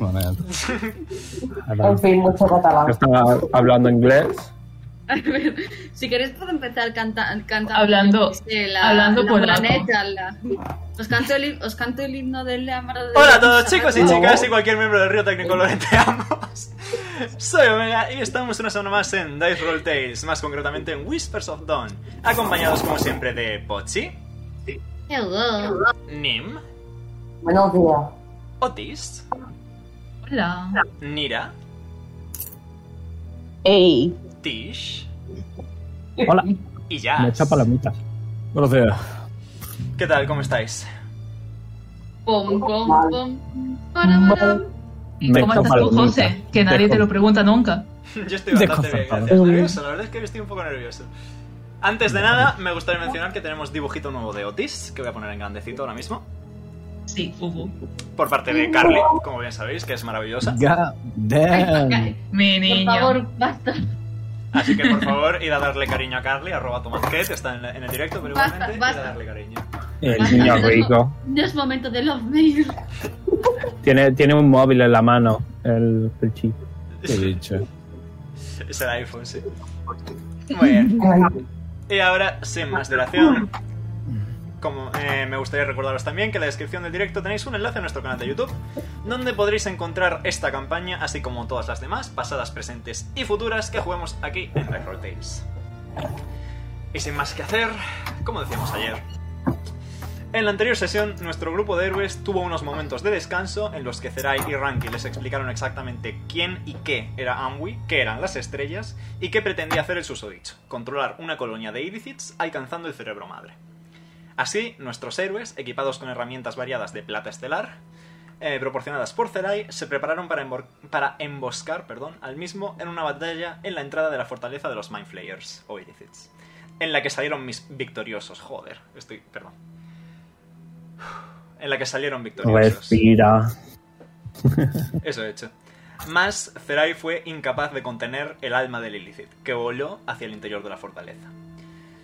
Bueno, ya está. Ahora En fin, mucho catalán. está hablando inglés. A ver, si queréis puedo empezar cantando. Hablando- hablando polaco. os, canto el, him- os canto el himno de la mar de- Hola a todos chicos y No. chicas y cualquier miembro del Río Tecnicolor te amos. Soy Omega y estamos una semana más en Dice Roll Tales, más concretamente en Whispers of Dawn, acompañados como siempre de Pochi, Hello. Nim, Buenos días. Otis, Hola. Nira, Ey, Tish Hola, y Me Jazz. echa palomitas. gracias. ¿Qué tal? ¿Cómo estáis? Pom, pom, pom. Para, para. Me ¿Cómo echa estás tú, palomitas. José? Que nadie Dejo- te lo pregunta nunca. Yo estoy bastante bien, Desconcertado. gracias. Nervioso, la verdad es que estoy un poco nervioso. Antes de nada, me gustaría mencionar que tenemos dibujito nuevo de Otis, que voy a poner en grandecito ahora mismo, Sí, hubo. por parte de Carly, como bien sabéis, que es maravillosa. God damn. Mi Por Em, niño. favor, basta. Así que por favor, id a darle cariño a Carly, arroba Tomatket, está en, la- en el directo, pero Basta, igualmente, basta. id a darle cariño. El Basta, niño no es mo- rico. No es momento de love mail. Tiene, tiene un móvil en la mano, el, el chico. Qué bicho. Es el iPhone, sí. Muy bien. Y ahora, sin más dilación, como, eh, me gustaría recordaros también que en la descripción del directo tenéis un enlace a nuestro canal de YouTube, donde podréis encontrar esta campaña, así como todas las demás, pasadas, presentes y futuras, que jugamos aquí en Red Roll Tales. Y sin más que hacer, como decíamos ayer, en la anterior sesión, nuestro grupo de héroes tuvo unos momentos de descanso en los que Zerai y Ranky les explicaron exactamente quién y qué era Amwi, qué eran las estrellas y qué pretendía hacer el susodicho, controlar una colonia de Ibicids alcanzando el cerebro madre. Así, nuestros héroes, equipados con herramientas variadas de plata estelar, eh, proporcionadas por Zerai, se prepararon para, embor- para emboscar perdón, al mismo en una batalla en la entrada de la fortaleza de los Mind Flayers, o Ibicids, en la que salieron mis victoriosos, joder, estoy, perdón. En la que salieron victoriosos. Respira. Eso he hecho. Más, Zerai fue incapaz de contener el alma del Illicit, que voló hacia el interior de la fortaleza.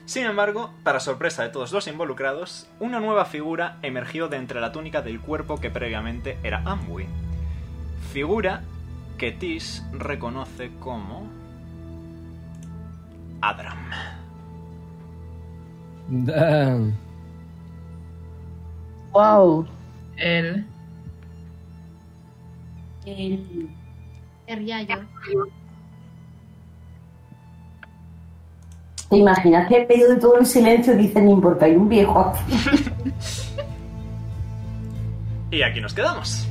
Sin embargo, para sorpresa de todos los involucrados, una nueva figura emergió de entre la túnica del cuerpo que previamente era Amwi. Figura que Tish reconoce como... Adram. Damn. wow. Él. Querría yo. ¿Te imaginas que en medio de todo el silencio dicen, "Ni importa, hay un viejo aquí? Y aquí nos quedamos.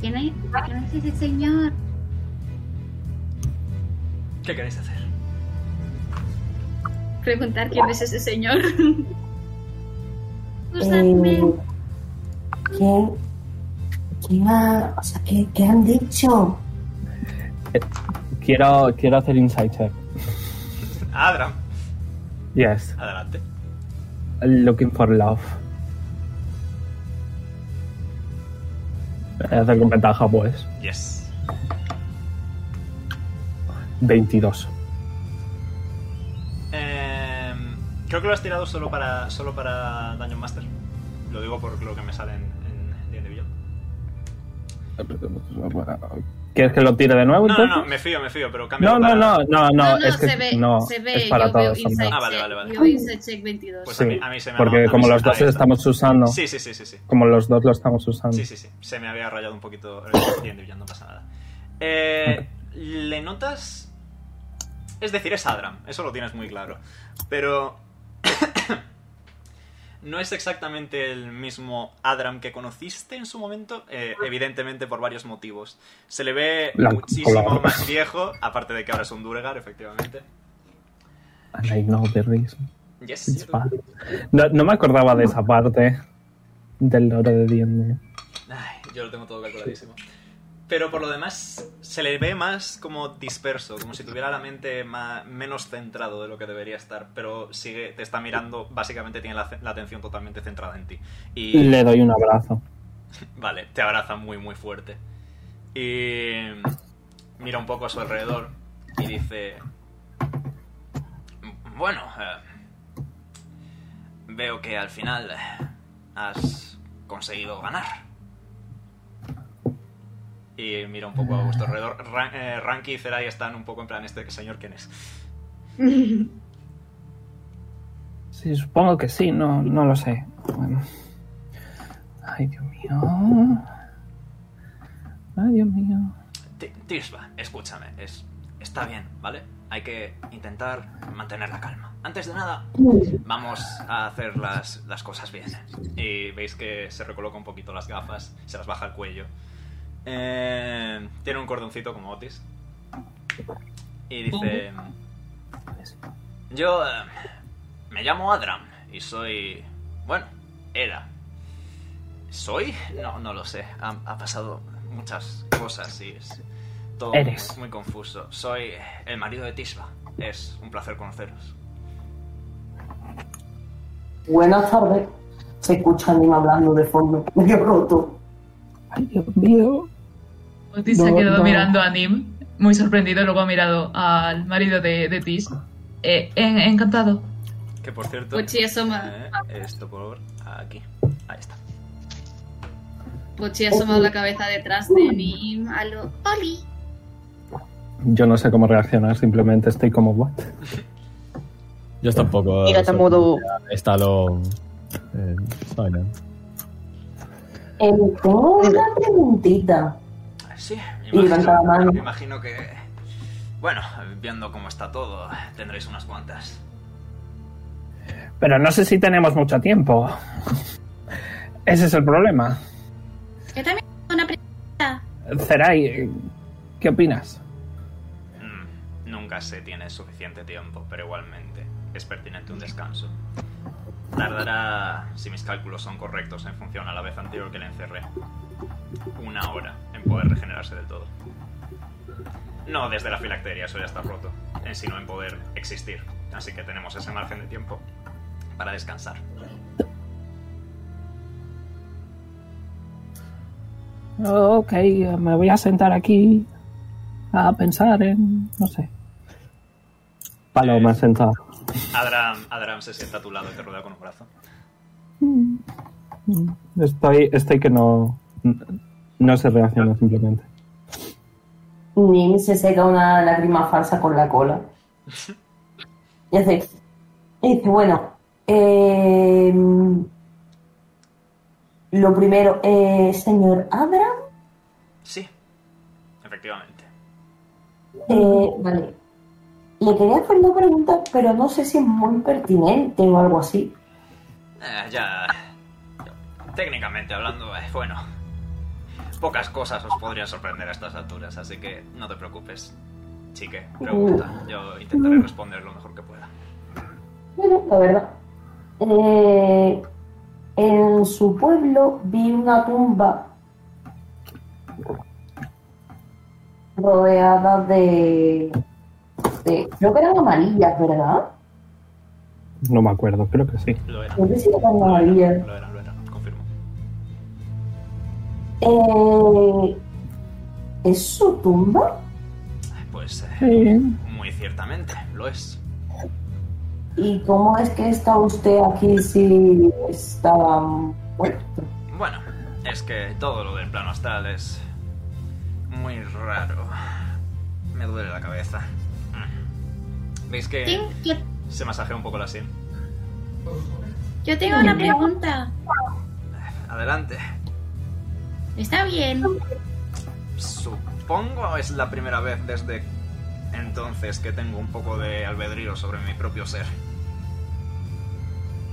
¿Quién hay- quién es ese señor? ¿Qué queréis hacer? Preguntar quién es ese señor. Eh, Usadme. Uh, ¿Quién? ¿Quién Eh, ha...? O sea, ¿qué, qué han dicho? Quiero, quiero hacer insight check. Adram, Yes. adelante. Looking for love. Voy a Hacer con ventaja, pues. Yes. 22. Em, creo que lo has tirado solo para solo para Dungeon Master. Lo digo por lo que me sale en, en D&D Beyond. ¿Quieres que lo tire de nuevo? No, no, no, entonces? me fío, me fío, pero cambio No, no, para- no, no, no, No, no, es que se ve, no, se ve, es para yo veo todos. hombre. Insight Ah, vale, Check, vale, vale. yo veo Insight Check 22. Pues Sí, a mí, a mí se me porque a mí como se- los dos ahí está. estamos usando, Sí, sí, sí, sí, sí. como los dos lo estamos usando. Sí, sí, sí. Se me había rayado un poquito el D&D Beyond, no pasa nada. Eh, ¿Le notas? Es decir, es Adram, eso lo tienes muy claro. Pero... no es exactamente el mismo Adram que conociste en su momento, eh, evidentemente por varios motivos. Se le ve Blanco, muchísimo color. más viejo, aparte de que ahora es un Durgar, efectivamente. And I know the reason. Yes. It's you do. bad. No, no me acordaba de esa parte del lore de D&D. Ay, yo lo tengo todo calculadísimo. Pero por lo demás, se le ve más como disperso, como si tuviera la mente ma- menos centrado de lo que debería estar. Pero sigue, te está mirando, básicamente tiene la, ce- la atención totalmente centrada en ti. Y. Le doy un abrazo. Vale, te abraza muy, muy fuerte. Y. Mira un poco a su alrededor y dice. Bueno. eh, veo que al final. eh, has conseguido ganar. Y mira un poco a vuestro alrededor. Ran- eh, Ranky y Zerai están un poco en plan, ¿este señor quién es? Sí, supongo que sí, no, no lo sé. Bueno. Ay, Dios mío. Ay, Dios mío. Ti- Tisba, escúchame, es, está bien, ¿vale? Hay que intentar mantener la calma. Antes de nada, vamos a hacer las, las cosas bien. Y veis que se recoloca un poquito las gafas, se las baja al cuello. Eh, tiene un cordoncito como Otis. Y dice... Yo eh, me llamo Adram y soy... Bueno, era. ¿Soy? No, no lo sé. Ha, ha pasado muchas cosas y es todo Eres. muy confuso. Soy el marido de Tisba. Es un placer conoceros. Buenas tardes. Se escucha a Nima hablando de fondo. Medio roto. Ay, Dios mío. Otis No, se ha quedado no. mirando a Nim, muy sorprendido, luego ha mirado al marido de, de Tis. Eh, en- encantado. Que por cierto... Pochi Pues asoma, eh, esto por aquí. Ahí está. Pochi ha asomado la cabeza detrás de Nim a lo Oli. Yo no sé cómo reaccionar, simplemente estoy como, what? Yo tampoco. eh, Mira, está soy- modo. Está lo. eh, silent. Eh, tengo una preguntita. Sí, Y levanta la mano. me imagino que... Bueno, viendo cómo está todo, tendréis unas cuantas. Pero no sé si tenemos mucho tiempo. Ese es el problema. Yo también tengo una pregunta. Zerai, ¿qué opinas? Mm, Nunca se tiene suficiente tiempo, pero igualmente es pertinente un descanso. Tardará, si mis cálculos son correctos en función a la vez anterior que le encerré, una hora en poder regenerarse del todo. No desde la filacteria, eso ya está roto, eh, sino en poder existir. Así que tenemos ese margen de tiempo para descansar. Oh, Ok, me voy a sentar aquí a pensar en. no sé. Paloma sentado. Adram, Adram se sienta a tu lado y te rodea con un brazo. Estoy, estoy que no. No se reacciona simplemente. Nim se seca una lágrima falsa con la cola. Y hace. Y dice, bueno. eh, lo primero, eh, señor Abraham. Sí, efectivamente. Eh, vale. Le quería hacer una pregunta, pero no sé si es muy pertinente o algo así. Eh, ya. Técnicamente hablando, eh, bueno. Pocas cosas os podrían sorprender a estas alturas, así que no te preocupes. Chique, pregunta. Yo intentaré responder lo mejor que pueda. Bueno, la verdad. Eh, en su pueblo vi una tumba rodeada de, de- Creo que eran amarillas, ¿verdad? No me acuerdo, creo que sí. Lo era. No sé si eran Lo era, amarillas. lo era, lo era, confirmo. Eh, ¿Es su tumba? Pues eh, Sí. muy ciertamente, lo es. ¿Y cómo es que está usted aquí si estaba muerto? Bueno, es que todo lo del plano astral es muy raro. Me duele la cabeza. Mm. ¿Veis que Ting, Yo, se masajea un poco la sien? yo tengo una pregunta. Adelante. Está bien. Supongo es la primera vez desde entonces que tengo un poco de albedrío sobre mi propio ser.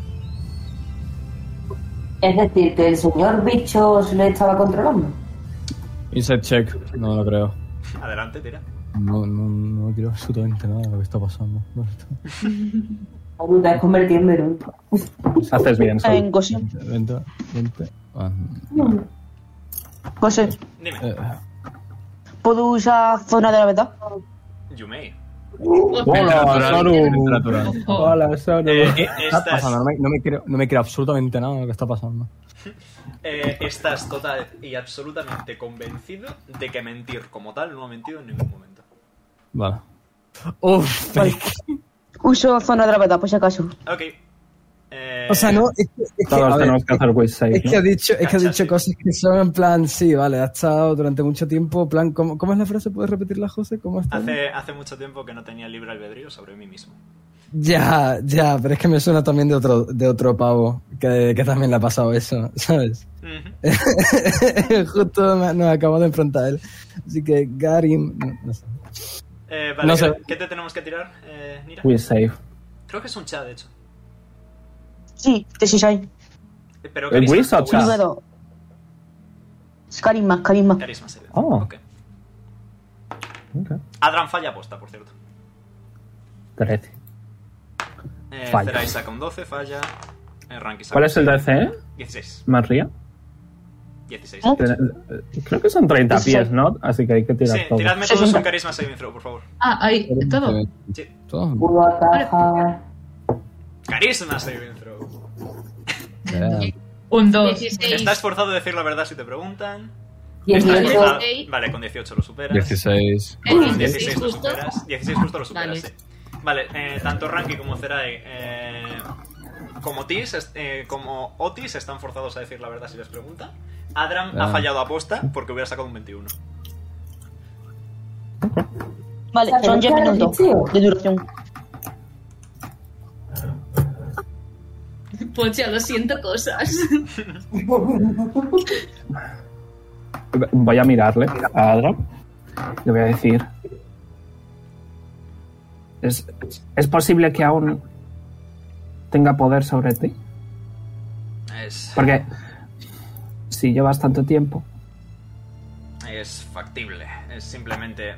Es decir, que el señor Bichos le estaba controlando. Inside check. No lo creo. Adelante, tira. No, no, no quiero absolutamente nada de lo que está pasando. No, esto- Tú te has convertido en Verón. Haces bien, Sol. En Gose. Vente, vente, vente. Ah, Gose, Dime. eh, ¿puedo usar zona de gravedad? Yumei. Hola, Natural. Soru. Ojo. Hola, Soru. Eh, ¿Qué está estás, pasando? No me, no me quiero, no me quiero absolutamente nada de lo que está pasando. eh, estás total y absolutamente convencido de que mentir como tal no ha mentido en ningún momento. Vale. Uf, Uso zona de gravedad, por si acaso. Ok. Eh, O sea, no, es que, es que, a Todos ver, tenemos que hacer Wish Save, es que ha ¿no? dicho, es que ha dicho Cachate. cosas que son en plan, sí, vale, ha estado durante mucho tiempo, plan, ¿cómo, cómo es la frase? ¿Puedes repetirla, José? ¿Cómo está? Hace, hace mucho tiempo que no tenía libre albedrío sobre mí mismo. Ya, ya, pero es que me suena también de otro, de otro pavo que, que también le ha pasado eso, ¿sabes? Eh, Ujú. Justo me- nos acabamos de enfrentar a él. Así que Garim, no, no sé. Eh, vale, No ¿qué- sé. ¿qué te tenemos que tirar, eh, Nira? Wish Save. Creo que es un chat, de hecho. Sí, te sí soy. Eh, Pero ¿El carisma, Wiz o o chat? Wiz. Número. Carisma, carisma. Carisma se ve. Ah. Oh. Ok. Ok. Adran falla aposta, por cierto. 13. Eh, Falla. Zerai saca un 12, falla. Eh, Ranky saca ¿Cuál es el DC, 16. María? 16. ¿Eh? Creo que son 30 Sí. pies, ¿no? Así que hay que tirar Sí, todo. tiradme todos 60. un carisma saving throw, por favor. Ah, ahí, todo. Sí. Todo. Pudo atajar. Carisma saving throw. Eh, Un 2. 16. Está esforzado de decir la verdad si te preguntan. Está 18. esforzado- dieciséis. Vale, con 18 lo superas. 16. Eh, Con 16 16 lo justo. superas. 16 justo lo superas, Vale. sí. Vale, eh, tanto Ranky como Zerai eh, como, Tis, est- eh, como Otis están forzados a decir la verdad si les preguntan. Adram ha Ah. fallado aposta porque hubiera sacado un 21. Vale, O sea, son que 10 no te han minutos dicho. de duración. Pocha, Pues lo siento cosas. Voy a mirarle a Adra. Le voy a decir. ¿Es, es posible que aún tenga poder sobre ti? Es, Porque si llevas tanto tiempo. es factible. Es simplemente...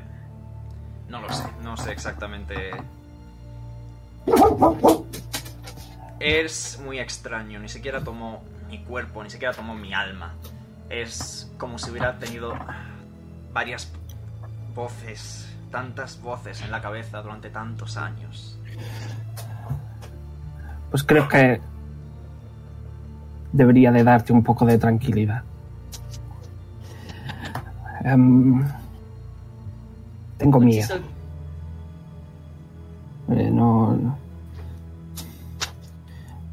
No lo sé. No sé exactamente... Es muy extraño. Ni siquiera tomó mi cuerpo, ni siquiera tomó mi alma. Es como si hubiera tenido varias voces, tantas voces en la cabeza durante tantos años. Pues creo que debería de darte un poco de tranquilidad. Em, tengo miedo. Eh, no, no.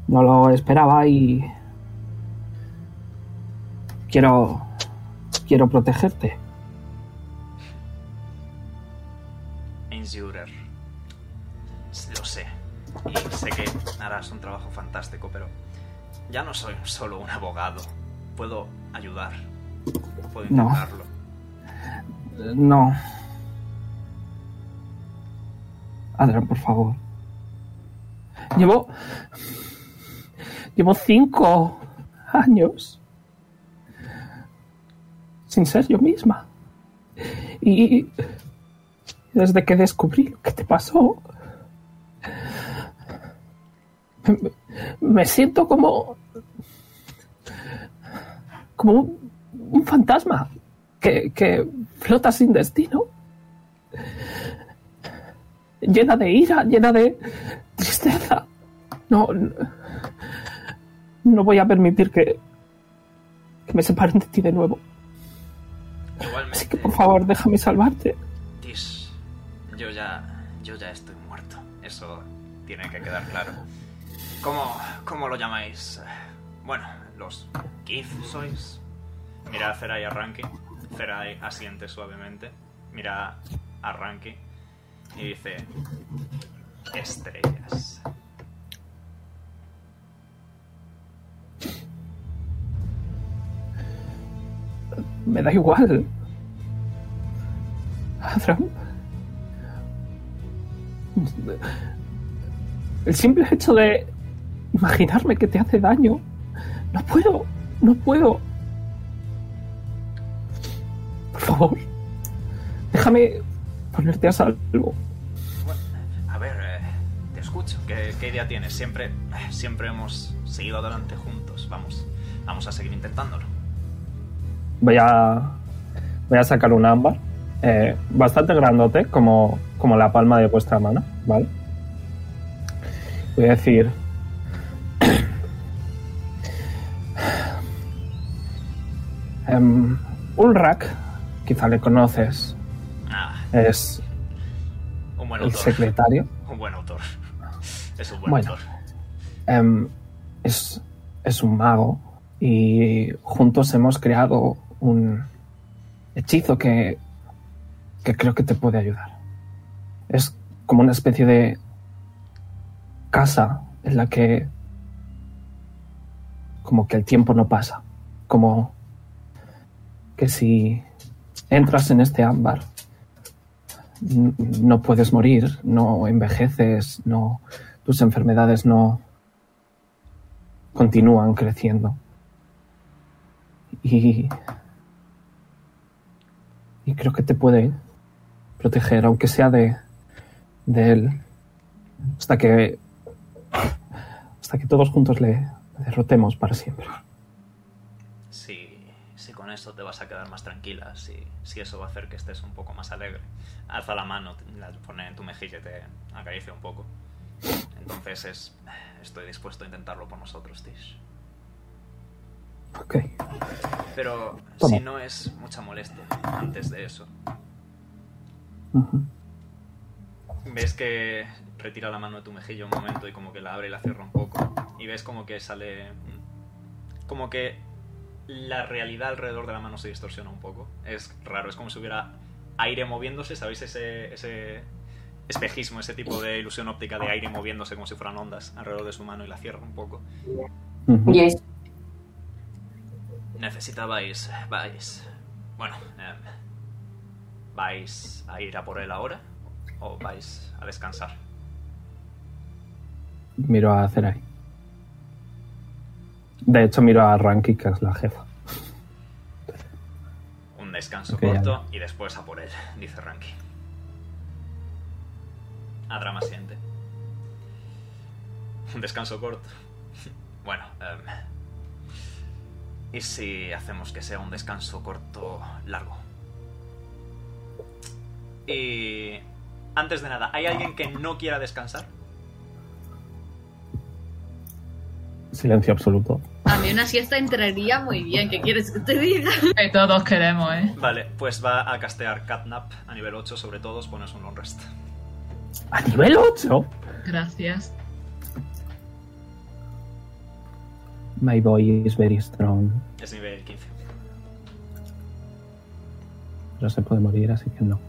No lo esperaba y. Quiero. Quiero protegerte. Insurer. Lo sé. Y sé que harás un trabajo fantástico, pero ya no soy solo un abogado. Puedo ayudar. Puedo No. intentarlo. Eh, No. Adrián, por favor. Llevo. Llevo cinco años. Sin ser yo misma. Y. Desde que descubrí lo que te pasó. me- Me siento como. como un- un fantasma que, que flota sin destino. Llena de ira, llena de tristeza. No, n- no voy a permitir que, que me separen de ti de nuevo. Así Igualmente, que por favor, déjame salvarte. Tis, yo ya, yo ya estoy muerto. Eso tiene que quedar claro. ¿Cómo, cómo lo llamáis? Bueno, los Kith sois. Mira a Zerai y a Ranky. Zerai asiente suavemente. Mira a Ranky. Y dice... Estrellas. Me da igual. Ah, Adram. El simple hecho de imaginarme que te hace daño. No puedo, no puedo. Por favor, déjame ponerte a salvo. Bueno, a ver, eh, te escucho. ¿Qué, qué idea tienes? Siempre, siempre hemos seguido adelante juntos. Vamos, vamos a seguir intentándolo. Voy a, voy a sacar un ámbar. eh, bastante grandote, como, como la palma de vuestra mano, ¿vale? Voy a decir... Em, Ulrak, quizá le conoces, Ah, es un buen el autor. secretario. Un buen autor. Es un buen Bueno. autor. Em, es, es un mago y juntos hemos creado un hechizo que, que creo que te puede ayudar. Es como una especie de casa en la que como que el tiempo no pasa, como que si entras en este ámbar n- no puedes morir, no envejeces, no tus enfermedades no continúan creciendo. Y, y creo que te puede proteger, aunque sea de, de él, hasta que, hasta que todos juntos le derrotemos para siempre. Si, si con eso te vas a quedar más tranquila, si, si eso va a hacer que estés un poco más alegre. Alza la mano, te- la pone en tu mejilla y te acaricia un poco. Entonces es, estoy dispuesto a intentarlo por nosotros, Tish. Ok. Pero Toma. si no es mucha molestia, antes de eso, Ujú. ves que retira la mano de tu mejilla un momento y como que la abre y la cierra un poco. Y ves como que sale... Como que la realidad alrededor de la mano se distorsiona un poco. Es raro, es como si hubiera aire moviéndose, ¿sabéis? Ese, ese espejismo, ese tipo de ilusión óptica de aire moviéndose como si fueran ondas alrededor de su mano y la cierra un poco. Ujú. Yes. Necesitabais, vais. Bueno, em, ¿vais a ir a por él ahora? ¿O vais a descansar? Miro a Zerai. De hecho, miro a Ranky, que es la jefa. Un descanso Ok, ya corto y después a por él, dice Ranky. A drama siguiente. Un descanso corto. Bueno, em, ¿y si hacemos que sea un descanso corto largo? Y antes de nada, ¿hay alguien que no quiera descansar? Silencio absoluto. A mí una siesta entraría muy bien. ¿Qué quieres que te diga? Que todos queremos, ¿eh? Vale, pues va a castear Catnap a nivel 8 sobre todos, pones un long rest. ¿A nivel 8? Gracias. My boy is very strong. Es nivel 15. No se puede morir, así que no.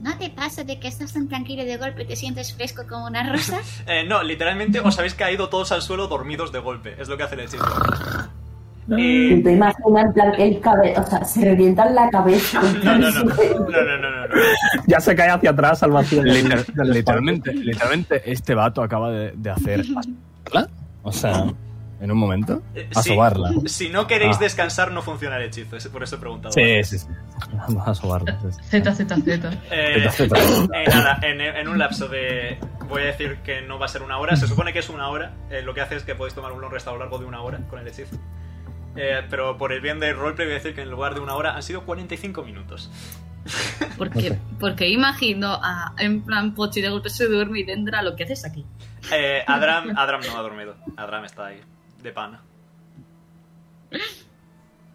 ¿No te pasa de que estás tan tranquilo y de golpe te sientes fresco como una rosa? Eh, no, literalmente os habéis caído todos al suelo dormidos de golpe. Es lo que hace el hechizo. Eh, Te imaginas en plan el cabello, o sea, se revientan la cabeza. no, no, no, no, no, no, no, no. Ya se cae hacia atrás al vacío. del- Liter- del literalmente, literalmente, este vato acaba de, de hacer. asobarla, O sea, en un momento. Eh, sí. Asobarla. Si no queréis Ah. descansar, no funciona el hechizo. Es por eso he preguntado. Sí, sí, sí. Vamos a asobarla. Z, Z, Z. Eh, Zeta, zeta. eh, nada, en, en un lapso de. Voy a decir que no va a ser una hora. Se supone que es una hora. Eh, lo que hace es que podéis tomar un long rest a lo largo de una hora con el hechizo. Eh, pero por el bien del roleplay voy a decir que en lugar de una hora han sido 45 minutos. Porque, porque imagino a, en plan Pochi de golpe se duerme y tendrá lo que haces aquí. Eh, Adram, Adram no ha dormido. Adram está ahí, de pana.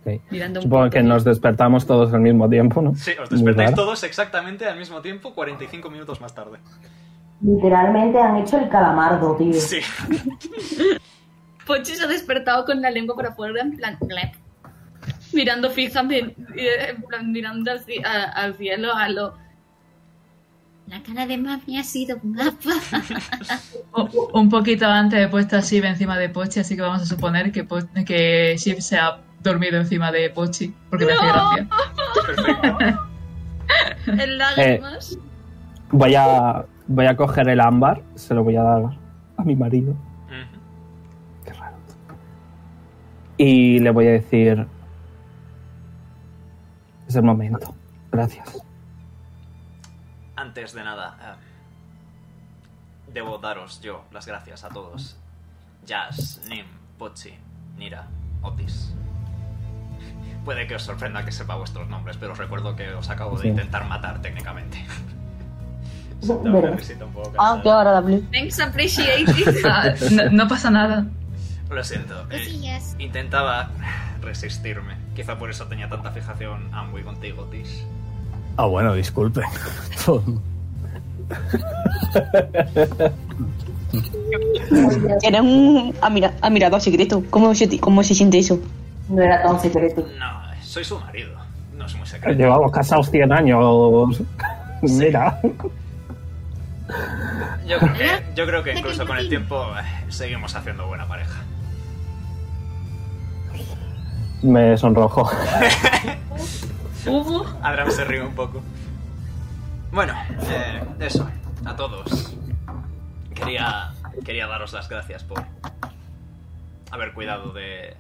Ok. Mirando un Supongo poco. que nos despertamos todos al mismo tiempo, ¿no? Sí, os Muy despertáis raro. todos exactamente al mismo tiempo, 45 minutos más tarde. Literalmente han hecho el calamardo, tío. Sí. Pochi se ha despertado con la lengua para fuera en plan blep, mirando fijamente, eh, en plan, mirando al, ci- a- al cielo a lo La cara de mami ha sido guapa. U- Un poquito antes he puesto a Shiv encima de Pochi, así que vamos a suponer que, Po- que Shiv se ha dormido encima de Pochi, porque me hace ¡No! gracia. Perfecto. en lágrimas. Voy a, voy a coger el ámbar, se lo voy a dar a mi marido. Ujú. Qué raro. Y le voy a decir... Es el momento. Gracias. Antes de nada, eh, debo daros yo las gracias a todos. Jazz, Nim, Pochi, Nira, Otis. Puede que os sorprenda que sepa vuestros nombres, pero os recuerdo que os acabo de Sí. intentar matar técnicamente. Siento Bueno. una risita un poco Ah, cansada. qué agradable. Thanks, appreciate it. Ah, no, no pasa nada. Lo siento. eh, Cosillas. Intentaba resistirme. Quizá por eso tenía tanta fijación Amway contigo, Tish. Ah, bueno, disculpe. Todo. Era un admira- admirador secreto. ¿Cómo se, cómo se siente eso? No era tan secreto. No, soy su marido. No es muy secreto. Llevamos casados 100 años. Mira. Yo creo que, yo creo que incluso con el tiempo eh, seguimos haciendo buena pareja. Me sonrojo. Adram se ríe un poco. Bueno, eh, eso. A todos. Quería, quería daros las gracias por haber cuidado de,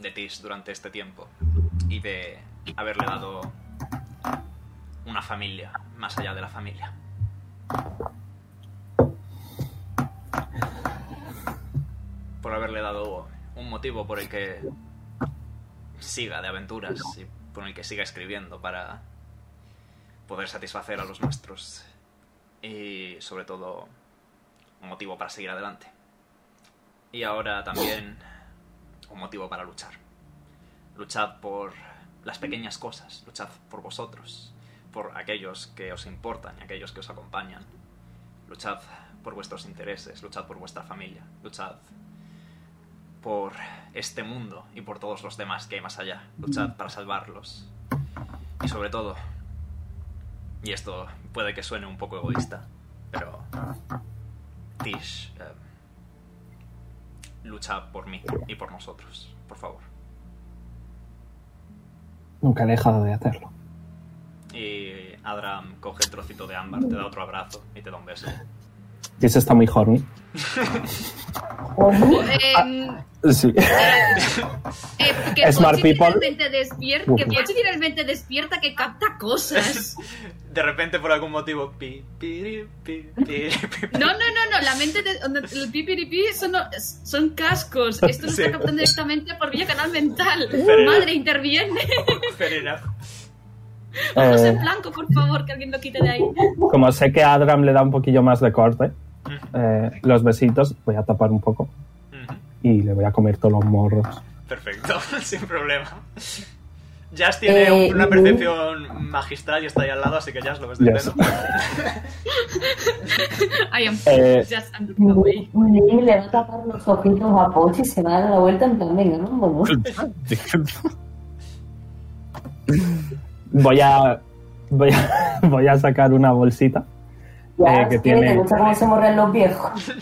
de Tis durante este tiempo y de haberle dado una familia más allá de la familia. Por haberle dado un motivo por el que siga de aventuras y por el que siga escribiendo para poder satisfacer a los nuestros y sobre todo un motivo para seguir adelante. Y ahora también un motivo para luchar. Luchad por las pequeñas cosas, luchad por vosotros, por aquellos que os importan y aquellos que os acompañan. Luchad por vuestros intereses, luchad por vuestra familia, luchad por este mundo y por todos los demás que hay más allá. Luchad para salvarlos. Y sobre todo, y esto puede que suene un poco egoísta, pero Tish, eh, lucha por mí y por nosotros, por favor. Nunca he dejado de hacerlo. Y Adram coge el trocito de ámbar, te da otro abrazo y te da un beso. Y ese está muy horny. Ah, Eh, Sí. eh, que Smart Pochi tiene el people. mente despierta, Uf. que Pochi tiene el mente despierta que capta cosas. De repente, por algún motivo, pi, piri, pi, piri, pi, pi. No, no, no, no, la mente de, el pipiripi son, son cascos. Esto lo Sí. está captando directamente por vía canal mental. Pero- Madre, interviene. Fair enough. Vamos en Eh. blanco, por favor, que alguien lo quite de ahí. Como sé que a Adram le da un poquillo más de corte, eh, los besitos voy a tapar un poco y le voy a comer todos los morros. Perfecto, sin problema. Jazz tiene Eh, un- uh. una percepción magistral y está ahí al lado, así que Jazz lo ves de Jazz. pleno. I am Eh. just under the way. Nim le va a tapar los ojitos a Pochi y se va a dar la vuelta en plan, venga, no, vamos. Voy a, voy a, voy a sacar una bolsita. Ya, Eh, que sí, ¿Te tiene- gusta cómo se morren los viejos?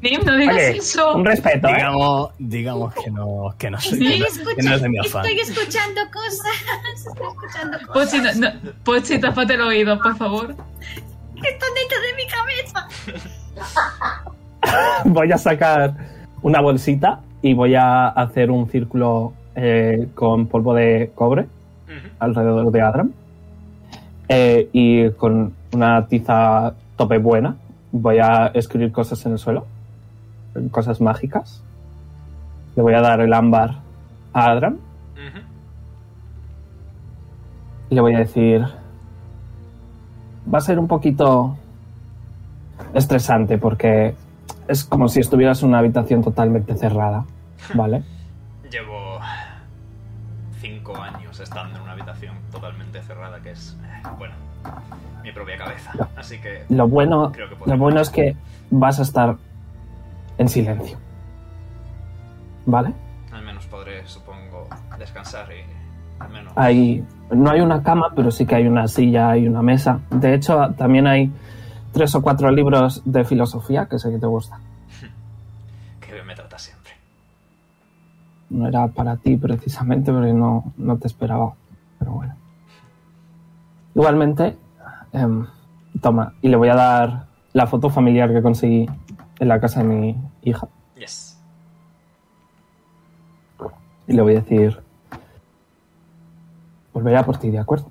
Nim, no digas Oye, eso. un respeto, ¿eh? Digamos, digamos que no, que no, soy- Sí, que no- escucha, que no es de mi afán. Estoy escuchando cosas. Estoy escuchando cosas. Pochi, no, no- Pochi, tápate los oídos, por favor. que Están dentro de mi cabeza. Voy a sacar una bolsita y voy a hacer un círculo eh, con polvo de cobre Ujú. alrededor de Adram. Eh, y con una tiza tope buena voy a escribir cosas en el suelo, cosas mágicas. Le voy a dar el ámbar a Adram Ujú. y le voy a decir, va a ser un poquito estresante porque es como si estuvieras en una habitación totalmente cerrada, ¿vale? Llevo cinco años estando en una habitación totalmente cerrada que es, eh, bueno, mi propia cabeza. Así que Lo bueno, Creo que puedo. lo bueno es que vas a estar en silencio, ¿vale? al menos podré, supongo, descansar y al menos... Hay, no hay una cama, pero sí que hay una silla, hay una mesa. De hecho, también hay tres o cuatro libros de filosofía que sé que te gustan. Que bien me trata siempre. No era para ti precisamente, porque no, no te esperaba. Pero bueno. Igualmente, em, toma, y le voy a dar la foto familiar que conseguí en la casa de mi hija. Yes. Y le voy a decir, volveré a por ti, ¿de acuerdo?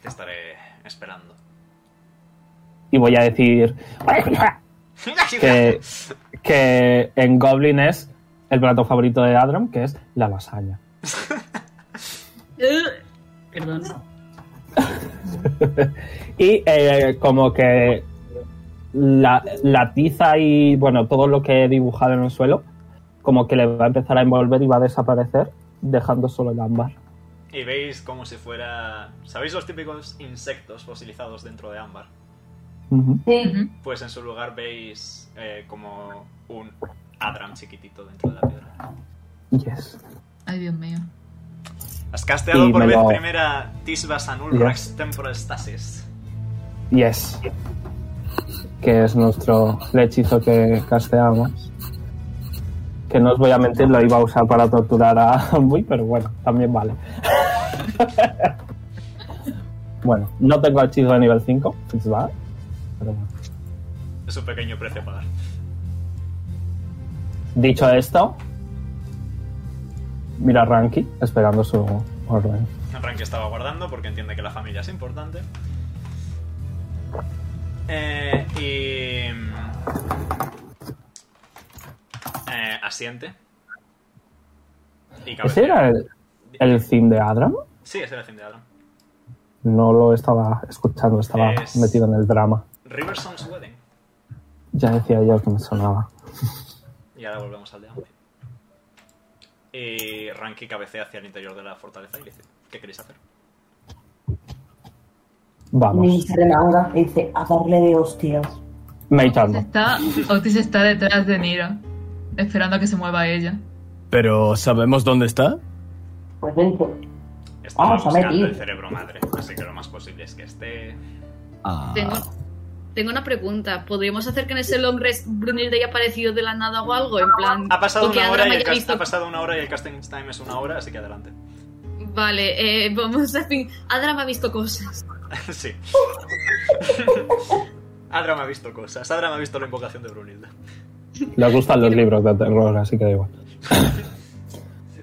Te estaré esperando. Y voy a decir, que, que en Goblin es el plato favorito de Adram, que es la lasaña. Eh, Perdón. Y eh, como que la, la tiza y bueno, todo lo que he dibujado en el suelo, como que le va a empezar a envolver y va a desaparecer, dejando solo el ámbar. Y veis como si fuera... ¿Sabéis los típicos insectos fosilizados dentro de ámbar? Ujú. Sí, Pues en su lugar veis eh, como un Adram chiquitito dentro de la piedra. Yes. Ay, Dios mío. Has casteado Y por me vez lo- primera Tisba Sanul Ya. Rax Temporal Stasis. Yes. Que es nuestro el hechizo que casteamos. Que no os voy a mentir, lo iba a usar para torturar a Ambuy, pero bueno, también vale. bueno, no tengo hechizo de nivel 5, pues va. Pero bueno. Es un pequeño precio a pagar. Dicho esto, mira a Ranky esperando su orden. Rank estaba guardando porque entiende que la familia es importante. Eh, y. mm, eh, asiente. Y ¿Ese cabecea. era el, el theme de Adram? Sí, ese era el fin de Adram. No lo estaba escuchando, estaba Es- metido en el drama. Riversong's Wedding. Ya decía yo que me sonaba. Y ahora volvemos al de Ambi. Y Ranky cabecea hacia el interior de la fortaleza y le dice: ¿Qué queréis hacer? Nim Vamos, se remanga y dice, a darle de hostias. me echando. Está, Otis está detrás de Nira, esperando a que se mueva ella. Pero ¿sabemos dónde está? Pues vente. Estaba Vamos a ver, buscando tío. el cerebro madre, así que lo más posible es que esté. Ah. Tengo, tengo una pregunta. ¿Podríamos hacer que en ese long rest Brunilde haya aparecido de la nada o algo? En plan. Ha pasado, o que una Adram hora, y el haya cast- visto- ha pasado una hora y el casting time es una hora, así que adelante. Vale, eh, vamos a fin. Adram ha visto cosas. sí. Adra me ha visto cosas. Adra me ha visto la invocación de Brunilda. Le gustan los libros de terror, así que da igual.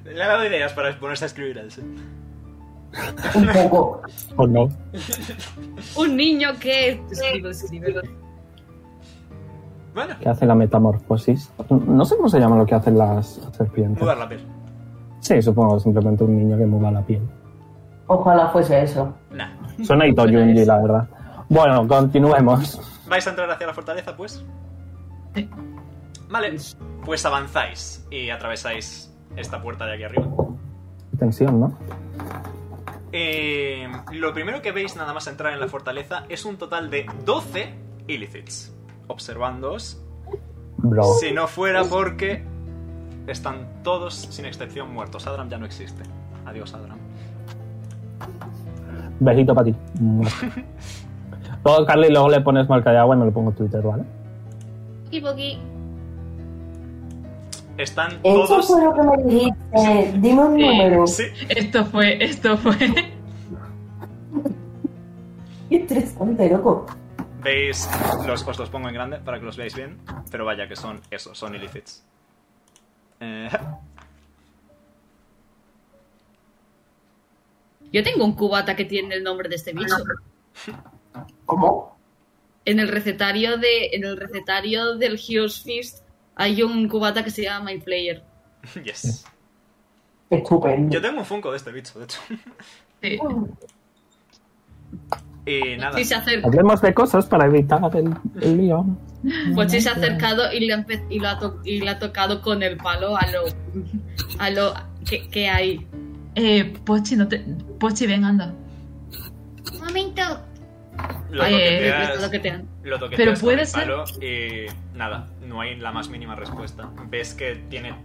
Le he dado ideas para ponerse a escribir a Else. Un poco. ¿O no? Un niño que. Escribo, escribo. Bueno, ¿Qué hace la metamorfosis? No sé cómo se llama lo que hacen las serpientes. mudar la piel. Sí, supongo, simplemente un niño que muda la piel. Ojalá fuese eso. Nah. Suena Ito Junji, la verdad. Bueno, continuemos. ¿Vais a entrar hacia la fortaleza, pues? Sí. Vale. Pues avanzáis y atravesáis esta puerta de aquí arriba. Tensión, ¿no? Eh, lo primero que veis nada más entrar en la fortaleza es un total de 12 illicits. Observándoos. Bro. Si no fuera porque están todos, sin excepción, muertos. Adram ya no existe. Adiós, Adram. Besito para ti. Luego, Carly, luego le pones marca de agua y me lo pongo en Twitter, ¿vale? Poqui, poqui. Están Eso todos. fue lo que me dijiste. Dime un Sí. número. Sí, Esto fue, esto fue. Qué interesante, loco. veis. Los, os los pongo en grande para que los veáis bien. Pero vaya que son eso, son illicits. Eh, Yo tengo un cubata que tiene el nombre de este bicho. ¿Cómo? En el recetario de. En el recetario del Heroes Fist hay un cubata que se llama My Player. yes. Estupendo. Yo tengo un Funko de este bicho, de hecho. Sí. Y nada. Sí, se acerca. Hablemos de cosas para evitar el, el lío. Pochi Pues se ha acercado y le, ha empe- y lo ha to- y le ha tocado con el palo a lo. a lo. que, que hay. Eh, Pochi, no te. Pochi, ven, anda. Un momento. Lo Eh, toqueteas- Lo que te han. Lo toqueteas Pero con puede el ser- palo y nada, no hay la más mínima respuesta. Ves que tiene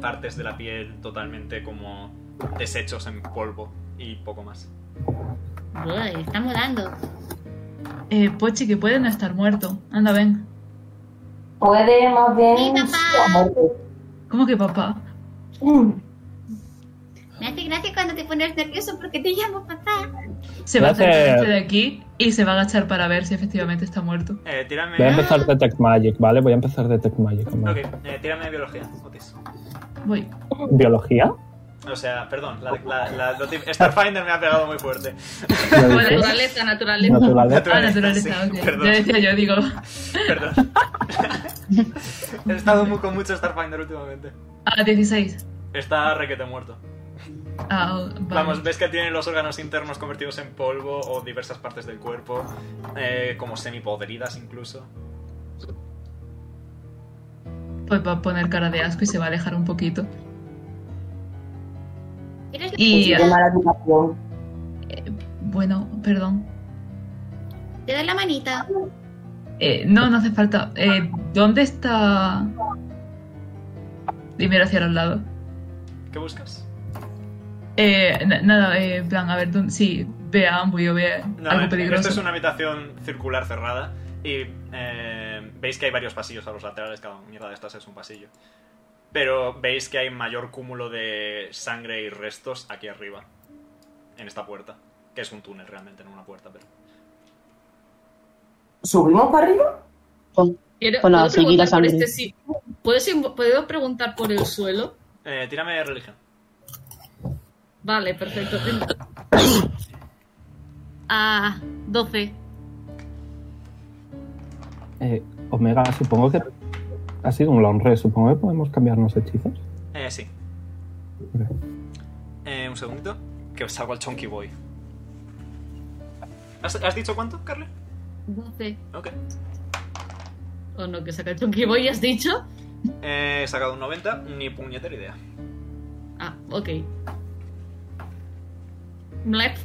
partes de la piel totalmente como deshechos en polvo y poco más. Uy, está mudando. Eh, Pochi, que puede no estar muerto. Anda, ven. Puede más bien. Mi papá. amarte. ¿Cómo que papá? Mm. Me hace gracia cuando te pones nervioso porque te llamo papá. Se va a Gracias. acercar este de aquí y se va a agachar para ver si efectivamente está muerto. Eh, tírame. Voy a empezar Detect Magic, ¿vale? Voy a empezar Detect Magic. como- Ok, eh, tírame de biología, Otis. Voy. ¿Biología? O sea, perdón, la, la, la- lo tip- Starfinder me ha pegado muy fuerte. ¿Lo dije? Naturaleza, naturaleza. ¿eh? Naturaleza. Ah, Naturaleza, naturaleza, sí, ok. perdón. Ya decía yo, digo. Perdón. He estado muy, con mucho Starfinder últimamente. Ah, 16. Está requete muerto. Ah, oh, vale. Vamos, ves que tiene los órganos internos convertidos en polvo o diversas partes del cuerpo, eh, como semipodridas incluso. Pues va a poner cara de asco y se va a alejar un poquito. ¿Quieres Y. Qué mala educación. Bueno, perdón. Te doy la manita. Eh, no, no hace falta. Eh, ¿Dónde está...? Y miro hacia los lados. ¿Qué buscas? Eh, na- nada, eh, en plan, a ver, ¿dónde? sí, ve a Ambu y yo ve No, algo eh, peligroso. Esto es una habitación circular cerrada y eh, veis que hay varios pasillos a los laterales, cada mierda de estas es un pasillo. Pero veis que hay mayor cúmulo de sangre y restos aquí arriba, en esta puerta, que es un túnel realmente, no una puerta, pero... ¿Subimos para arriba? Quiero- Bueno, ¿puedo seguir la preguntar por sangre. este si- ¿Puedo, si- puedo preguntar por el suelo? Eh, tírame de religión. Vale, perfecto. Ah, 12. Eh, Omega, supongo que ha sido un long rest. Supongo que podemos cambiarnos hechizos. Eh, sí. Vale. Eh, un segundito, que os hago el chonky boy. ¿Has, has dicho cuánto, Carly? 12. Ok. O no, que saca el chunky boy, ¿has dicho? Eh, he sacado un 90, ni puñetera idea. Ah, ok. Mlep.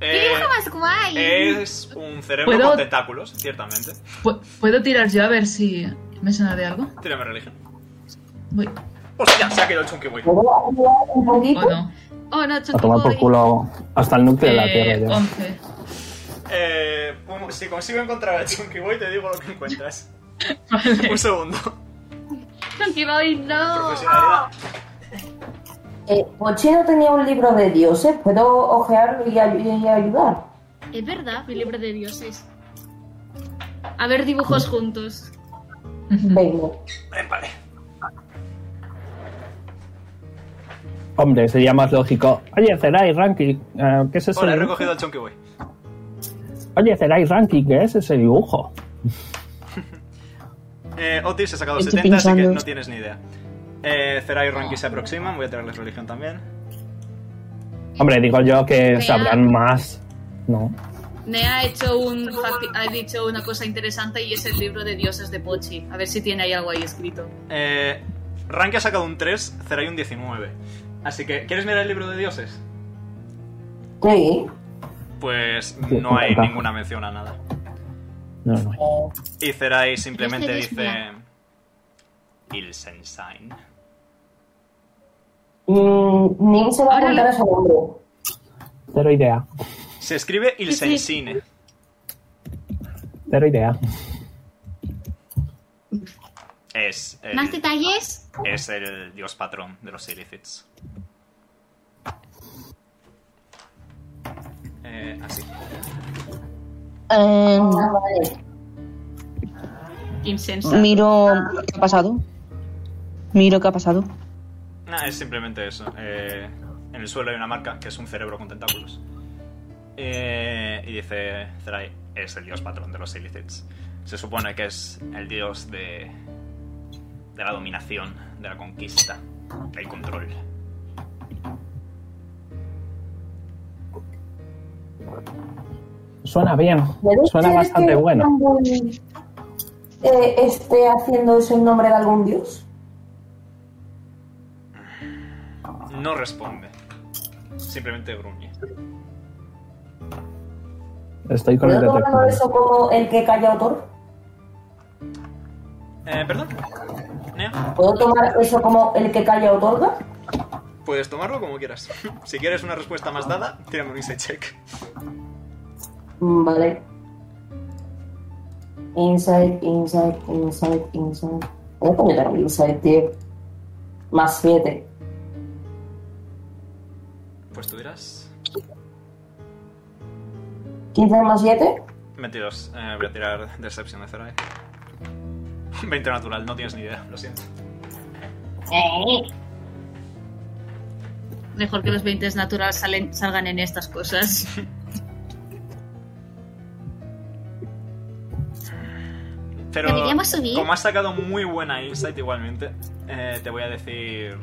¿Qué Eh, dibujo más guay? Es un cerebro ¿Puedo? con tentáculos, ciertamente. Pu- ¿Puedo tirar yo a ver si me suena de algo? Tírame religión. Voy. Hostia, se ha quedado el chunky boy. ¿Puedo ayudar un poquito? ¿O no? Oh, no, A chunky tomar por boy. culo hasta el núcleo de la Eh, oh. Tierra ya. 11. Eh, un- si consigo encontrar al chunky boy, te digo lo que encuentras. Vale. Un segundo. eh. Pues Chunky boy, no. Profesionalidad. Eh, Pochi no tenía un libro de dioses. ¿Puedo ojearlo y, ay- y ayudar? Es verdad, mi libro de dioses. A ver, Mm. dibujos juntos. Mm. Venga. Ven, vale. Hombre, sería más lógico. Oye, Zerai Ranky, eh, ¿qué es ese Hola, he dibujo? recogido al chunky boy. Oye, Zerai Ranky, ¿qué es ese dibujo? Eh, Otis he sacado Estoy 70, así que pinchando. no tienes ni idea. Eh, Zerai y Ranky se aproximan, voy a tirarles religión también. Hombre, digo yo que Vea. sabrán más. No. Me ha hecho un faci- ha dicho una cosa interesante y es el libro de dioses de Pochi. A ver si tiene ahí algo ahí escrito. Eh, Ranky ha sacado un 3, Zerai un 19. Así que, ¿quieres mirar el libro de dioses? Sí. Pues Sí, no hay acá. ninguna mención a nada. No, no. Y Zerai simplemente Dios te dice... bendiga. Ilsenstein. Mm, Nim se va a Ahora apuntar lo- a su nombre. Cero idea. Se escribe Ilsensine. Cero idea. Es el, ¿Más detalles? es el dios patrón de los ilícitos. Eh, así. Eh, Ah, vale. Insensa. miro qué ha pasado. Miro qué ha pasado. Nah, es simplemente eso. Eh, en el suelo hay una marca que es un cerebro con tentáculos. Eh, y dice Zerai, es el dios patrón de los ilícitos. Se supone que es el dios de, de la dominación, de la conquista, del control. Suena bien. ¿Puede Suena ser bastante que bueno. Campbell, eh, esté haciendo eso en nombre de algún dios? No responde. Simplemente gruñe. Estoy con el ¿Puedo tomar detective. eso como el que calla autor? Eh, ¿Perdón? Nea, ¿Puedo tomar eso como el que calla otorga? puedes tomarlo como quieras. si quieres una respuesta más dada, tírame un insight check. Mm, Vale. Inside, inside, inside, inside. Voy a poner el inside, tío. Más 7. Pues tú dirás... 15 más 7. 22. Eh, voy a tirar Deception de Zerai. 20 natural, no tienes ni idea, lo siento. Oh. Mejor que los 20 naturales salen- salgan en estas cosas. Pero Deberíamos subir. como has sacado muy buena insight igualmente, eh, te voy a decir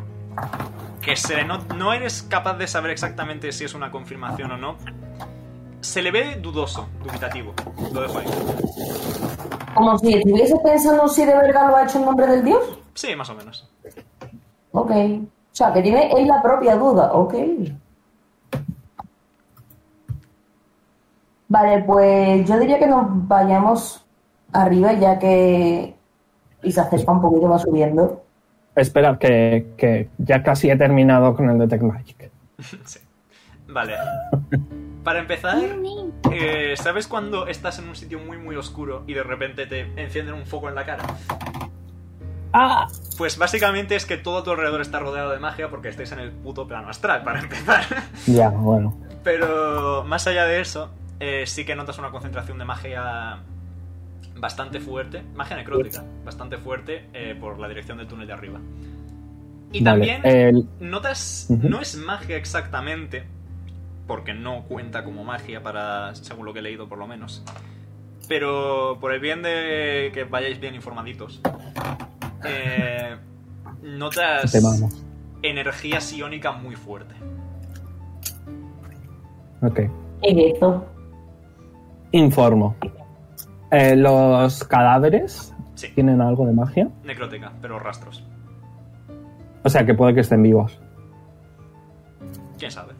que se le no, no eres capaz de saber exactamente si es una confirmación o no. Se le ve dudoso, dubitativo. Lo dejo ahí. Como si estuviese pensando si de verdad lo ha hecho en nombre del dios. Sí, más o menos. Ok. O sea, que tiene él la propia duda. Ok. Vale, pues yo diría que nos vayamos arriba, ya que. Y se acerca un poquito, va subiendo. Esperad, que, que ya casi he terminado con el Detect Magic. Sí. Vale. Para empezar, eh, ¿sabes cuando estás en un sitio muy muy oscuro y de repente te encienden un foco en la cara? ¡Ah! Pues básicamente es que todo a tu alrededor está rodeado de magia porque estáis en el puto plano astral, para empezar. Ya, bueno. Pero más allá de eso, eh, sí que notas una concentración de magia bastante fuerte, magia necrótica, bastante fuerte eh, por la dirección del túnel de arriba. Y Vale, también el- notas, Ujú. no es magia exactamente, porque no cuenta como magia para, según lo que he leído por lo menos. Pero por el bien de que vayáis bien informaditos, eh, notas Te vamos. energía psiónica muy fuerte. Ok. En eso. Informo. Eh, ¿Los cadáveres Sí. tienen algo de magia? Necrótica, pero rastros. O sea, que puede que estén vivos. ¿Quién sabe?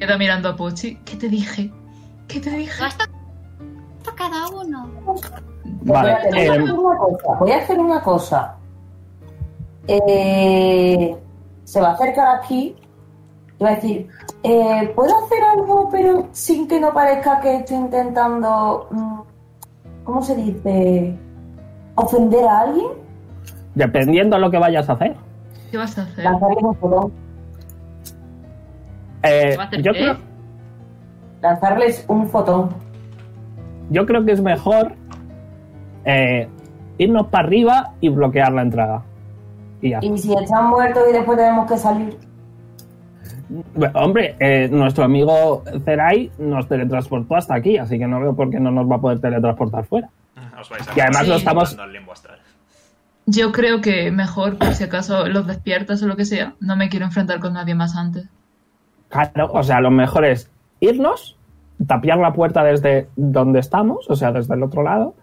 Queda mirando a Pochi. ¿Qué te dije? ¿Qué te dije? cada uno. Vale. Espérate, voy a em, hacer una cosa. Voy a hacer una cosa. Eh, se va a acercar aquí y va a decir, eh, ¿puedo hacer algo pero sin que no parezca que estoy intentando, mm, ¿cómo se dice? ¿Ofender a alguien? dependiendo de lo que vayas a hacer. ¿Qué vas a hacer? Lanzarle un fogón. Eh, ¿Va a hacer ¿Eh? yo, qué? creo, ¿Eh? Lanzarles un fotón. yo creo que es mejor eh, irnos para arriba y bloquear la entrada. Y ya. Y si están muertos y después tenemos que salir. Bueno, hombre, eh, nuestro amigo Zerai nos teletransportó hasta aquí, así que no veo por qué no nos va a poder teletransportar fuera. Os vais a Y además lo estamos- entrando al limbo astral. Yo creo que mejor, por si acaso los despiertas o lo que sea, no me quiero enfrentar con nadie más antes. Claro, o sea, lo mejor es irnos, tapiar la puerta desde donde estamos, o sea, desde el otro lado.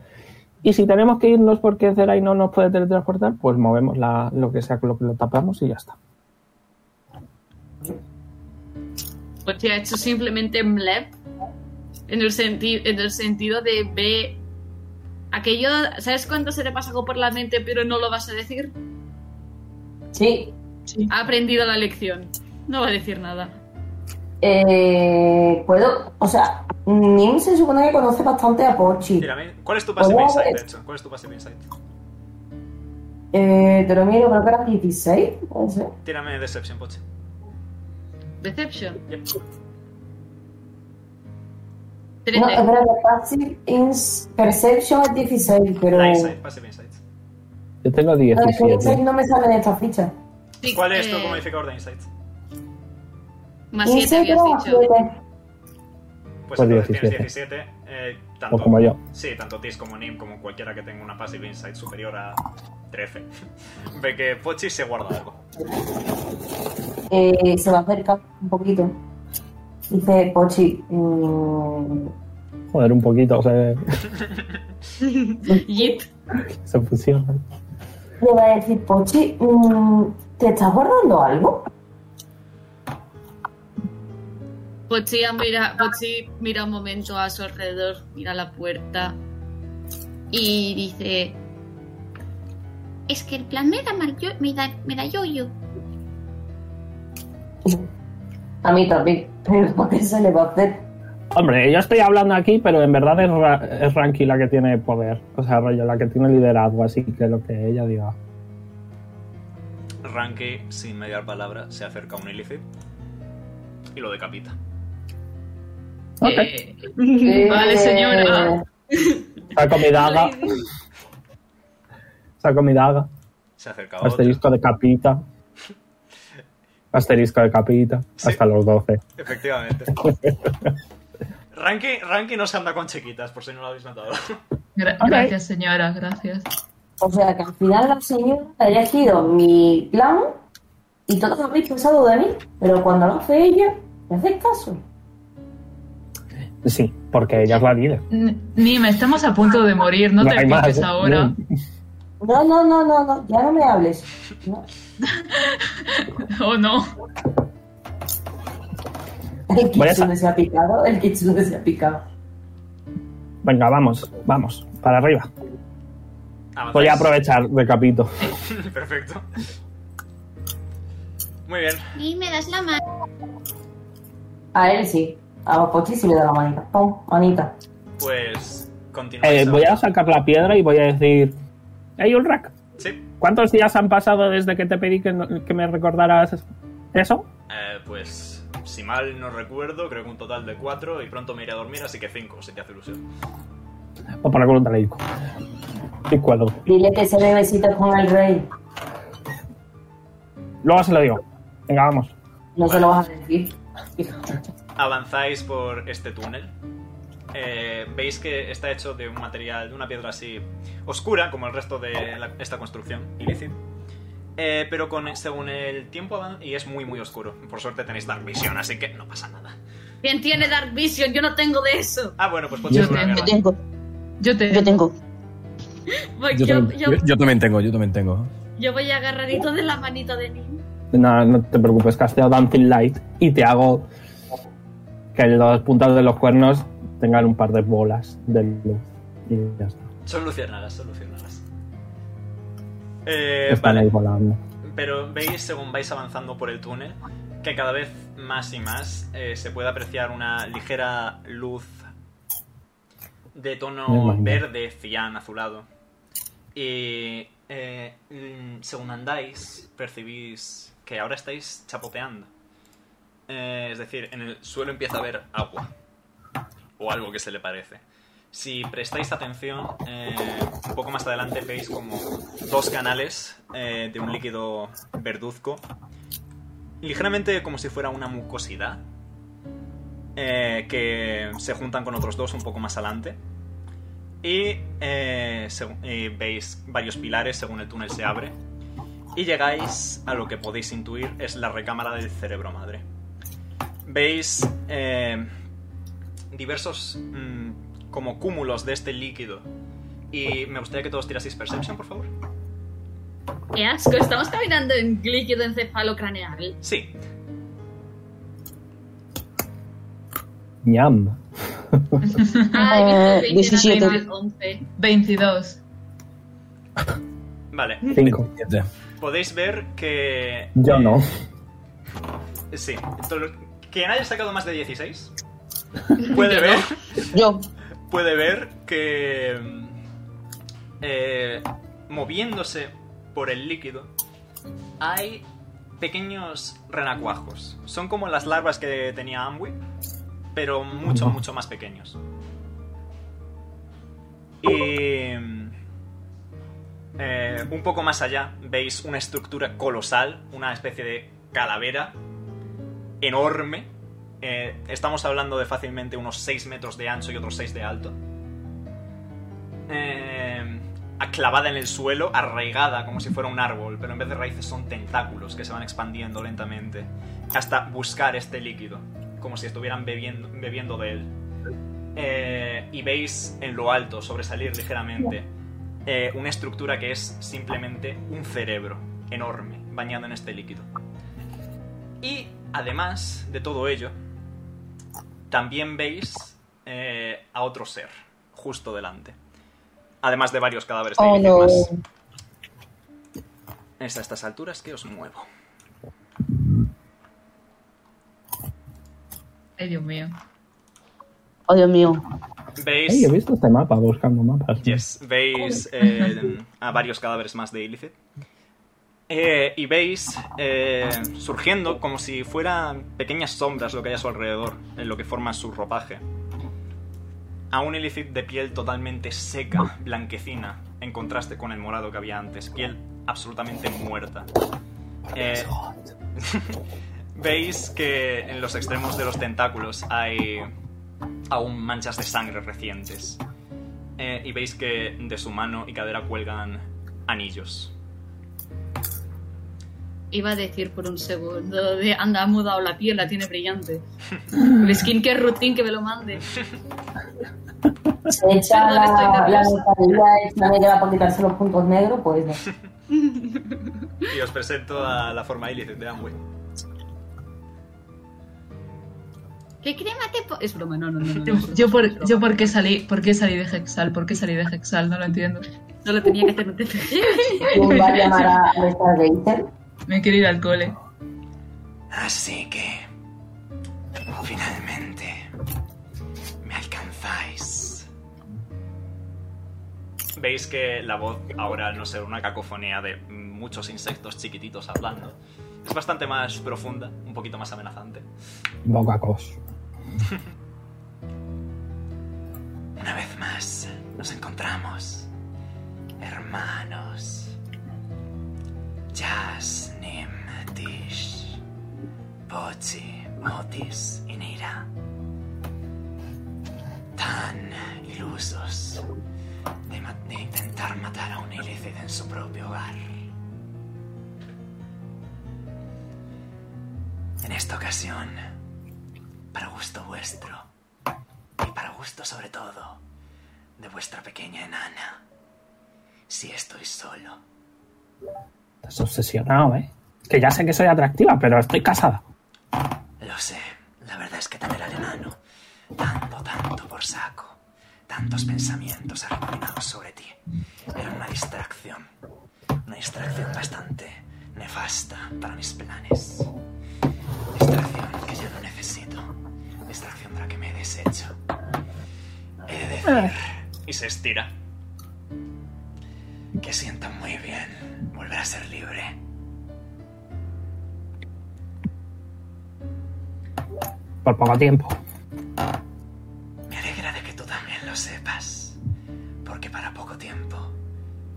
Y si tenemos que irnos porque Zerai no nos puede teletransportar, pues movemos la- lo que sea con lo que lo tapamos y ya está. Pochi ha hecho simplemente blep en el, senti- en el sentido de ve aquello, ¿sabes cuánto se te pasa algo por la mente pero no lo vas a decir? Sí. Ha aprendido la lección. No va a decir nada. Eh, puedo, o sea, Nim se supone que conoce bastante a Pochi. Tírame- ¿Cuál es tu passive Hola, insight, de Alex. hecho? ¿Cuál es tu passive insight? Eh, te lo miro, creo que eran 16, puede ser. Tírame Deception, Poche. Deception. Yep. No, 30. espera, que Passive ins- Perception es 16, pero. La No, insight, passive insight. Yo tengo es que 16 17. no me sale en esta ficha. Sí, ¿Cuál es tu eh, modificador de insight? Ah, Más 7 16 habías era dicho. 7. Pues, Pues entonces tienes 17. 17. eh, tanto, O como yo. Sí, tanto Tis como Nim, como cualquiera que tenga una passive insight superior a 13. Ve que Pochi se guarda algo. Eh, se va a acercar un poquito. Dice Pochi. mm, Joder, un poquito, o sea, Yit. se fusiona. le va a decir, Pochi, mm, ¿te estás guardando algo? Pochi a mira, Pochi mira un momento a su alrededor, mira la puerta y dice, Es que el plan me da mal yo, me da, me da yo yo. A mí también. Pero ¿qué se le va a hacer? Hombre, yo estoy hablando aquí, pero en verdad es, Ra- es Ranky la que tiene poder. O sea, rollo, la que tiene liderazgo, así que lo que ella diga. Ranky, sin mediar palabra, se acerca a un illicit y lo decapita. eh, Vale, Eh, señora. Saco mi daga, saco mi daga. Se acerca a otro. Asterisco de capita. Asterisco de capita. Sí. Hasta los 12. Efectivamente. Ranky, Ranky no se anda con chiquitas, por si no lo habéis notado. Gra- Ok. Gracias, señora, gracias. O sea, que al final la señora ha elegido mi plan y todos habéis pensado de mí, pero cuando lo hace ella, me hacéis caso. Sí, porque ella es la líder. N- Nime, estamos a punto de morir, no te hay más, apuntes ¿eh? ahora. No, no, no, no, no, ya no me hables. No. Oh no. El Voy a sa- kitsune se ha picado, el kitsune se ha picado. Venga, vamos, vamos, para arriba. ¿Avanzáis? Voy a aprovechar de capito. Perfecto. Muy bien. Y me das la mano. A él sí. A los pochis sí le da la manita. Pum, manita. Pues continuáis. Eh, voy ahora. a sacar la piedra y voy a decir... Hey, Ulrak, Sí. ¿cuántos días han pasado desde que te pedí que, no- que me recordaras eso? Eh, pues si mal no recuerdo, creo que un total de cuatro y pronto me iré a dormir, así que cinco, si te hace ilusión. O para con un talaico. Y cuadro. Dile que se dé besitos con el rey. Luego se lo digo. Venga, vamos. No se lo vas a decir. Avanzáis por este túnel. Eh, veis que está hecho de un material, de una piedra así oscura, como el resto de la- esta construcción. ilícita. Eh, pero con, según el tiempo avan- y es muy muy oscuro. Por suerte tenéis Dark Vision, así que no pasa nada. ¿Quién tiene Dark Vision? Yo no tengo de eso. Ah, bueno, pues Yo puedes una guerra. tengo. Yo tengo. Yo tengo. Voy- Yo, yo, también- yo- yo- yo también tengo, yo también tengo. yo voy agarradito de la manita de Nim. No, no te preocupes, casteo Dancing Light y te hago que los puntos de los cuernos tengan un par de bolas de luz. Y ya está. Son luciérnagas, son luciérnagas. Eh, Están vale. ahí volando. Pero veis, según vais avanzando por el túnel, que cada vez más y más eh, se puede apreciar una ligera luz de Me tono imagino. verde, cian, azulado. Y eh, mm, según andáis, percibís que ahora estáis chapoteando. Eh, es decir, en el suelo empieza a haber agua. O algo que se le parece. Si prestáis atención, eh, un poco más adelante veis como dos canales eh, de un líquido verduzco. Ligeramente como si fuera una mucosidad. eh, que se juntan con otros dos un poco más adelante. Y, eh, segu- y veis varios pilares según el túnel se abre. Y llegáis a lo que podéis intuir es la recámara del cerebro madre. Veis eh, diversos mm, como cúmulos de este líquido. Y me gustaría que todos tiraseis Perception, por favor. ¡Qué asco! Estamos caminando en líquido encefalocraneal. Sí. Ñam. Ay, Eh, 17. 17. 11. 22. Vale. Cinco. Podéis ver que... eh, Yo no. Sí. to- Quien haya sacado más de 16 puede ver... Yo. Puede ver que... mm, eh, moviéndose por el líquido hay pequeños renacuajos. Son como las larvas que tenía Amwi, pero mucho, mucho más pequeños. Y mm, eh, un poco más allá veis una estructura colosal, una especie de calavera enorme. Eh, estamos hablando de fácilmente unos 6 metros de ancho y otros 6 de alto. Eh, clavada en el suelo, arraigada como si fuera un árbol, pero en vez de raíces son tentáculos que se van expandiendo lentamente hasta buscar este líquido, como si estuvieran bebiendo, bebiendo de él. Eh, y veis en lo alto sobresalir ligeramente eh, una estructura que es simplemente un cerebro enorme bañado en este líquido. Y además de todo ello, también veis eh, a otro ser justo delante. Además de varios cadáveres de Oh, Ilícit no. más. Es a estas alturas que os muevo. Ay, Dios mío. Oh, Dios mío. Veis, Ey, he visto este mapa buscando mapas. yes, veis eh, a varios cadáveres más de Illicit. Eh, y veis eh, surgiendo como si fueran pequeñas sombras lo que hay a su alrededor, en lo que forma su ropaje. A un Illicit de piel totalmente seca, blanquecina, en contraste con el morado que había antes, piel absolutamente muerta. Eh, veis que en los extremos de los tentáculos hay aún manchas de sangre recientes. Eh, y veis que de su mano y cadera cuelgan anillos. Iba a decir por un segundo de anda, ha mudado la piel, la tiene brillante. El skincare routine que me lo mande. Se echa Perdón, estoy la, la nerviosa. mascarilla esta de que va para quitarse los puntos negros, pues no. Y os presento a la forma ilícita de Amway. ¿Qué crema te po- Es broma, no, no, no. no, no, es broma, Yo es broma. por, yo por qué salí, por qué salí de Hexal, por qué salí de Hexal, no lo entiendo. No lo tenía que hacer. no te- ¿Quién va a llamar a a Stargazer? Me quiero ir al cole. Así que. Finalmente. Me alcanzáis. Veis que la voz ahora no sé, una cacofonía de muchos insectos chiquititos hablando. Es bastante más profunda, un poquito más amenazante. Bocacos. Una vez más, nos encontramos. Hermanos. Jasnim, Tish, Pochi, Otis y Nira. Tan ilusos de, ma- de intentar matar a un ilícito en su propio hogar. En esta ocasión, para gusto vuestro, y para gusto sobre todo de vuestra pequeña enana. Si estoy solo. Estás obsesionado, ¿eh? Que ya sé que soy atractiva, pero estoy casada. Lo sé, la verdad es que tal era el enano. Tanto, tanto por saco. Tantos pensamientos arruinados sobre ti. Era una distracción. Una distracción bastante nefasta para mis planes. Distracción que ya no necesito. Distracción de la que me he deshecho. He de decir Y se estira. que siento muy bien volver a ser libre. Por poco tiempo. Me alegra de que tú también lo sepas, porque para poco tiempo,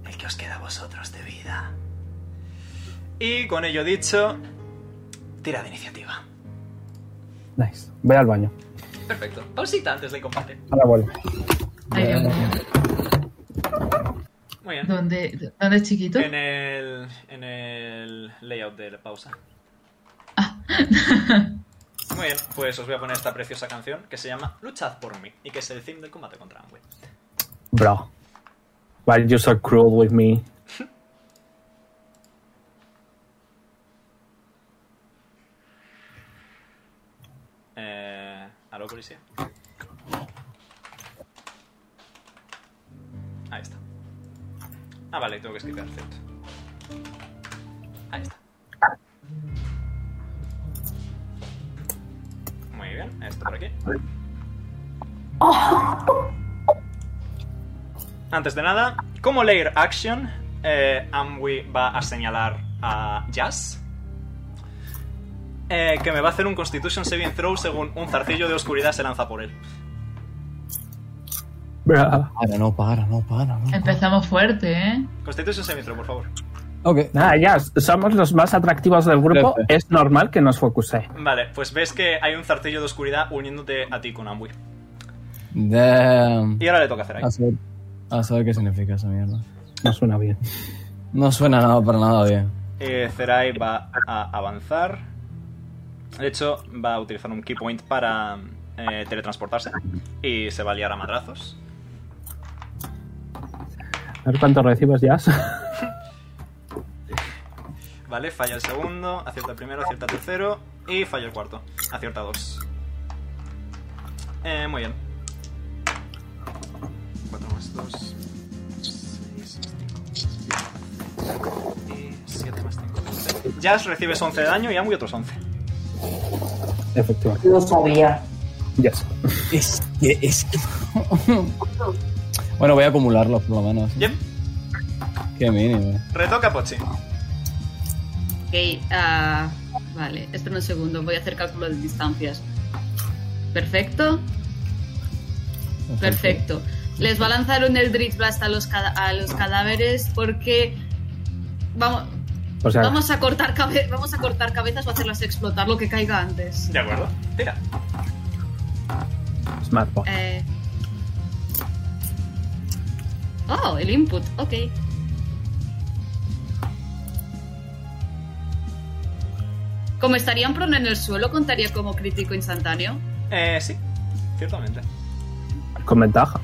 el que os queda a vosotros de vida. Y con ello dicho, tira de iniciativa. Nice. Voy al baño. Perfecto. Pausita antes del combate. Ahora vuelvo. Ay, Dios mío. Muy bien. ¿Dónde, dónde es chiquito? En el, en el layout de la pausa. Muy bien, pues os voy a poner esta preciosa canción que se llama Luchad por mí y que es el theme del combate contra Amway. Bro. Why you so cruel with me? Eh, ¿Aló, policía? Ahí está. Ah, vale, tengo que escribir, cierto. Ahí está. Muy bien, esto por aquí. Antes de nada, como layer action, eh, Amwi va a señalar a Jazz. eh, que me va a hacer un Constitution Saving Throw según un zarcillo de oscuridad se lanza por él. Para, no para, no para. no. Empezamos fuerte, ¿eh? Constitution Saving Throw, por favor. Nada, Ah, ya, somos los más atractivos del grupo. Es normal que nos focuse. Vale, pues ves que hay un zarcillo de oscuridad uniéndote a ti con Amwi. Damn. Y ahora le toca hacer ahí. A saber, a saber qué significa esa mierda. No suena bien. No suena nada para nada bien. Eh, Zerai va a avanzar. De hecho, va a utilizar un key point para eh, teletransportarse. Y se va a liar a madrazos. A ver cuánto recibes, ya. Vale, falla el segundo, acierta el primero, acierta el tercero. Y falla el cuarto. Acierta dos. Eh, muy bien. 4 más 2. 6, 5, 7 más 5. Jazz recibes 11 de daño y Amwi otros 11. Efectivamente. Lo sabía. Yes. Es que, es que... bueno, voy a acumularlos por lo menos. Bien. Qué mínimo. Retoca Pochi. Ok, ah, vale, espera un segundo, voy a hacer cálculo de distancias. Perfecto, perfecto. Les va a lanzar un Eldritch Blast a los, cada- a los cadáveres porque vamos, O sea- vamos, a cortar cabe- vamos a cortar cabezas o hacerlas explotar lo que caiga antes. De acuerdo. Tira. Smartphone. Eh. Oh, el input, ok. Como estarían prono en el suelo, contaría como crítico instantáneo. Eh, sí, ciertamente. Con ventaja.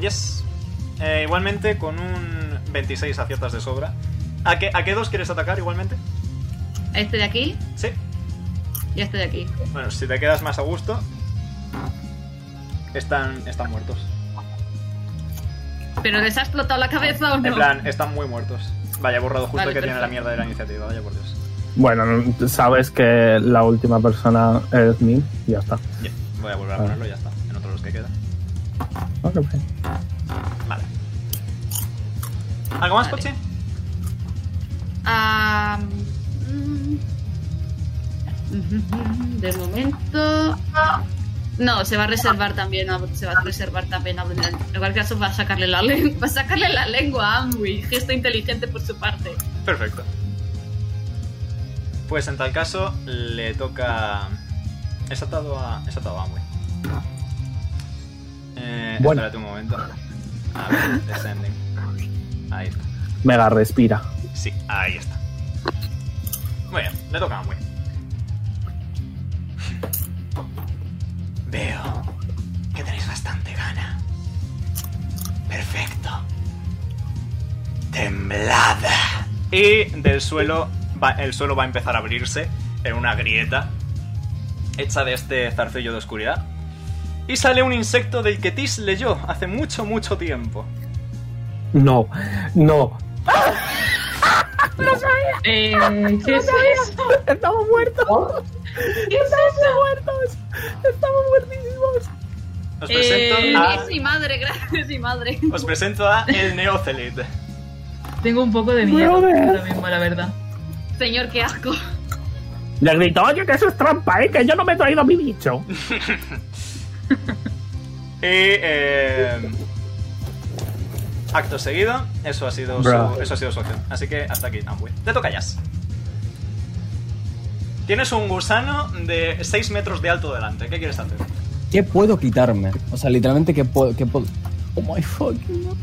Yes. Eh, igualmente, con un 26 aciertas de sobra. ¿A qué, ¿A qué dos quieres atacar igualmente? Este de aquí Sí. y este de aquí. Bueno, si te quedas más a gusto, Están, están muertos. ¿Pero les ha explotado la cabeza o no? En plan, están muy muertos. Vaya, he borrado justo Vale, el que tiene la perfecto. mierda de la iniciativa, vaya por Dios. Bueno, sabes que la última persona es Min y ya está. Ya, voy a volver a Vale. ponerlo y ya está. En otro de los que queda. Ok, ok. Vale. ¿Algo más, Pochi? Ah, mm. de momento. No, se va a reservar también. a- Se va a reservar también. a- En cualquier caso, va a sacarle la, len- va a sacarle la lengua a Amwi. Gesto inteligente por su parte. Perfecto. Pues en tal caso, le toca. Es atado a. Es atado a Amway. Eh, Bueno. Espérate un momento. A ver, descending. Ahí está. Mega respira. Sí, ahí está. Muy bien, le toca a Amway. Veo que tenéis bastante gana. Perfecto. Temblad. Y del suelo va, el suelo va a empezar a abrirse en una grieta hecha de este zarcillo de oscuridad. Y sale un insecto del que Tis leyó hace mucho, mucho tiempo. No, no. ¡Lo sabía! Eh, ¿Qué es eso? Estamos muertos. Estamos muertos. Estamos muertísimos. Os presento Eh, a, sí, madre, gracias, sí, madre. os presento a el Neocelid. Tengo un poco de miedo ahora mismo, la verdad. Señor, qué asco. Le gritó, oye, que eso es trampa, ¿eh? que yo no me he traído a mi bicho. Y eh, acto seguido, eso ha sido Bro. su, eso ha sido su acción. Así que hasta aquí, Amway. Te toca Jazz. Tienes un gusano de 6 metros de alto delante. ¿Qué quieres hacer? ¿Qué puedo quitarme? O sea, literalmente, ¿qué puedo...? qué puedo- Oh my fucking... God.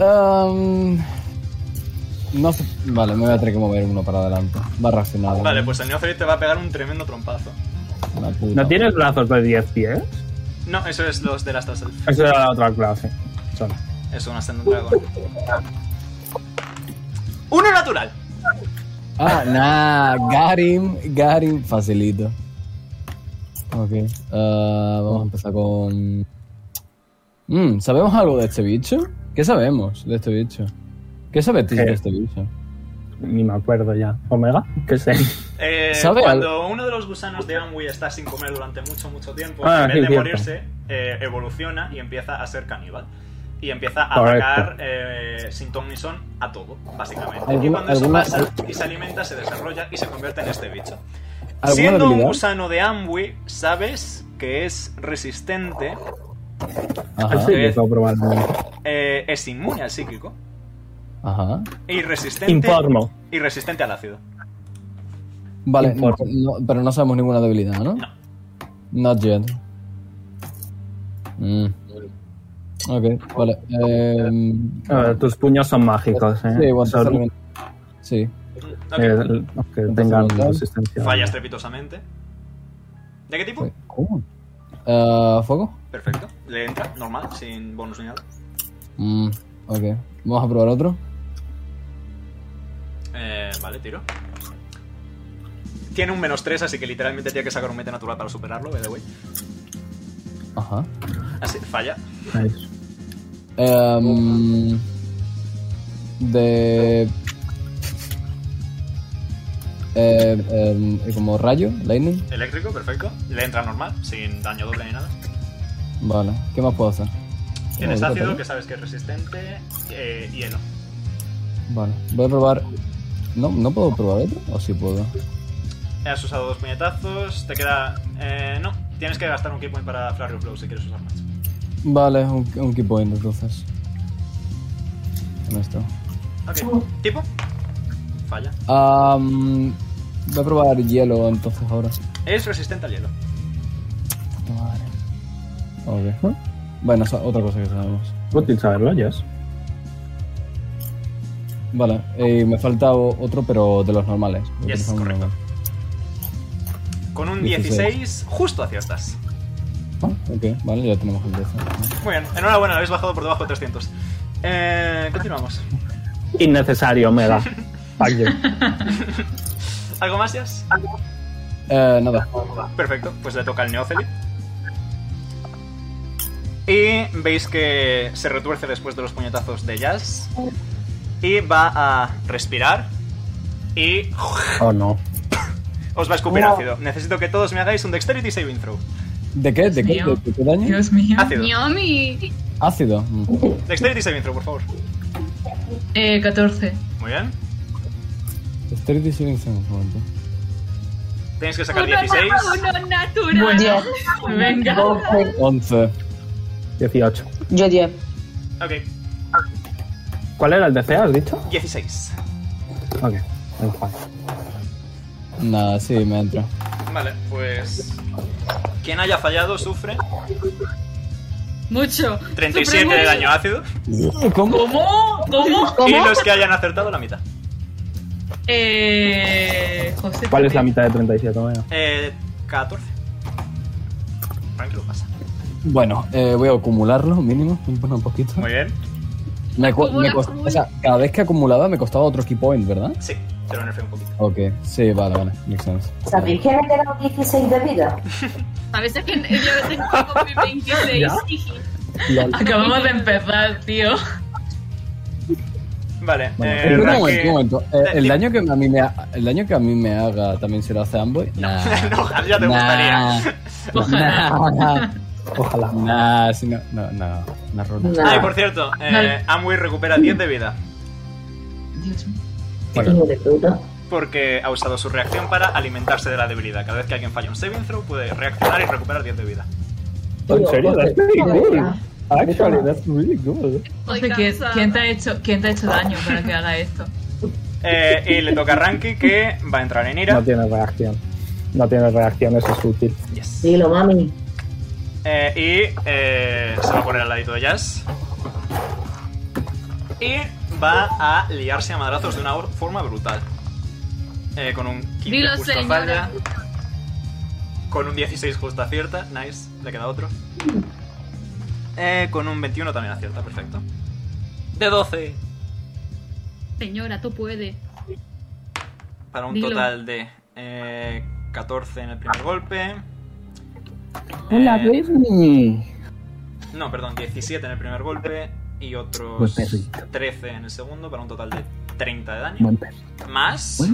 Um, no sé... Vale, me voy a tener que mover uno para adelante. Va racionado. Vale, pues el Neocelid te va a pegar un tremendo trompazo. ¿No tienes brazos de 10 pies? No, eso es los de las dos. Eso era la otra clase. Son- Es un Ascendant Dragon. ¡Uno natural! Ah, nah, got him, got him, facilito. Ok, ah, vamos a empezar con... Mm, ¿Sabemos algo de este bicho? ¿Qué sabemos de este bicho? ¿Qué sabes tú de este bicho? Ni me acuerdo ya. ¿Omega? ¿Qué sé? Eh, ¿Sabe cuando uno de los gusanos de Amway está sin comer durante mucho, mucho tiempo, Ah, en vez sí, de cierto. morirse, eh, evoluciona y empieza a ser caníbal. Y empieza a Correcto. atacar eh, sin ton ni son a todo, básicamente. y ¿Alguna- cuando eso alguna- pasa, y se alimenta, se desarrolla y se convierte en este bicho. ¿Alguna Siendo un habilidad? gusano de Amway, sabes que es resistente, pues El psíquico, probablemente. eh, es inmune al psíquico Ajá. y resistente, Informo. y resistente al ácido. Vale, no- pero no sabemos ninguna debilidad, ¿no? No. Not yet. Mm. Ok, vale. em, A ver, Ah, tus puños son mágicos, ¿eh? Sí, igual, Son- totalmente. Sí. Ok. eh, que tengan resistencia. Falla este estrepitosamente. ¿De qué tipo? ¿Cómo? Ah, ¿Fuego? Perfecto. Le entra, normal, sin bonus ni nada. Mm, ok. Vamos a probar otro. Eh, vale, tiro. Tiene un menos 3, así que literalmente tiene que sacar un mete natural para superarlo, by the way. Ajá. Así, falla. Em, de. Eh, em, como rayo, lightning. Eléctrico, perfecto. Le entra normal, sin daño doble ni nada. Vale, ¿qué más puedo hacer? Tienes Vale, ácido, que sabes que es resistente. Eh, hielo. Vale, voy a probar. No, no puedo probar otro, o sí puedo. Has usado dos puñetazos, te queda... Eh, no, tienes que gastar un keypoint para Flurry of Blows si quieres usar más. Vale, un, un key point entonces. Con esto. Ok, ¿tipo? Falla. Am, voy a probar hielo entonces ahora. Es resistente al hielo. Ok. Bueno, esa- otra cosa que sabemos. Útil saberlo, yes. Vale, y me falta o- otro, pero de los normales. Voy a Yes, utilizar uno correcto. normal. Con un 16. 16, justo aciertas. Ah, Ok, vale, ya tenemos el este. 10. Muy bien, enhorabuena, habéis bajado por debajo de 300. Eh, continuamos. Innecesario, Omega. Fuck you. ¿Algo más, Yas? Eh, nada. Eh, Perfecto, pues le toca al Neocelid. Y veis que se retuerce después de los puñetazos de Jazz. Y va a respirar. Y Oh, no. os va a escupir No. ácido. Necesito que todos me hagáis un Dexterity Saving Throw. ¿De qué? ¿De qué? ¿De, de qué daño? Dios mío. Ácido. Yomi. Ácido. Mm. Dexterity Saving Throw, por favor. Eh, 14. Muy bien. Dexterity saving throw, un este momento. Tenéis que sacar Uno, 16. uno natural. Venga. 11. 18. Yo 10. Ok, ¿Cuál era el DC, has dicho? 16. Ok. Nada, sí, me entra. Vale, pues. Quien haya fallado sufre Mucho. 37 Sufre de mucho. daño ácido. ¿Cómo? ¿Cómo? Y los que hayan acertado, la mitad. Eh, José. ¿Cuál es la mitad de 37? Bueno. Eh, 14. Tranquilo, pasa. Bueno, eh, voy a acumularlo, mínimo, bueno, un poquito. Muy bien. Me, cu- me Acumula, cost- acumula. o sea, cada vez que acumulaba me costaba otro key point, ¿verdad? Sí, te lo nerfeo un poquito. Ok, sí, vale, vale, makes sense. ¿Sabéis que me he quedado 16 de vida? A veces que yo tengo como mi 26. ¿Ya? Lol. Acabamos de empezar, tío. Vale, Bueno, eh, pero un Raque- momento, un momento. Eh, el, daño que a mí me ha- el daño que a mí me haga también se lo hace a Amboy. Nah. Ojalá, ya te Nah. gustaría. Nah. Ojalá. Nah, si no, no, no, una ronda. Ah, y por cierto, eh, Amway recupera 10 de vida. Hijo de puta. Porque ha usado su reacción para alimentarse de la debilidad. Cada vez que alguien falla un saving throw, puede reaccionar y recuperar 10 de vida. ¿En serio? That's pretty cool. Actually, that's really good. José, ¿quién, quién te ha hecho, ¿quién te ha hecho daño para que haga esto? Eh, y le toca a Ranky que va a entrar en ira. No tiene reacción. No tiene reacción, eso es útil. Dilo, mami. Eh, y eh, se va a poner al ladito de Jazz. Y va a liarse a madrazos de una or- forma brutal. Eh, con un 15 Dilo, justo señora. falla. Con un 16 justo acierta. Nice. Le queda otro. Eh, con un 21 también acierta. Perfecto. De 12. Señora, tú puedes. Para un Dilo. total de eh, 14 en el primer golpe. Hola, Eh, Bernie. No, perdón, 17 en el primer golpe y otros Buen perrito. 13 en el segundo para un total de 30 de daño. Buen perro. Más pues,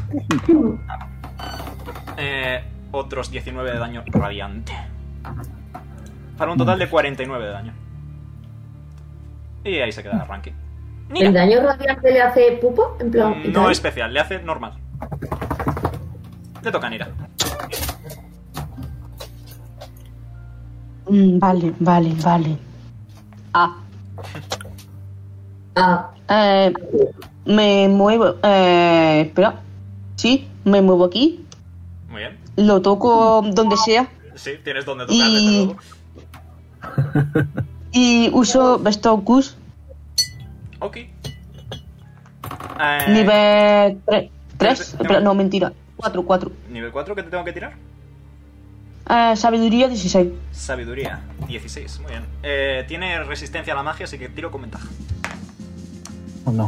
eh, otros 19 de daño radiante. Para un total de 49 de daño. Y ahí se queda el ranking. ¿El daño radiante le hace pupo? En Mm, plan, ¿y No tal? especial, le hace normal. Le toca a Nira. Mm, vale, vale, vale. Ah. Ah. Eh, me muevo. Eh, espera. Sí, me muevo aquí. Muy bien. Lo toco donde sea. Sí, tienes donde tocar, desde Y. luego. Y uso Bestowcus Ok. Eh, nivel 3. tres, 3 tengo- no, mentira. 4, 4. nivel 4 que te tengo que tirar. Eh, sabiduría 16. Sabiduría, 16, muy bien. Eh, tiene resistencia a la magia, así que tiro con ventaja.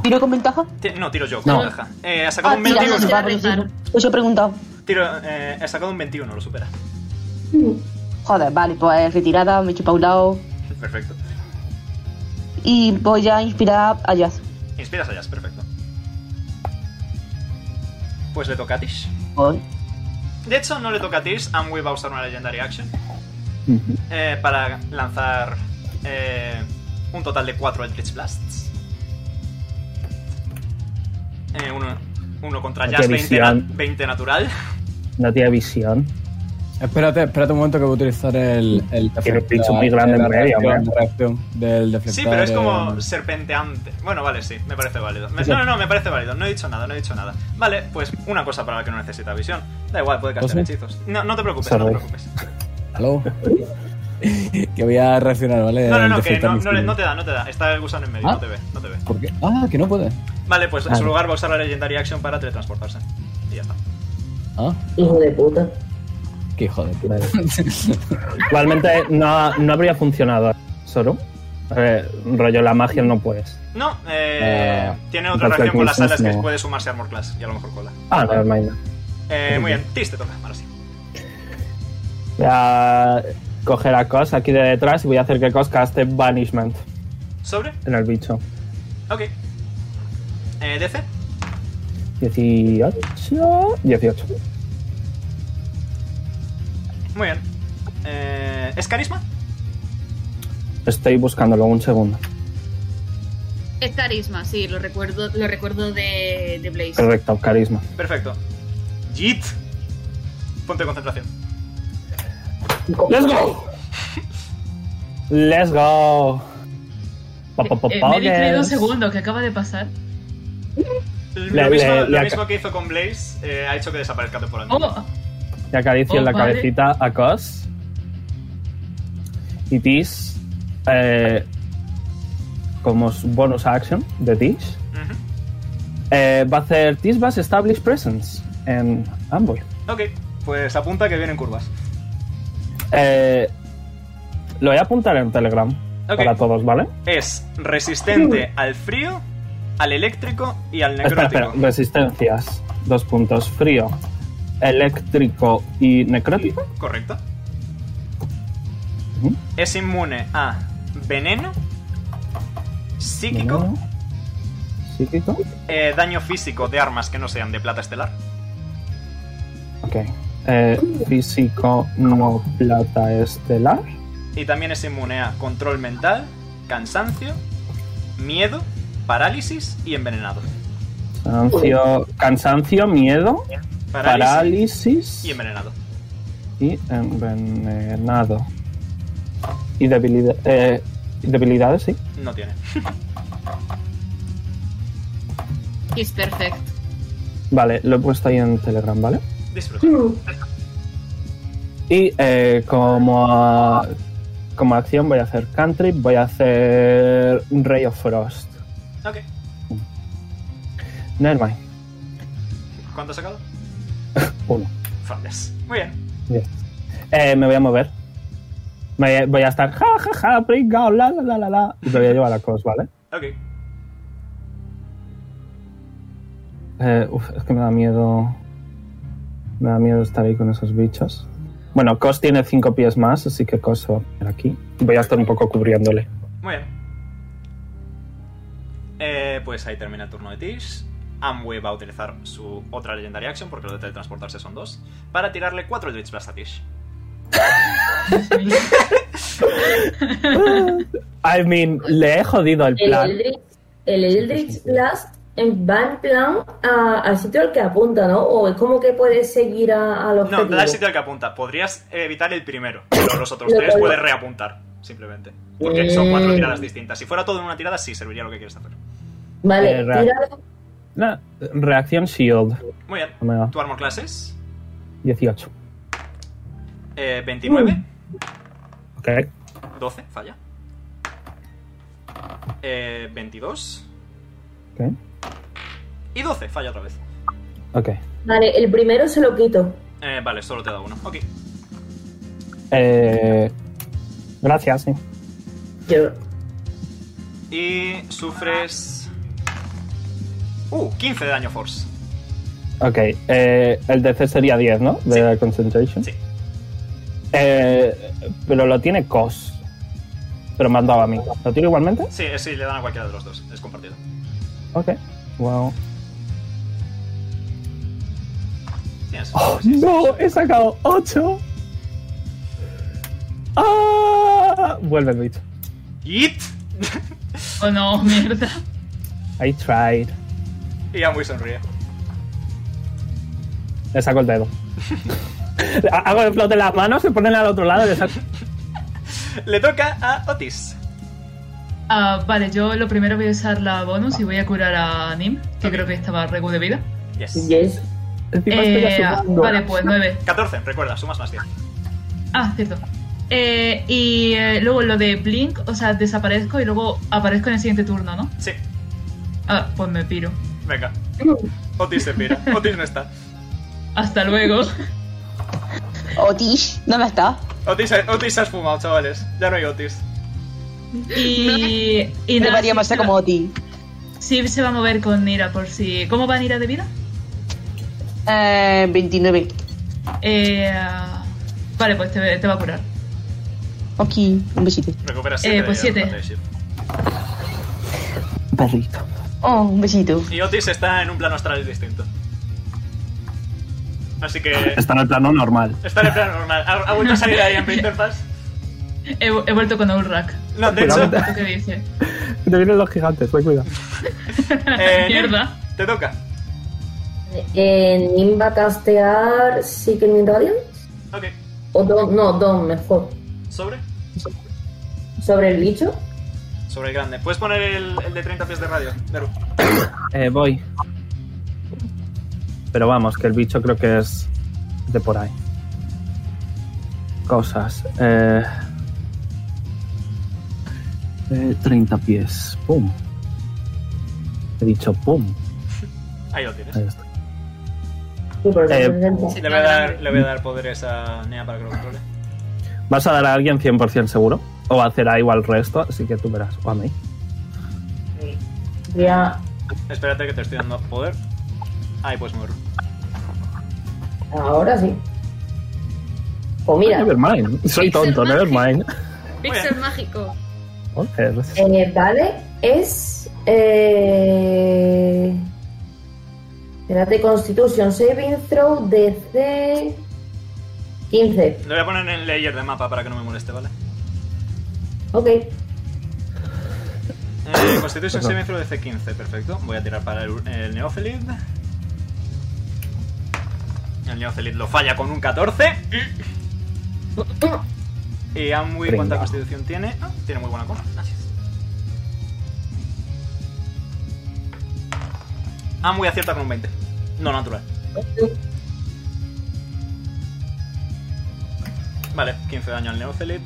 ¿Tiro con ventaja? Ti- no, tiro yo con No. ventaja. Eh, ha sacado Ah, un tira, 21. vale, sí. Os he preguntado. Tiro, eh, ha sacado un 21, lo supera. Joder, vale, pues retirada, me he chupa un lado. Perfecto. Y voy a inspirar a Jazz. Inspiras a Jazz, perfecto. Pues le toca a Tish. Voy. De hecho, no le toca a Tish, Amway va a usar una Legendary Action eh, para lanzar eh, un total de 4 Eldritch Blasts. Eh, uno, uno contra Qué Jazz, 20, na- visión. 20 natural. No tiene visión. Espérate, espérate un momento que voy a utilizar el. el Tiene un pincho deflector, muy grande la en medio, reacción, hombre. la reacción del deflector. Sí, pero es eh, como serpenteante. Bueno, vale, sí, me parece válido. Me- no, no, no, me parece válido. No he dicho nada, no he dicho nada. Vale, pues una cosa para la que no necesita visión. Da igual, puede castear ¿Cosa? hechizos. No, no te preocupes, no Sorry. te preocupes. Hello. que voy a reaccionar, ¿vale? No, no, El no, que deflector no, no, le- misil. no te da, no te da. Está el gusano en medio, ¿Ah? no te ve, no te ve. ¿Por qué? Ah, que no puede. Vale, pues en Ah, su no. lugar va a usar la Legendary Action para teletransportarse. Y ya está. Ah. Hijo de puta. Qué hijo de puta. Igualmente no, no habría funcionado solo. Eh, rollo, la magia no puedes. No, eh, Eh, tiene otra perfecto, reacción con las alas que no. puede sumarse a Armor Class y a lo mejor cola. Ah, no, nevermind. Eh, muy bien, Tis te toca, ahora sí. Ya coger a Cos aquí de detrás y voy a hacer que Cos caste Banishment ¿Sobre? en el bicho. Ok. Eh, DC. 18. 18. Muy bien. Eh, ¿Es carisma? Estoy buscándolo un segundo. Es carisma, sí, lo recuerdo, lo recuerdo de, de Blaze. Correcto, carisma. Perfecto. Jit. Punto de concentración. ¡Let's go! ¡Let's go! Pa, pa, pa, Eh, me he distraído un poggers. segundo, que acaba de pasar? lo Le- mismo, le- lo le- mismo que hizo con Blaze eh, ha hecho que desaparezca temporalmente. Oh, Le acaricio Oh, la vale. cabecita a Cos. Y Tish, eh, como su bonus action de Tish, eh, va a hacer Tish vas Establish Presence en Amboy. Ok, pues apunta que vienen curvas. Eh, lo voy a apuntar en Telegram Ok. para todos, ¿vale? Es resistente al frío, al eléctrico y al Espera, necrótico. espera, resistencias. Dos puntos. Frío, eléctrico y necrótico. Correcto. Ujú. Es inmune a veneno, psíquico, Veneno, Psíquico. eh, daño físico de armas que no sean de plata estelar. Ok. Eh, físico, no plata estelar. Y también es inmune a control mental, cansancio, miedo, parálisis y envenenado. Cansancio, cansancio, miedo, parálisis y envenenado. y envenenado. Y debilidad, eh, y debilidades, sí. No tiene. Es perfecto. Vale, lo he puesto ahí en Telegram, ¿vale? Disfruta. Y eh, como, a- como acción voy a hacer country, voy a hacer un Ray of Frost. Ok. Nevermind. ¿Cuánto has sacado? Uno. Fallas. Muy bien. Bien. Eh, me voy a mover. Me voy a- voy a estar ja ja ja, pringao, la la la la la. Y me voy a llevar a Cos, ¿vale? Ok. Eh, uf, es que me da miedo. Me da miedo estar ahí con esos bichos. Bueno, Cos tiene cinco pies más, así que Cos se va a poner aquí. Voy a estar un poco cubriéndole. Muy bien. Eh, pues ahí termina el turno de Tish. Amway va a utilizar su otra legendaria action, porque lo de teletransportarse son dos, para tirarle cuatro Eldritch Blast a Tish. I mean, le he jodido el El plan. Eldritch, el Eldritch Blast en- va en plan a- al sitio al que apunta, ¿no? O es como que puede seguir a, los No, da el sitio al que apunta. Podrías evitar el primero, pero los otros Lo tres Eh. cual- puedes reapuntar, simplemente. Porque son cuatro Mm. tiradas distintas. Si fuera todo en una tirada, sí, serviría lo que quieres hacer. Vale, Eh, ra- tíralo. No, reacción Shield. Muy bien. Me da Tu armor class es 18. eh, 29, Ok. 12, falla. Eh, 22 Ok. y 12, falla otra vez. Ok. Vale, el primero se lo quito. Eh, vale, solo te da uno. Ok. Eh, gracias, sí. Y sufres. Uh, 15 de daño force. Ok, eh, el DC sería 10, ¿no? De la Concentration. Eh, Sí. pero lo tiene Cos. Pero me han dado a mí. ¿Lo tiro igualmente? Sí, eh, sí, le dan a cualquiera de los dos. Es compartido. Ok. Wow. Tienes. ¡Oh, no! He sacado 8. ¡Ah! Vuelve el bicho. ¡Yit! oh no, mierda. I tried. Y ya muy sonríe. Le saco el dedo. Hago el flow de las manos, se ponen al otro lado y le saco. Le toca a Otis. Ah, vale, yo lo primero voy a usar la bonus y voy a curar a Nim, que creo que estaba regu de vida. Yes. Yes. Eh, vale, pues 9. 14, recuerda, sumas más 10. Ah, cierto. Eh, y eh, luego lo de Blink, o sea, desaparezco y luego aparezco en el siguiente turno, ¿no? Sí. Ah, pues me piro. Venga. Otis se pira. Otis no está. Hasta luego. Otis, ¿dónde está? Otis, Otis se ha esfumado, chavales. Ya no hay Otis. Y, y Me nada, varía más como Otis. Sif se va a mover con Nira por si... ¿Cómo va Nira de vida? Eh, 29. Eh, ah, vale, pues te, te va a curar. Aquí, un besito. Recupera Eh, 7. pues siete. Perrito. Oh, un besito. Y Otis está en un plano astral distinto. Así que. Está en el plano normal. Está en el plano normal. ¿Ha, ha vuelto a salir ahí en Painter Pass? He, he vuelto con Ulrak. No, de hecho- ¿Lo que dice? Que Te vienen los gigantes, ten cuidado. Eh, Mierda. Te toca. Eh, Nim va a castear Secret Radiance. Ok. O Don, no, Don, mejor. ¿Sobre? Sobre el bicho. Sobre el grande. ¿Puedes poner el, el de 30 pies de radio? Deru. Eh, voy. Pero vamos, que el bicho creo que es de por ahí. Cosas. Eh, eh, 30 pies. Pum. He dicho pum. Ahí lo tienes. Ahí está. Eh, le, voy a dar, le voy a dar poderes a Nea para que lo controle. ¿Vas a dar a alguien 100% seguro? ¿O hacerá igual resto? Así que tú verás. O a mí. Ya. Espérate que te estoy dando poder. Ahí pues, puedes moverlo. Ahora sí. O mira. Nevermind. Soy tonto, nevermind. Pixel mágico. Joder. Eh, vale, es. Eh, espérate, Constitution Saving Throw DC 15. Lo voy a poner en layer de mapa para que no me moleste, ¿vale? Ok. Eh, Constitution Perdón. Saving Throw de C15, perfecto. Voy a tirar para el, el Neofelid. El Neofelid lo falla con un 14. Y Amwi, ¿cuánta Venga. constitución tiene? Ah, tiene muy buena cosa. Gracias. Amwi acierta con un 20. No natural. Vale, 15 daño al Neofelid.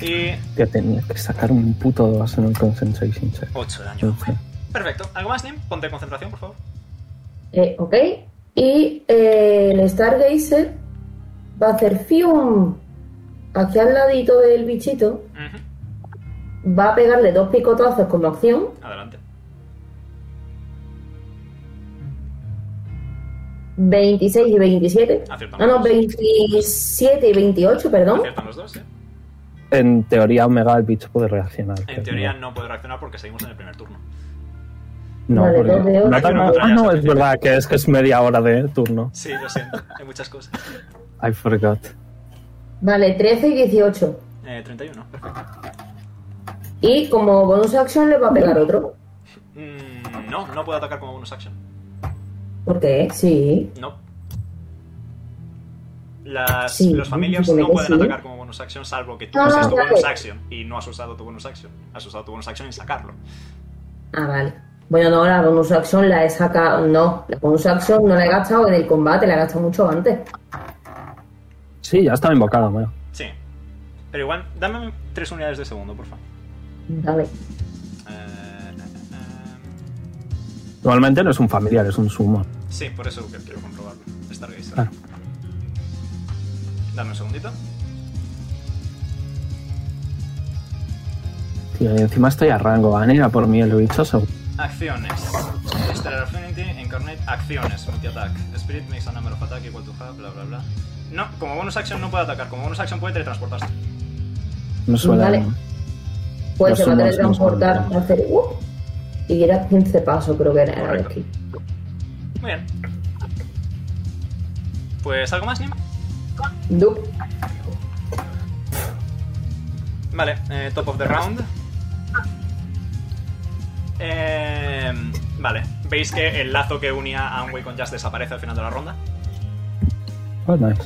Y Que tenía que sacar un puto 2 en el Concentration check. 8 daño. Entonces, Perfecto. ¿Algo más, Nim? Ponte concentración, por favor. Eh, ok. Y eh, el Stargazer va a hacer Fium aquí al ladito del bichito. Va a pegarle dos picotazos como acción. Adelante. 26 y 27. Aciertan Ah, no, los dos. 27 y 28, perdón. Aciertan los dos, ¿eh? En teoría, Omega el bicho puede reaccionar. En teoría no puede reaccionar porque seguimos en el primer turno. No, Vale, dos de porque... ocho. no, Reacciona no, otra ah, ya, no, es verdad que es que es media hora de turno. Sí, lo siento. Hay muchas cosas. I forgot. Vale, 13 y 18. Eh, 31, perfecto. Y como bonus action le va a pegar otro. Mm, no, no puedo atacar como bonus action. ¿Por qué? Sí. No. Las, Sí, los familiars supone no que pueden sí. atacar como bonus action salvo que tú Ah, uses tu vale. bonus action y no has usado tu bonus action. Has usado tu bonus action en sacarlo. Ah, vale. Bueno, no, la bonus action la he sacado. No, la bonus action no la he gastado en el combate, la he gastado mucho antes. Sí, ya estaba invocado, Omega. Sí. Pero igual, dame tres unidades de segundo, por favor. Vale. Eh, Normalmente no es un familiar, es un sumo. sí, por eso que quiero comprobarlo. Stargazer. Claro. Dame un segundito. Tío, y encima estoy a rango, van a ir a por mí el bicho. seguro. Acciones. Stellar Affinity, Incarnate, acciones, multi-attack. Spirit makes a number of attack igual to half, bla bla bla. No, como bonus action no puede atacar, como bonus action puede teletransportarse. No suele. Vale. Pues Los se va a sumos teletransportar no son a hacer. ¡uh! y era 15 pasos, creo que era. era de Correcto. aquí. Muy bien. Pues algo más, Nim. Dup. Vale, eh, top of the round. Eh, vale, veis que el lazo que unía a Amway con Jazz desaparece al final de la ronda. Oh, nice.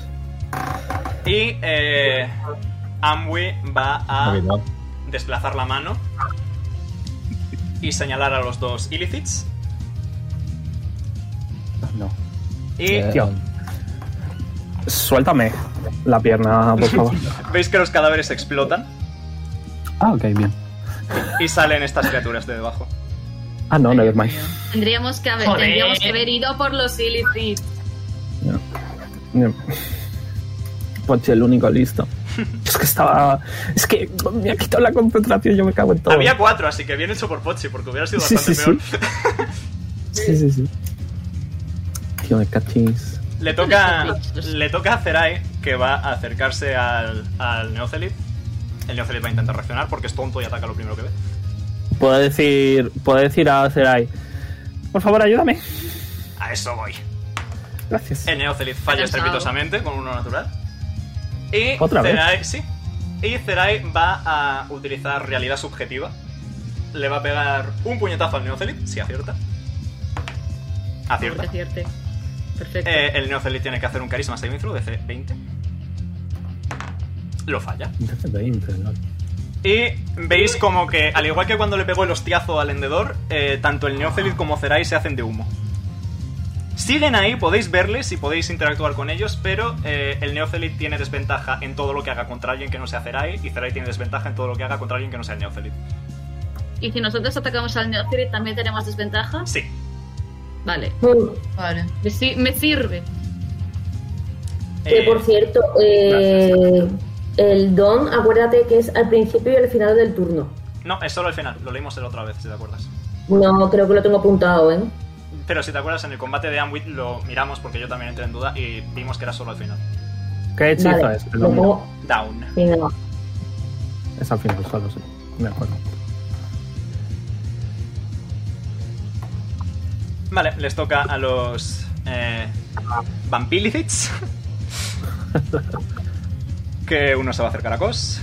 Y eh, Amway va a desplazar la mano y señalar a los dos illicits. No. Eh, Y Tío. Suéltame la pierna, por favor. veis que los cadáveres explotan ah, ok, bien. y salen estas criaturas de debajo. Ah, no, nevermind. Tendríamos que haber, Joder. tendríamos que haber ido por los illicit. Bien. Pochi, el único listo. Es que estaba. Es que me ha quitado la concentración, yo me cago en todo. Había cuatro, así que bien hecho por Pochi, porque hubiera sido Sí, bastante sí, peor. Sí, sí, sí. Tío, me cachis. Le toca, le toca a Zerai, que va a acercarse al, al Neocelid. El Neocelid va a intentar reaccionar porque es tonto y ataca lo primero que ve. Puedo decir, puedo decir a Zerai, por favor, ayúdame. A eso voy. Gracias. El Neocelid falla estrepitosamente con uno natural. Y ¿Otra vez? Zerai, sí. Y Zerai va a utilizar realidad subjetiva. Le va a pegar un puñetazo al Neocelid, si acierta. Acierta. Pobre cierte. Perfecto. Eh, el Neocelid tiene que hacer un carisma saving throw de C20. Lo falla. Y veis como que, al igual que cuando le pegó el hostiazo al hendedor, eh, tanto el Neocelid como Zerai se hacen de humo. Siguen ahí, podéis verles y podéis interactuar con ellos, pero eh, el Neocelid tiene desventaja en todo lo que haga contra alguien que no sea Zerai, y Zerai tiene desventaja en todo lo que haga contra alguien que no sea el Neocelid. Y si nosotros atacamos al Neocerit, ¿también tenemos desventaja? Sí. Vale. Vale. Me, si- me sirve. Que por cierto, eh, el don, acuérdate que es al principio y al final del turno. No, es solo al final, lo leímos la otra vez, si te acuerdas. No, creo que lo tengo apuntado, ¿eh? Pero si te acuerdas, en el combate de Amwit lo miramos porque yo también entré en duda y vimos que era solo al final. ¿Qué hechizo Vale, es? lo pongo- Down. sí, no. Es al final, solo sí. Me acuerdo. Vale, les toca a los eh, Vampilicids. que uno se va a acercar a Cos.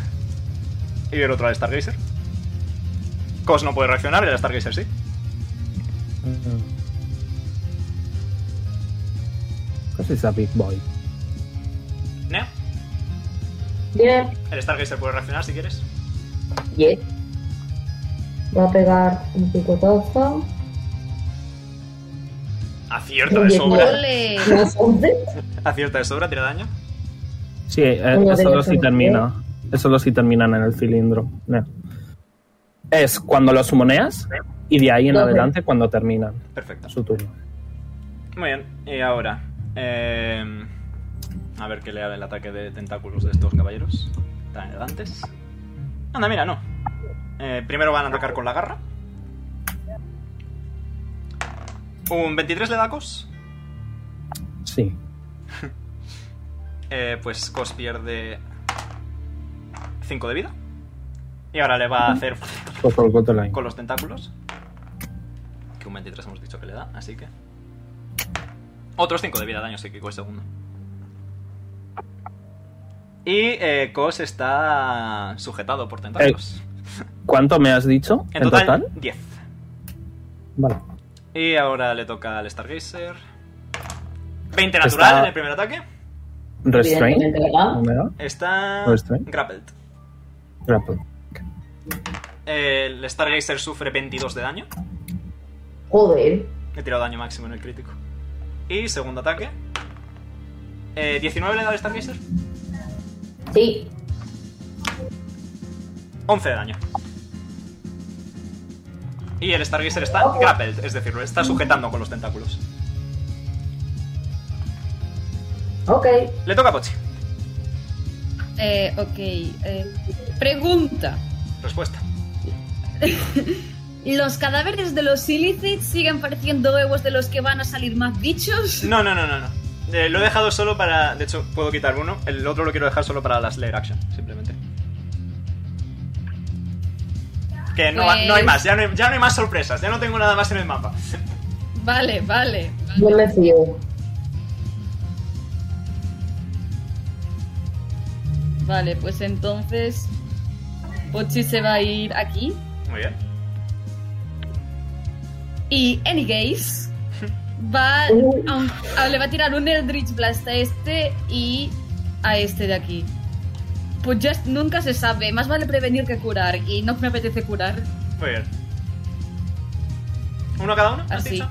Y el otro al Stargazer. Cos no puede reaccionar, el Stargazer sí. Casi es a Big Boy. Neo, Bien, el Stargazer puede reaccionar si quieres. bien. Va a pegar un picotazo. Acierta de sobra. Más once. Acierta de sobra, tira daño. Sí, eh, Uno de eso lo ellos sí es termina. Eso lo sí terminan en el cilindro. No. Es cuando los sumoneas y de ahí en Doce. adelante cuando terminan Perfecto. su turno. Muy bien, y ahora. eh, a ver qué le haga el ataque de tentáculos de estos caballeros tan elegantes. Anda, mira, no. Eh, primero van a atacar con la garra. ¿Un 23 le da a Cos? Sí. Eh, pues Cos pierde 5 de vida. Y ahora le va a hacer Por favor, Cotoline. con los tentáculos. Que un 23 hemos dicho que le da, así que. Otros 5 de vida, daño psíquico el segundo. Y eh, Kos está sujetado por tentáculos. Eh, ¿Cuánto me has dicho? en total, 10. Vale. Y ahora le toca al Stargazer. 20 Está- natural en el primer ataque. Restrain. ¿verdad? Está Restrain. grappled. Grapple. El Stargazer sufre 22 de daño. Joder. He tirado daño máximo en el crítico. Y segundo ataque. Eh, 19 le da al Stargazer. Sí. 11 de daño. Y el Stargazer está grappled, es decir, lo está sujetando con los tentáculos. Ok. Le toca a Pochi. Eh, ok. eh, pregunta. Respuesta. ¿Los cadáveres de los Illicids siguen pareciendo huevos de los que van a salir más bichos? No, no, no, no. no. Eh, lo he dejado solo para. De hecho, puedo quitar uno. El otro lo quiero dejar solo para las layer action, simplemente. Que no, ha- no hay Pues- más, ya no hay, ya no hay más sorpresas, ya no tengo nada más en el mapa. Vale, vale. Yo me fío. Vale, pues entonces. Pochi se va a ir aquí. Muy bien. Y Anygaze va. aun- ah, le va a tirar un Eldritch Blast a este y a este de aquí. Pues ya nunca se sabe. Más vale prevenir que curar. Y no me apetece curar. Muy bien. ¿Uno cada uno? Así.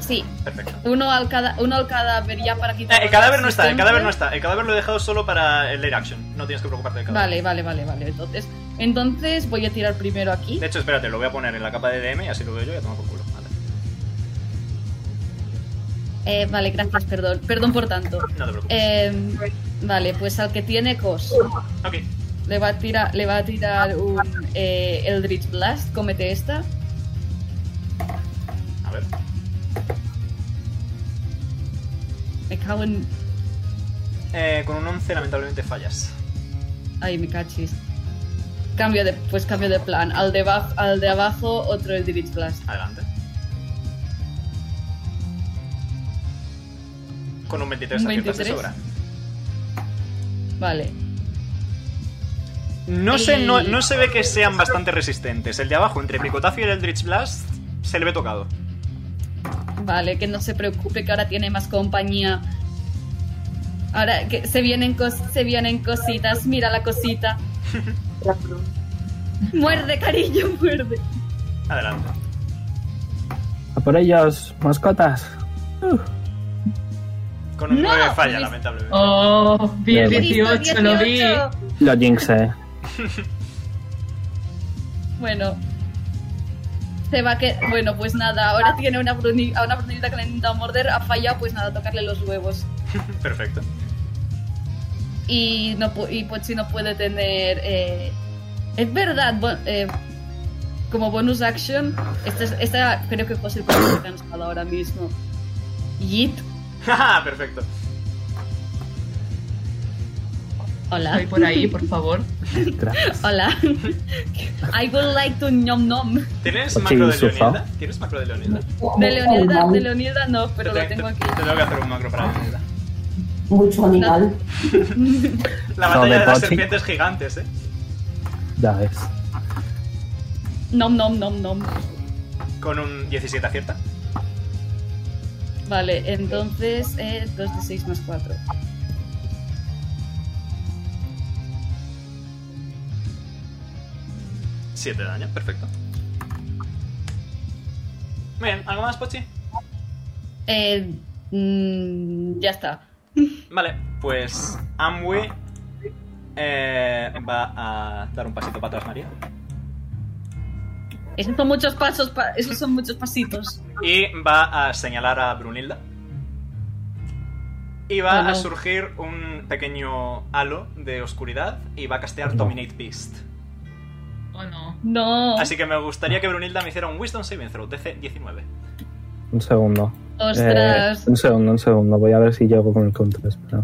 Sí. Perfecto. Uno al, cada, uno al cadáver ya para Eh, quitar. el cadáver no está, el cadáver no está. El cadáver lo he dejado solo para el layer action. No tienes que preocuparte del cadáver. Vale, vale, vale, vale. Entonces, entonces voy a tirar primero aquí. De hecho, espérate, lo voy a poner en la capa de DM y así lo veo yo y a tomar por culo. Vale. Eh, vale, gracias, perdón. Perdón por tanto. No te preocupes. Eh, vale, pues al que tiene cos. Ok. Le va a tirar, le va a tirar un eh, Eldritch Blast. Cómete esta. A ver. Me cago en. Eh, con un 11 lamentablemente fallas. Ay, me cachis. Cambio de, pues cambio de plan. Al de, baj- al de abajo, otro el Divine Blast. Adelante. Con un 23 ¿Un aciertas de 23? sobra. Vale. No, se, Y- no, no se ve que sean bastante resistentes. El de abajo, entre Picotafio y el Eldritch Blast, se le ve tocado. Vale, que no se preocupe que ahora tiene más compañía. Ahora que se vienen cos- se vienen cositas, mira la cosita. muerde, cariño, muerde. Adelante. A por ellos, mascotas. Con un No, 9 falla, pues- lamentablemente. Oh, vi el Bien. 18, lo vi. Lo jinxé. Bueno. Se va que. Bueno, pues nada, ahora tiene una bruni- a una brunita que le ha intentado morder, ha fallado, pues nada, tocarle los huevos. Perfecto. Y, no, pu- y Pochi no puede tener. eh, es verdad, bo- eh, como bonus action, esta, es- esta creo que José está cansado ahora mismo. Yeet. Jaja, Perfecto. Hola. Estoy por ahí, por favor. Hola. I would like to nom nom. ¿Tienes Oye, macro de Yusufa. Leonilda? ¿Tienes macro de Leonilda? Oh, De Leonilda, de Leonilda no, pero lo Te- tengo aquí. Te tengo que hacer un macro para Leonilda. Mucho animal. La No, batalla de de las Pochi. serpientes gigantes, eh. Ya ves. Nom nom nom nom. Con un 17 acierta. Vale, entonces eh, 2 de 6 más 4. Siete de daño, perfecto. Muy bien, ¿algo más, Pochi? Eh, mm, ya está. Vale, pues Amwe eh, va a dar un pasito para atrás, María. Esos son muchos pasos, pa- esos son muchos pasitos. Y va a señalar a Brunilda. Y va Oh, no. a surgir un pequeño halo de oscuridad y va a castear Dominate Beast. Oh no. No. Así que me gustaría que Brunilda me hiciera un Wisdom Saving Throw, DC 19. Un segundo. Ostras. Eh, un segundo, un segundo. Voy a ver si llego con el control. Espera.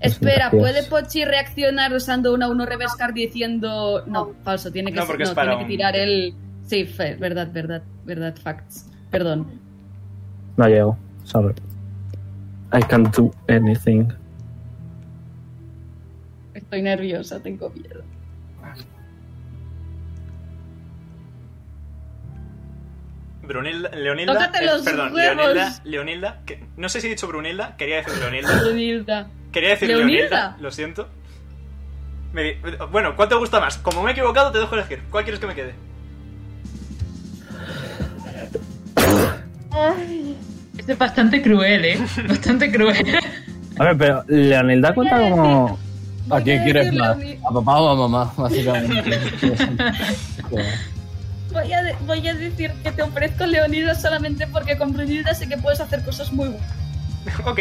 Espera, gracias. ¿puede Pochi reaccionar usando una 1 reverse card diciendo. No, falso, tiene que, No, ser- porque es para tiene que un- tirar el. Sí, fe- verdad, verdad, verdad, facts. Perdón. No llego. Sorry. I can't do anything. Estoy nerviosa, tengo miedo. Brunilda, Leonilda. eh, Tócate los perdón, huevos. Leonilda. Leonilda que- no sé si he dicho Brunilda, quería decir Leonilda. Leonilda. Quería decir Leonilda, lo siento. Me di- bueno, ¿cuál te gusta más? Como me he equivocado, te dejo elegir. ¿Cuál quieres que me quede? Este es bastante cruel, ¿eh? Bastante cruel. A ver, pero Leonilda cuenta como. ¿A quién quieres más? ¿A papá o a mamá? Básicamente. Voy a, de- voy a decir que te ofrezco Leonilda solamente porque con Brunilda sé que puedes hacer cosas muy ok.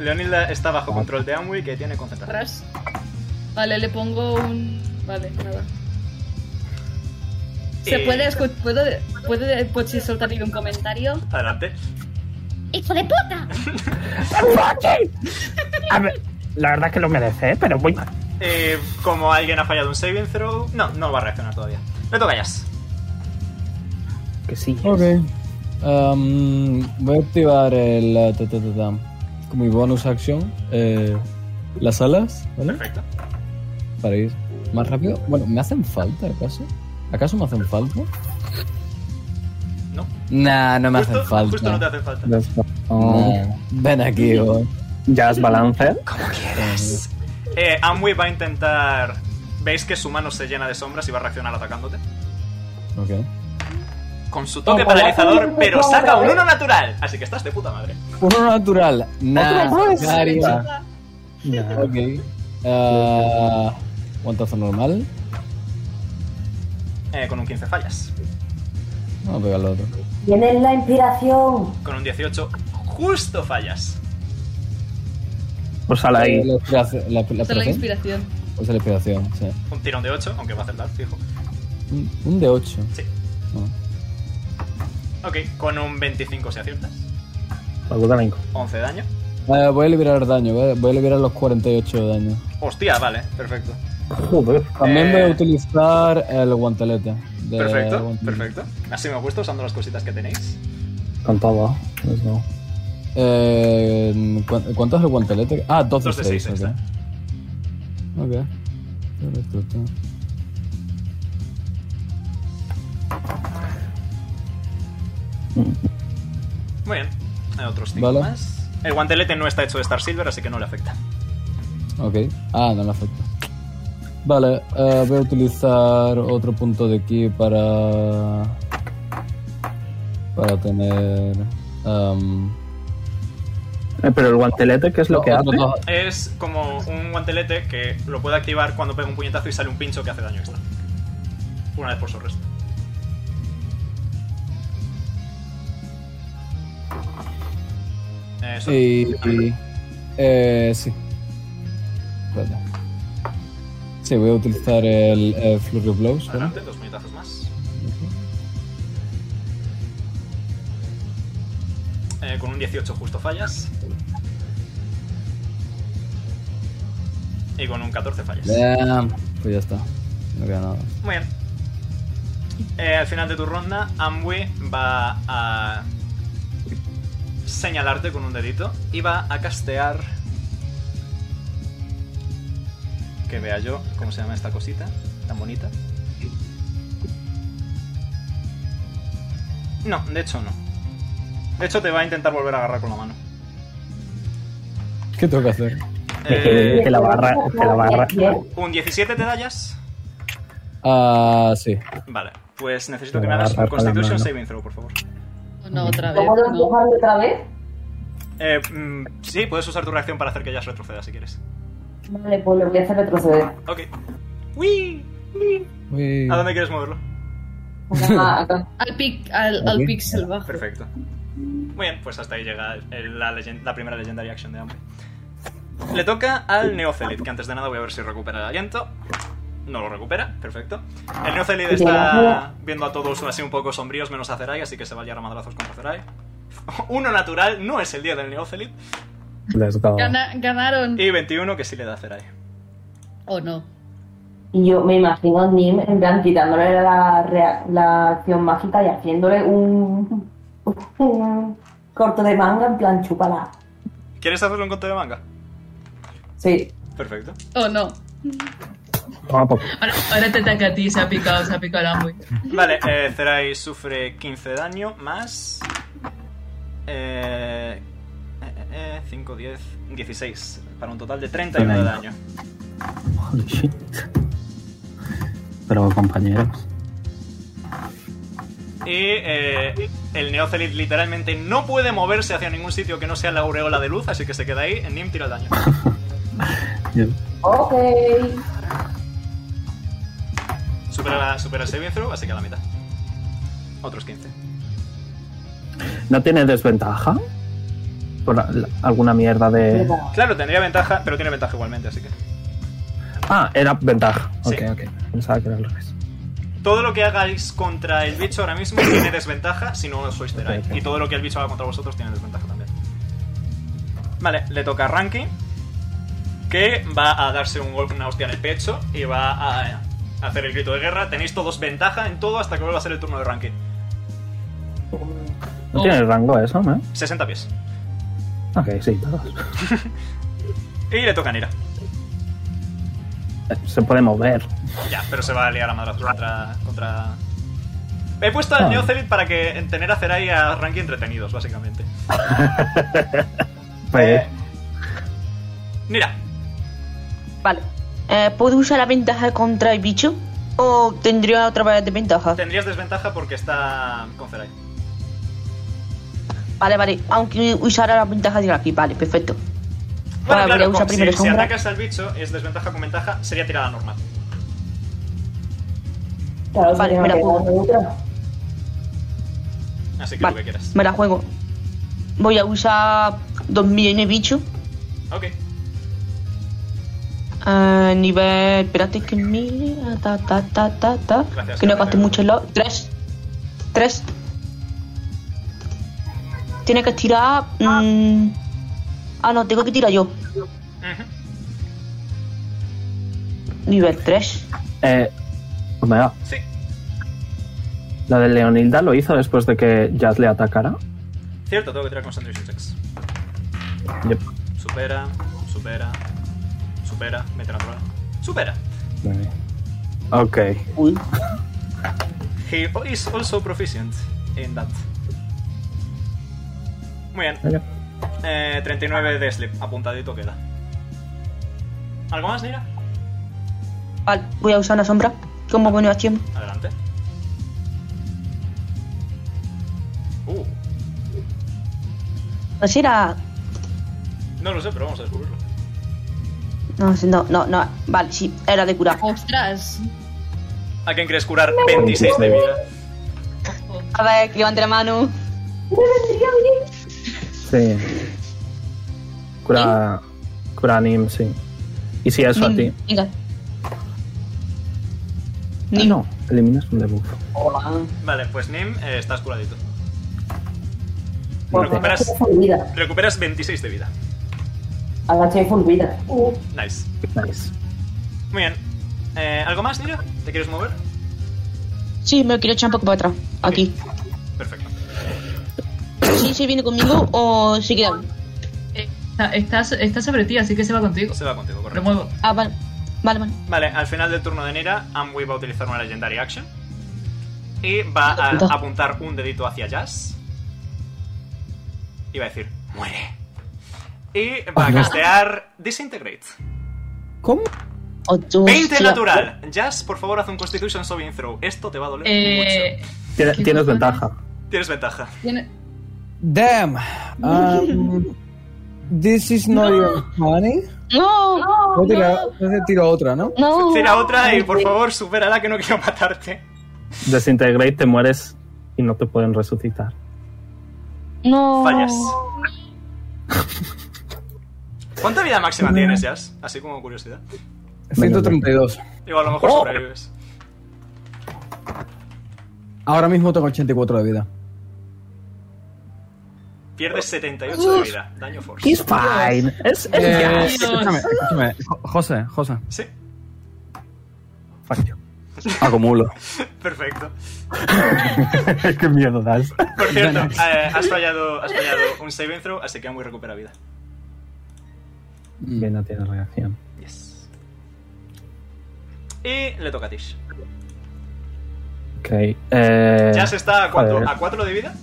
Leonilda está bajo control de Amway que tiene concentración. buenas. Vale, le pongo un. Vale, nada. ¿Se Eh, puede escu- ¿Puedo, puede Pochi soltar un comentario? Adelante. ¡Hijo de puta! A ver, la verdad es que lo merece, ¿eh? pero voy mal. Eh, como alguien ha fallado un saving throw. No, no va a reaccionar todavía. Le toca a Jazz. Que sí. Ok. Um, voy a activar el. eh, ta, ta, ta, ta, como mi bonus acción. eh, las alas, ¿vale? Perfecto. Para ir más rápido. Bueno, ¿me hacen falta acaso? ¿Acaso me hacen falta? No. Nah, no me hacen falta. Justo no te hace falta. Oh. Nah, Oh, Ven aquí, vos. Ya es balance. Eh, Amway va a intentar. Veis que su mano se llena de sombras y va a reaccionar atacándote. Ok. Con su toque Ojalá. paralizador, pero saca un 1 natural. Así que estás de puta madre. Uno natural. Nah, Otra vez. Gary. Nah. Ok. Ah, guantazo normal. Eh, con un 15 fallas. Vamos a pegarle otro. Tienes la inspiración. Con un 18, justo fallas. Pues sale ahí. La, inspiración- la, la, Esa es la inspiración. inspiración. O sea, la inspiración, sí. Un tirón de 8, aunque va a acertar, fijo. Un, un de Ah. 8. Sí. Ok, con un 25 si aciertas. Algo también. 11 daño. Eh, voy a liberar daño, voy a- voy a liberar los 48 de daño. Hostia, vale, perfecto. Joder. También Eh. voy a utilizar el guantelete. de- Perfecto, perfecto. Así me gusta usando las cositas que tenéis. Cantaba. pues eso. Eh, ¿cu- ¿Cuánto es el guantelete? Ah, 2 de Dos de 6. seis, ok. Ok. Perfecto, está. Muy bien. Hay otros cinco Vale. más. El guantelete no está hecho de Star Silver, así que no le afecta. Ok. Ah, no le afecta. Vale, eh, voy a utilizar otro punto de aquí para. Para tener. em, am, Eh, pero el guantelete, ¿qué es lo que hace? Es como un guantelete que lo puede activar cuando pega un puñetazo y sale un pincho que hace daño extra. Una vez por su resto. Eso. Y, y- eh, sí. Espérate. Sí, voy a utilizar el, eh, Flurry of Blows. ¿vale? Adelante, dos puñetazos más. Eh, con un 18 justo fallas. Y con un 14 fallas. Damn. Pues ya está. No queda nada. Muy bien. Eh, al final de tu ronda, Amwe va a señalarte con un dedito y va a castear. Que vea yo cómo se llama esta cosita tan bonita. No, de hecho no. De hecho, te va a intentar volver a agarrar con la mano. ¿Qué tengo que hacer? Eh, que la barra- que la barra- ¿Un 17 te dallas? Ah, sí. Vale, pues necesito Te que me va a hagas un agarrar con la Constitution mano. Saving Throw, por favor. No, otra vez. ¿Lo puedo No. empujarle otra vez? Eh, mm, sí, puedes usar tu reacción para hacer que ellas retroceda si quieres. Vale, pues lo voy a hacer retroceder. Ok. ¡Wii! ¿A dónde quieres moverlo? Ah, acá. Al, pic, al, al Aquí. pixel bajo. Perfecto. Muy bien, pues hasta ahí llega el- la, legen- la primera Legendary Action de Ambe. Le toca al Neocelid, que antes de nada voy a ver si recupera el aliento. No lo recupera, perfecto. El Neocelid está viendo a todos así un poco sombríos, menos a Zerai, así que se va a liar a madrazos contra Zerai. Uno natural, no es el día del Neocelid. Let's go. Gana- ganaron. Y 21 que sí le da a Zerai. ¿O no? Y yo me imagino a Nim en plan quitándole la, rea- la acción mágica y haciéndole un, un corto de manga en plan chúpala. ¿Quieres hacerlo en conto de manga? Sí. Perfecto. ¿O no? Ahora, ahora te ataca a ti, se ha picado, se ha picado el Amway. Vale, eh, Zerai sufre 15 daño más. Eh, eh, eh, 5, 10, 16. Para un total de 39 de daño. Holy shit. Pero compañeros. Y eh, el Neocelid literalmente no puede moverse hacia ningún sitio que no sea la aureola de luz, así que se queda ahí. Nim tira el daño. Ok. Supera, la- supera el saving throw, así que a la mitad. Otros 15. ¿No tiene desventaja? Por la- la- alguna mierda de. Claro, tendría ventaja, pero tiene ventaja igualmente, así que. Ah, era ventaja. Sí. Ok, ok. Pensaba que era al revés. Todo lo que hagáis contra el bicho ahora mismo tiene desventaja si no sois Terai. Y todo lo que el bicho haga contra vosotros tiene desventaja también. Vale, le toca a Ranky. Que va a darse un golpe, una hostia en el pecho. Y va a hacer el grito de guerra. Tenéis todos ventaja en todo hasta que vuelva a ser el turno de Ranky. No tiene rango eso, ¿no? 60 pies. Ok, sí, todos. Y le toca a Nira. Eh, Se puede mover. Ya, pero se va a liar a madrazos contra. contra... He puesto al Ah. Neocelit para que tener a Zerai y a Ranky entretenidos, básicamente. Eh. Pues, Nira, Vale. Eh, ¿Puedo usar la ventaja contra el bicho? ¿O tendría otra vez desventaja? tendrías desventaja porque está con Zerai. Ah, Vale, vale. Aunque usara la ventaja de aquí. Vale, perfecto. Bueno, voy a claro, usar como primero si, si sombra. atacas al bicho, es desventaja con ventaja, sería tirada normal. Claro, Vale, sería me la una pongo. quedada neutra. Así que Vale. lo que quieras. Me la juego. Voy a usar 2000 en el bicho. Ok. A Eh, nivel. Espérate que mire. ah, Ta, ta, ta, ta, ta. Gracias, que Gabriel. no gaste mucho el lado. Tres. Tres. Tiene que tirar. mm, Ah, no, tengo que tirar yo. Nivel 3. Eh, Omega. Sí. La de Leonilda lo hizo después de que Jazz le atacara. Cierto, tengo que tirar Concentration Checks. Yep. Supera, supera, supera, mete natural. Supera. Ok. He is also proficient in that. Muy bien. Vale. Eh, 39 de slip, apuntadito queda. ¿Algo más, Nira? Vale, voy a usar una sombra como bonus acción. Adelante. Uh, Pues era. no lo sé, pero vamos a descubrirlo. No, no, no, no. Vale, sí, era de curar. ¡Ostras! ¿A quién quieres curar 26 de vida? A ver, que levante la mano. Sí. Cura. Cura a Nim, sí. Y si eso a ti. Venga. Ah, No, eliminas un debuff. Hola. Vale, pues Nim, eh, estás curadito. Porque Recuperas, agaché full vida. recuperas 26 de vida. Agaché full vida. Uh, Nice. Nice. Muy bien. Eh, ¿Algo más, Nira? ¿Te quieres mover? Sí, me quiero echar un poco para atrás. Aquí. Perfecto. Sí, sí, viene conmigo o se queda. Eh, Está, está, está sobre ti, así que se va contigo. Se va contigo, correcto. Remuevo. Ah, vale. Vale, vale. Vale, al final del turno de Nira, Amwi va a utilizar una Legendary Action. Y va a apuntar un dedito hacia Jazz. Y va a decir, muere. Y va a Ah, no. castear Disintegrate. ¿Cómo? 20 natural. Jazz, por favor, haz un Constitution Saving Throw. Esto te va a doler Eh, Tienes, tienes ventaja. mucho. Tienes ventaja. tiene- Damn. Um, this is not your honey. No, Voy a tirar- voy a tirar otra, ¿no? no. Tira otra y por favor, supérala que no quiero matarte. Desintegrate, te mueres y no te pueden resucitar. No. Fallas. ¿Cuánta vida máxima tienes, Jazz? Así como curiosidad. 132. Igual a lo mejor Oh. sobrevives. Ahora mismo tengo 84 de vida. Pierdes 78 de vida. Daño force. He's fine. Es, es Eh, gas. escúchame, escúchame. Jo- José, José. Sí. Fuck you. Acumulo. Perfecto. Qué miedo das. Por cierto, eh, has, fallado, has fallado un saving throw, así que muy recupera vida. Que no tiene reacción. Yes. Y le toca a Tish. Ok. Eh, Jazz está a 4, joder. a cuatro de vida.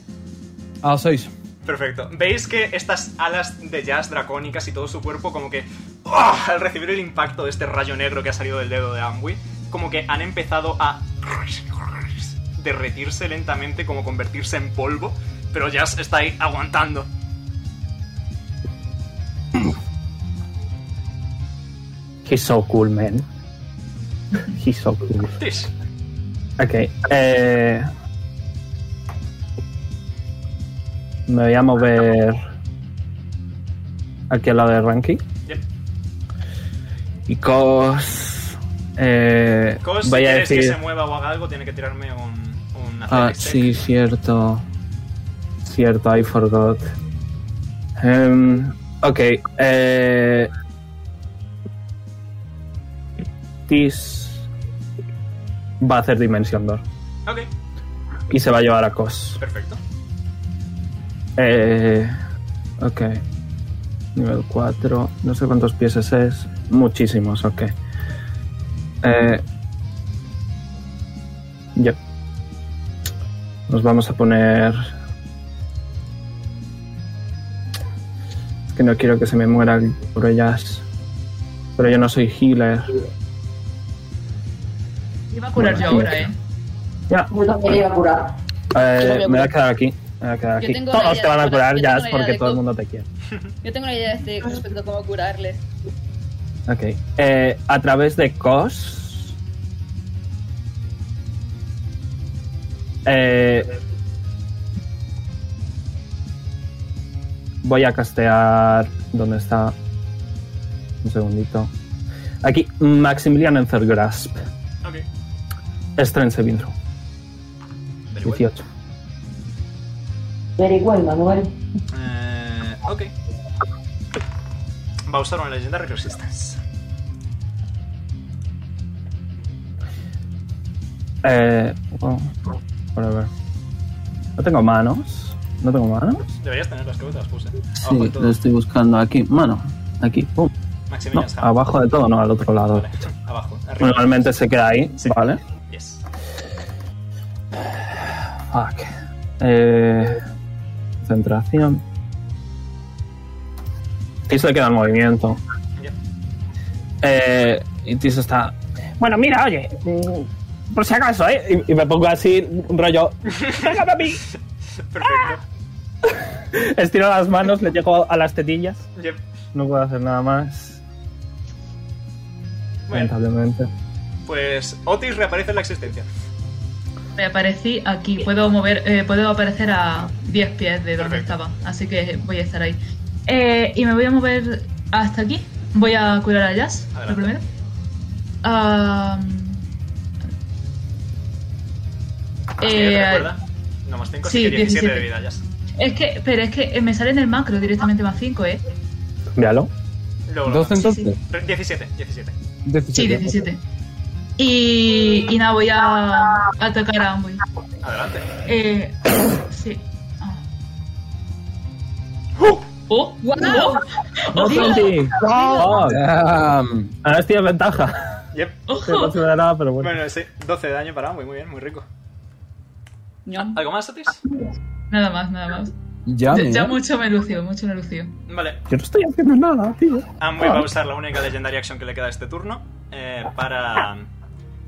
A 6. Perfecto. ¿Veis que estas alas de Jazz dracónicas y todo su cuerpo como que ¡ah! al recibir el impacto de este rayo negro que ha salido del dedo de Amwi, como que han empezado a derretirse lentamente, como convertirse en polvo, pero Jazz está ahí aguantando. He's so cool, man. He's so cool. Tish. Ok. Eh, me voy a mover aquí al lado de Ranky. Yep. Y Cos. Eh, Cos, voy si a quieres decir. que se mueva o haga algo, tiene que tirarme un, un Ah, athletics sí, cierto. Cierto, I forgot. Em, ok. Eh, Tis va a hacer Dimension Door check. Ok, y se va a llevar a Cos. perfecto. Eh, ok. Nivel 4. No sé cuántos pies es. Muchísimos, ok. Eh, ya. Nos vamos a poner... Es que no quiero que se me muera el pobre Jazz. Pero yo no soy healer. Iba a curar yo ahora, eh. Ya. Yo también iba a curar. Eh, me voy a quedar aquí. Me voy a quedar Yo aquí. tengo una Todos idea te van a de- curar, yo tengo Jazz, una idea porque de todo el cómo- mundo te quiere. Yo tengo una idea de este respecto a cómo curarle. Ok. Eh, a través de COS. eh, voy a castear. ¿Dónde está? Un segundito. Aquí, Maximilian Enfer Grasp. Ok. Strength Saving Throw. 18. Very well, Manuel. Eh, ok. va a usar una Legendary Resistance. Eh, bueno, whatever. No tengo manos. No tengo manos. Deberías tener las que te las puse. Sí, Abajo de todo. lo estoy buscando aquí. Mano, aquí. Pum. No, Maximilian Sam. abajo de todo, no, al otro lado. Abajo. Arriba. Normalmente se queda ahí, ¿vale? Yes. Fuck. Eh, concentración. Tis le queda en movimiento. Eh, y Tis está. Bueno, mira, oye. mm, Por si acaso, ¿eh? Y, y me pongo así, un rollo. ¡Déjame a mí! Estiro las manos, le llego a las tetillas. Yep. No puedo hacer nada más. Lamentablemente. Pues Otis reaparece en la existencia. Me aparecí aquí. Puedo mover, eh, puedo aparecer a 10 pies de donde estaba. Así que voy a estar ahí. Eh, y me voy a mover hasta aquí. Voy a curar a Jazz, lo Adelante. primero. Am, Eh, eh, recuerda, no más 5, sí, sí, 17 de 17. vida ya. está. es que, pero es que eh, me sale en el macro directamente más 5, ¿eh? Véalo. Luego lo ¿Dos vemos. entonces? Re- 17, 17. Sí, 17. Y, y nada, voy a atacar a Amway. Adelante. Eh, sí. ¡Oh! ¡Wow! ¡No, Dios. Tonti! Wow. Damn. Ahora estoy en ventaja. Yep. Que No se me da nada, pero bueno. Bueno, sí, 12 de daño para Amway, muy bien, muy rico. ¿Algo más, Otis? Nada más, nada más. Ya, Ya, mira. mucho me lució, mucho me lució. Vale, Yo no estoy haciendo nada, tío. Ah. Amway va a usar la única Legendary Action que le queda este turno eh, para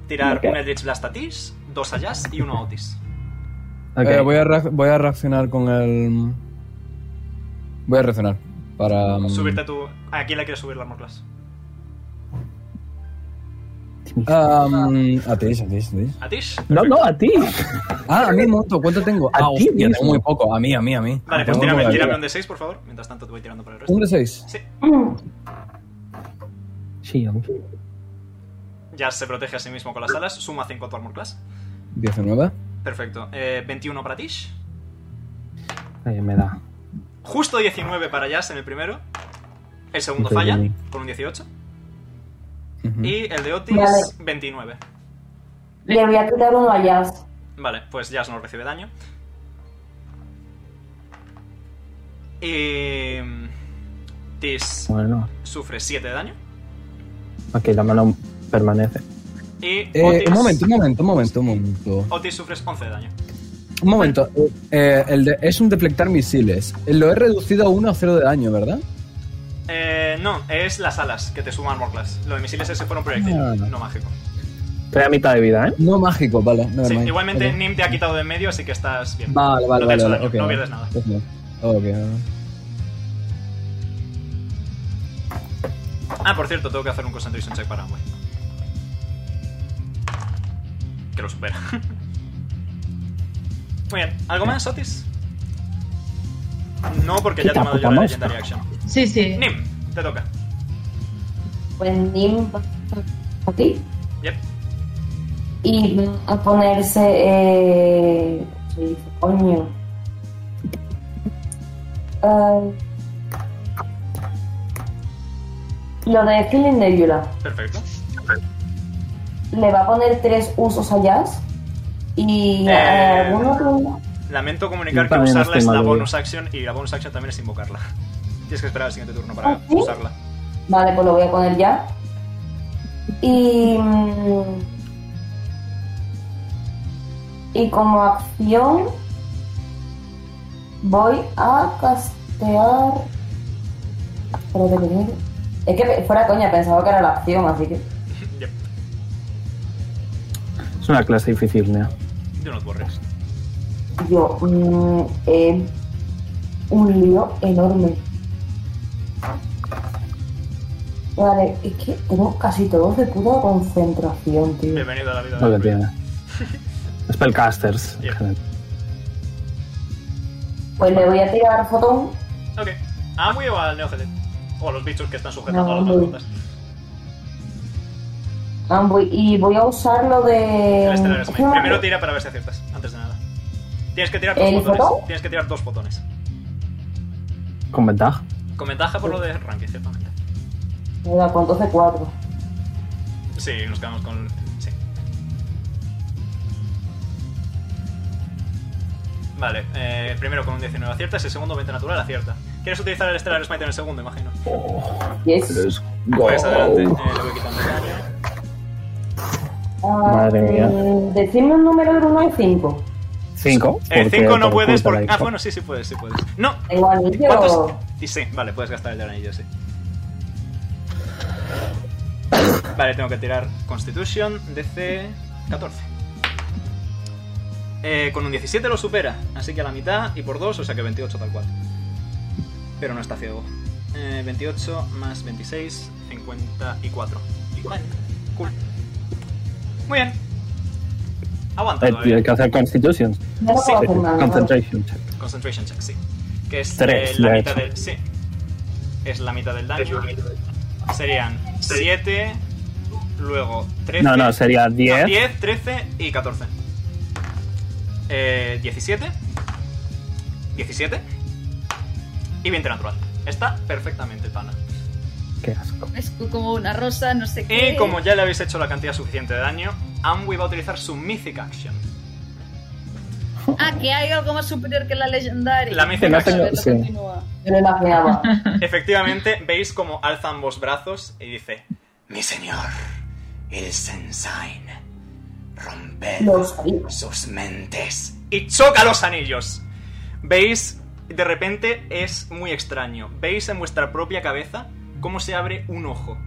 tirar Ok. un Eldritch Blast a Tis, dos a Jazz y uno a Otis. Eh, voy, a reac- voy a reaccionar con el. Voy a reaccionar para. Mm. um, Subirte tu... ¿A quién le quieres subir la armor class? um, a Tish, a Tish, a Tish. ¿A Tish? No, no, a ti. Ah, a mí, monto, ¿cuánto tengo? A ah, ti hostia, tengo mismo. muy poco. A mí, a mí, a mí. Ah, Vale, pues Tengo tírame, poco. tírame un D6, por favor. Mientras tanto te voy tirando para el resto. ¿Un D6? Sí. Sí, vamos. Jazz se protege a sí mismo con las alas, suma 5 a tu armor class. 19. Perfecto. Eh, 21 para Tish. Ahí me da. Justo 19 para Jazz en el primero. El segundo Ok, falla, bien. con un 18. Mm. Y el de Otis, Vale. 29. Le voy a quitar uno a Jazz. Vale, pues Jazz no recibe daño. Y. Tis Bueno, sufre 7 de daño. ok, la mano permanece. Y Eh, Otis, un momento, un momento, un momento, un momento. Otis sufres 11 de daño. Un momento. Eh, el de- es un deflectar misiles. Lo he reducido a 1 o 0 de daño, ¿verdad? Eh, no, es las alas que te suman armor class. Lo de misiles ese fueron proyectil, Ah. no mágico. Estoy a mitad de vida, ¿eh? No mágico, vale. never Sí, mind. igualmente Ok. Nim te ha quitado de en medio, así que estás bien. Vale, vale, no te ha vale. hecho vale, daño, ok, no vale. pierdes nada. Ok, ok, vale. Ah, por cierto, tengo que hacer un concentration check para Amway. Que lo supera. Muy bien, ¿algo más, Otis? No, porque ya he Quita, tomado yo puta la mosca. Legendary Action. Sí, sí. Nim, te toca. Pues Nim va a ti. Yep. Y va a ponerse. Eh, ¿qué dice? coño. Ah, lo de Healing Nebula. Perfecto. Le va a poner tres usos a Jazz. Y Eh, eh, algún otro. Lastimado. Lamento comunicar Yo que también estoy usarla es la mal, bonus action y la bonus action también es invocarla. Tienes que esperar al siguiente turno para ¿Ah, sí? usarla. Vale, pues lo voy a poner ya. Y. mm, Y como acción. Voy a castear. Espérate, que mire. Es que fuera coña, pensaba que era la acción, así que. Es una clase difícil, Nea. Yo no te borres. Yo. mm, eh, un lío enorme. Vale, es que tengo casi todos de puta concentración, tío. Bienvenido a la vida Lo de que tiene. Spellcasters. en general. Pues le voy a tirar fotón. Ok. ¿A Amway o al Neogete? O a los bichos que están sujetando No, a las otras Amway. botas. Ah, voy- y voy a usar lo de. Este era el smite. Primero tira para ver si aciertas, antes de nada. Tienes que tirar dos ¿El botones. fotón? Tienes que tirar dos botones. Con ventaja. Con ventaja por lo de ranking, ciertamente. Mira, con 12, 4. Sí, nos quedamos con. Sí. Vale, eh, el primero con un 19 aciertas, el segundo 20 natural acierta. ¿Quieres utilizar el Stellar Smite en el segundo, imagino? Yes. Pues adelante, eh, le voy quitando daño. Madre mía. Decime Ah, eh, un número del 1 al 5. 5. El 5 Eh, no puedes porque. Ah, bueno, sí, sí puedes, sí puedes. No. El anillo. ¿Cuántos? Y sí, vale, puedes gastar el de anillo, sí. Vale, tengo que tirar Constitution DC 14. Eh, con un 17 lo supera, así que a la mitad y por 2, o sea que 28 tal cual. Pero no está ciego. Eh, 28 más 26, 54. Y vale, cool. Muy bien. Aguanta Eh, todavía. Tienes que hacer Constitution. No lo puedo hacer nada, no. Concentration check. Concentration check, sí. Que es Tres, eh, la de mitad hecho. del. Sí. Es la mitad del daño. Serían 7, luego 13. No, no, sería 10. 10, 13 y 14. Eh, 17. 17. Y 20 natural. Está perfectamente el pana. Qué asco. Es como una rosa, no sé qué. Y Eh, como ya le habéis hecho la cantidad suficiente de daño, Amwi va a utilizar su Mythic Action. Ah, que hay algo más superior que la legendaria. La Mythic Action. Yo lo imaginaba. Efectivamente, veis como alza ambos brazos y dice: Mi señor, el Sensei, romped sus mentes. y choca los anillos. Veis, de repente es muy extraño. Veis en vuestra propia cabeza cómo se abre un ojo.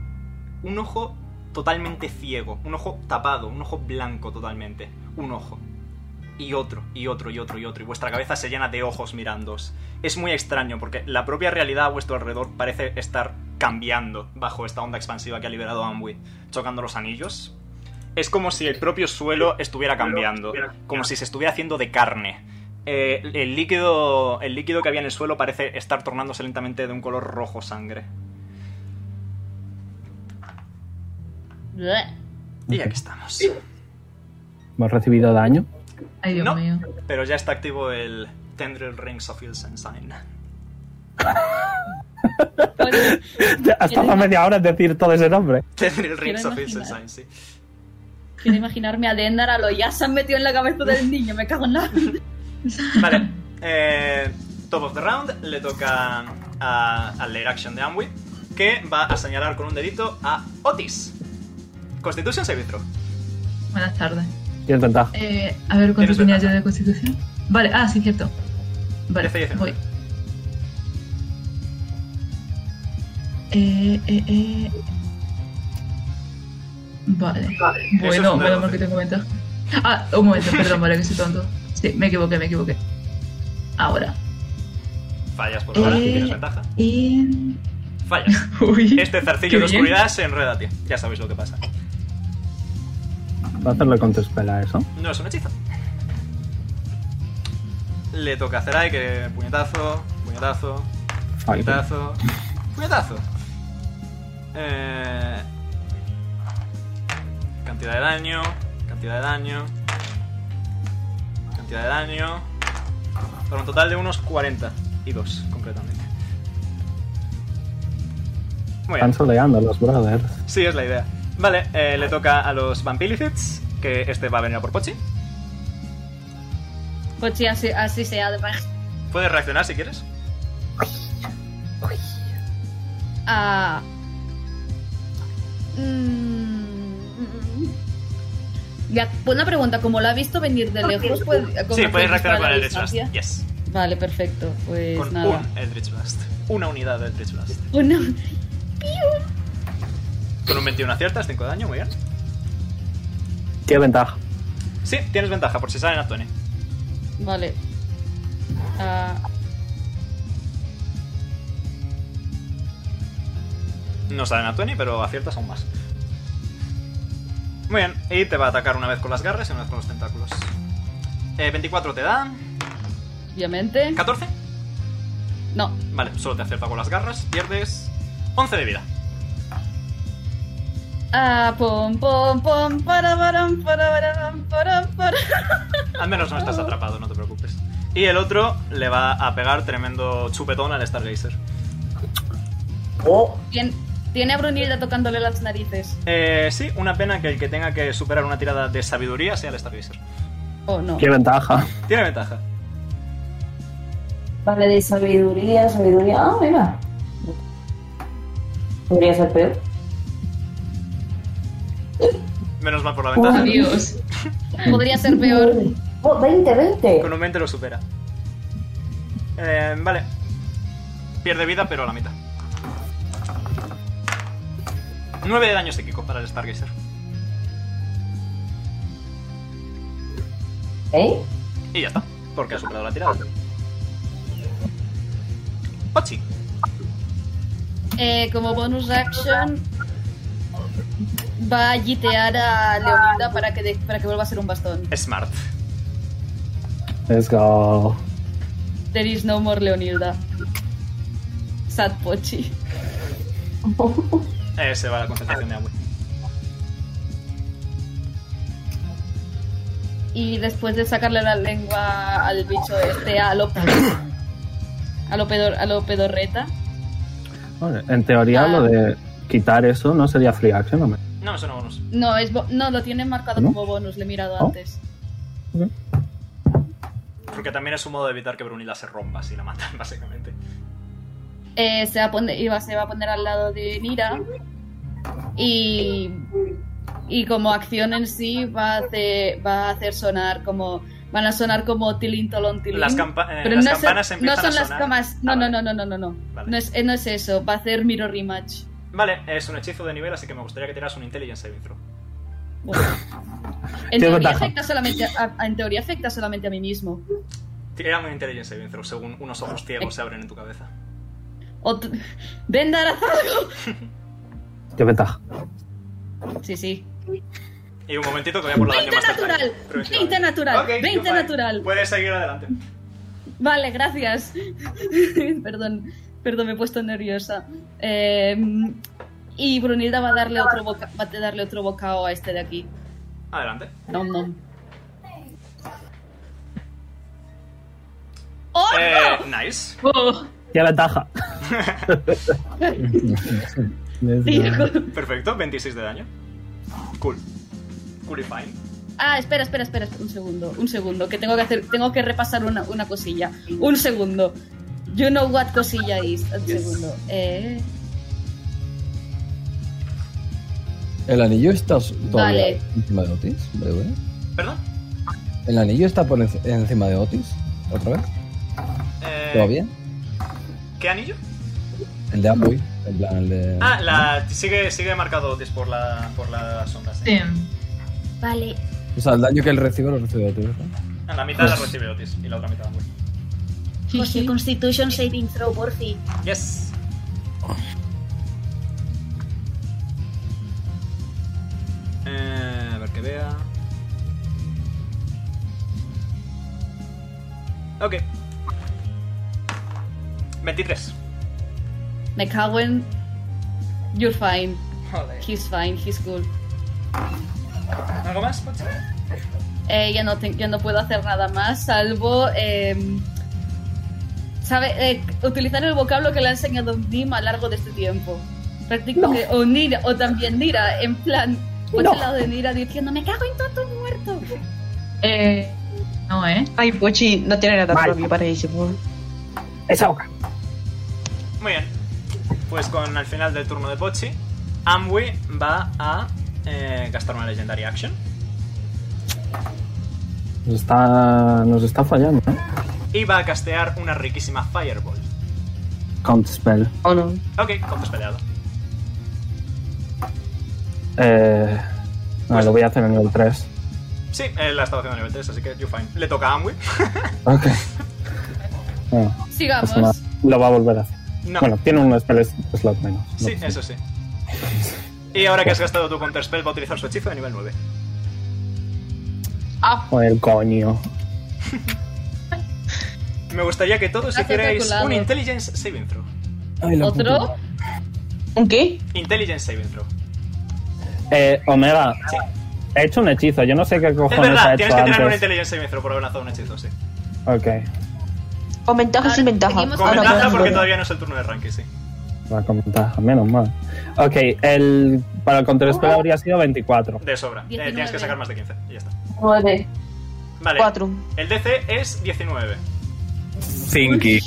Un ojo totalmente ciego, un ojo tapado, un ojo blanco totalmente. Un ojo. Y otro, y otro, y otro, y otro. Y vuestra cabeza se llena de ojos mirándoos. Es muy extraño porque la propia realidad a vuestro alrededor parece estar cambiando bajo esta onda expansiva que ha liberado Amway, chocando los anillos. Es como si el propio suelo estuviera cambiando, como si se estuviera haciendo de carne. Eh, el, líquido, el líquido que había en el suelo parece estar tornándose lentamente de un color rojo sangre. Y aquí estamos. ¿Hemos recibido daño? Ay, Dios No, mío. pero ya está activo el Tendril Rings of Ilsenstein. Hasta hace media hora en decir todo ese nombre. Tendril Rings of imaginar. Ilsenstein, sí. Quiero imaginarme a Dendar a lo ya se han metido en la cabeza del niño, me cago en la. Vale. eh, top of the round le toca a- al layer action de Amwi, que va a señalar con un dedito a Otis. Constitution Saving Throw. Buenas tardes. Tienes ventaja. Eh, a ver cuánto Tienes tenía yo de constitución. Vale, ah, sí, cierto. Vale, DC 19. voy. Eh, eh, eh. Vale. Vale, eso es Bueno, un bueno, dado, porque tengo ventaja. Ah, un momento, perdón, vale, que soy tonto. Sí, me equivoqué, me equivoqué. Ahora. Fallas por ahora, Eh, tienes ventaja. Y. Fallas. este zarcillo qué de bien. oscuridad se enreda a ti. Ya sabéis lo que pasa. Va a hacerlo con tu espela eso. No es un hechizo. Le toca a Zerai que puñetazo, puñetazo, Ay, puñetazo, puñetazo. Eh, cantidad de daño, cantidad de daño, cantidad de daño. Por un total de unos 40 y 2 concretamente. Muy bien. Están soleando los brothers. Sí, es la idea. Vale, eh, le toca a los Vampilicids, que este va a venir a por Pochi. Pues sí, así, así sea. además. Puedes reaccionar si quieres. Ah. Mm. Ya, buena pregunta, como la ha visto venir de lejos, pues. ¿cómo Sí, hace puedes reaccionar disparar con a el Eldritch Blast. distancia? Yes. Vale, perfecto. Pues Con nada. un Eldritch Blast. Una unidad de Eldritch Blast. Una. Con un 21 aciertas, 5 de daño, muy bien. Qué ventaja. Sí, tienes ventaja por si salen a Tony. Vale. Ah, No salen a Tony, pero aciertas aún más. Muy bien, y te va a atacar una vez con las garras y una vez con los tentáculos. Eh, 24 te da. obviamente. ¿14? No. Vale, solo te acierta con las garras, pierdes 11 de vida. Ah, pom, pom, pom, para, para, para, para, para. Al menos no Oh. estás atrapado, no te preocupes. Y el otro le va a pegar tremendo chupetón al Stargazer. Bien. Tiene a Brunilda tocándole las narices. Eh, sí, una pena que el que tenga que superar una tirada de sabiduría sea el Stargazer. Oh, no. Qué ventaja. Tiene ventaja. Vale, de sabiduría, sabiduría. Ah, mira. Podría ser peor. Menos mal por la ventaja. Dios. Podría ser peor. Oh, 20, 20. Con un 20 lo supera. Eh, vale. Pierde vida, pero a la mitad. 9 de daño psíquico para el Stargazer. ¿Eh? Y ya está, porque ha superado la tirada. Pachi. Eh, como bonus action va a gitear a Leonida para que, de- para que vuelva a ser un bastón. Smart. Let's go. There is no more Leonilda. Sad Pochi. Eh, se va la concentración de agua. Y después de sacarle la lengua al bicho este, a lo, a lo, pedor- a lo pedorreta. Vale, en teoría, lo de quitar eso no sería free action, hombre. No, eso no bonus. No, es bo- no lo tienen marcado ¿No? como bonus, le he mirado ¿No? antes. Porque también es un modo de evitar que Brunilda se rompa si la matan, básicamente. Eh, se, va a poner, iba- se va a poner al lado de Nira. Y, y como acción en sí va a hacer, va a hacer sonar como... Van a sonar como tilín, tolón, tilín. Las campa- eh, Pero las no es- campanas empiezan No son a las sonar. Ah, camas. No, no, no, no, no, no. No, no, es, eh, no es eso. Va a hacer Mirror Rematch. Vale, es un hechizo de nivel, así que me gustaría que tiras un Intelligence Saving Throw. En Tiene teoría, ventaja. afecta solamente a, a- en teoría afecta solamente a mí mismo. Tira un Intelligence Saving Throw según unos ojos ciegos se abren en tu cabeza. O t- ¡Ven, darás algo! Qué ventaja. Sí, sí. Y un momentito que voy a por la daño 20 más natural. 20 natural. 20 natural. Puedes seguir adelante. Vale, gracias. perdón, perdón, me he puesto nerviosa. Eh, y Brunilda va a darle otro boca- va a darle otro bocado a este de aquí. Adelante. No, no. ¡Oh, Eh, nice. Qué ventaja. Perfecto, 26 de daño. Cool. Coolifying. Ah, espera, espera, espera, espera, un segundo, un segundo, que tengo que hacer, tengo que repasar una, una cosilla. Un segundo. You know what cosilla is. Un Yes. segundo. Eh, El anillo está su- todavía Vale. encima de Otis. Vale, vale. ¿Perdón? El anillo está por enci- encima de Otis. ¿Otra vez? Eh, ¿Todavía? ¿Qué anillo? El de Amboy. En plan, el de. Ah, la, sigue, sigue marcado Otis por la, por las sombras. ¿eh? Vale. O sea, el daño que él recibe lo recibe Otis, ¿verdad? A La mitad la recibe Otis y la otra mitad Amway. José, Constitution Saving Throw, por fin. Yes. Eh, a ver que vea. Ok. 23. me cago en. You're fine. Joder. He's fine, he's cool. ¿Algo más, Pachi? Eh, ya, no te- ya no puedo hacer nada más, salvo. em, ¿Sabe? Eh, utilizar el vocablo que le ha enseñado Nim a lo largo de este tiempo. Prácticamente. O Nira, o también Nira, en plan. Por No. el lado de Nira diciendo, me cago en todo muerto. Eh, no, ¿eh? Ay, Pochi, no tiene nada propio para ese, por Esa boca. Muy bien. Pues con al final del turno de Pochi, Amwi va a eh, gastar una Legendary Action. Nos está, nos está fallando, ¿eh? Y va a castear una riquísima Fireball. Count spell. Oh, no. Ok, contas peleado. Eh, no, Pues lo voy a hacer en el 3. Sí, él la estaba haciendo a nivel 3, así que you fine. Le toca a Amwi. Ok. Bueno, Sigamos. pasa nada. Ah, Lo va a volver a hacer. No. Bueno, tiene un spell slot menos. Sí, eso sí. Y ahora que has gastado tu counter spell, va a utilizar su hechizo de nivel 9. Ah. Con el coño. Me gustaría que todos Gracias, hicierais calculado. un Intelligence Saving Throw. ¿Otro? ¿Un qué? Intelligence Saving Throw. Eh, Omega, he hecho un hechizo. Yo no sé qué Es cojones ha verdad, hecho tienes que tirar un antes. Intelligence Saving Throw por haber lanzado un hechizo, sí. Ok. Con ventaja o sin Ah, ventaja. Ah, Ah, pues, Con ventaja porque todavía no es el turno de ranking, sí. La con ventaja, menos mal. Ok, el, para el contraespel habría sido 24. De sobra. Eh, tienes que sacar más de 15. Y ya está. 9. Vale. El DC es 19. Cinqui.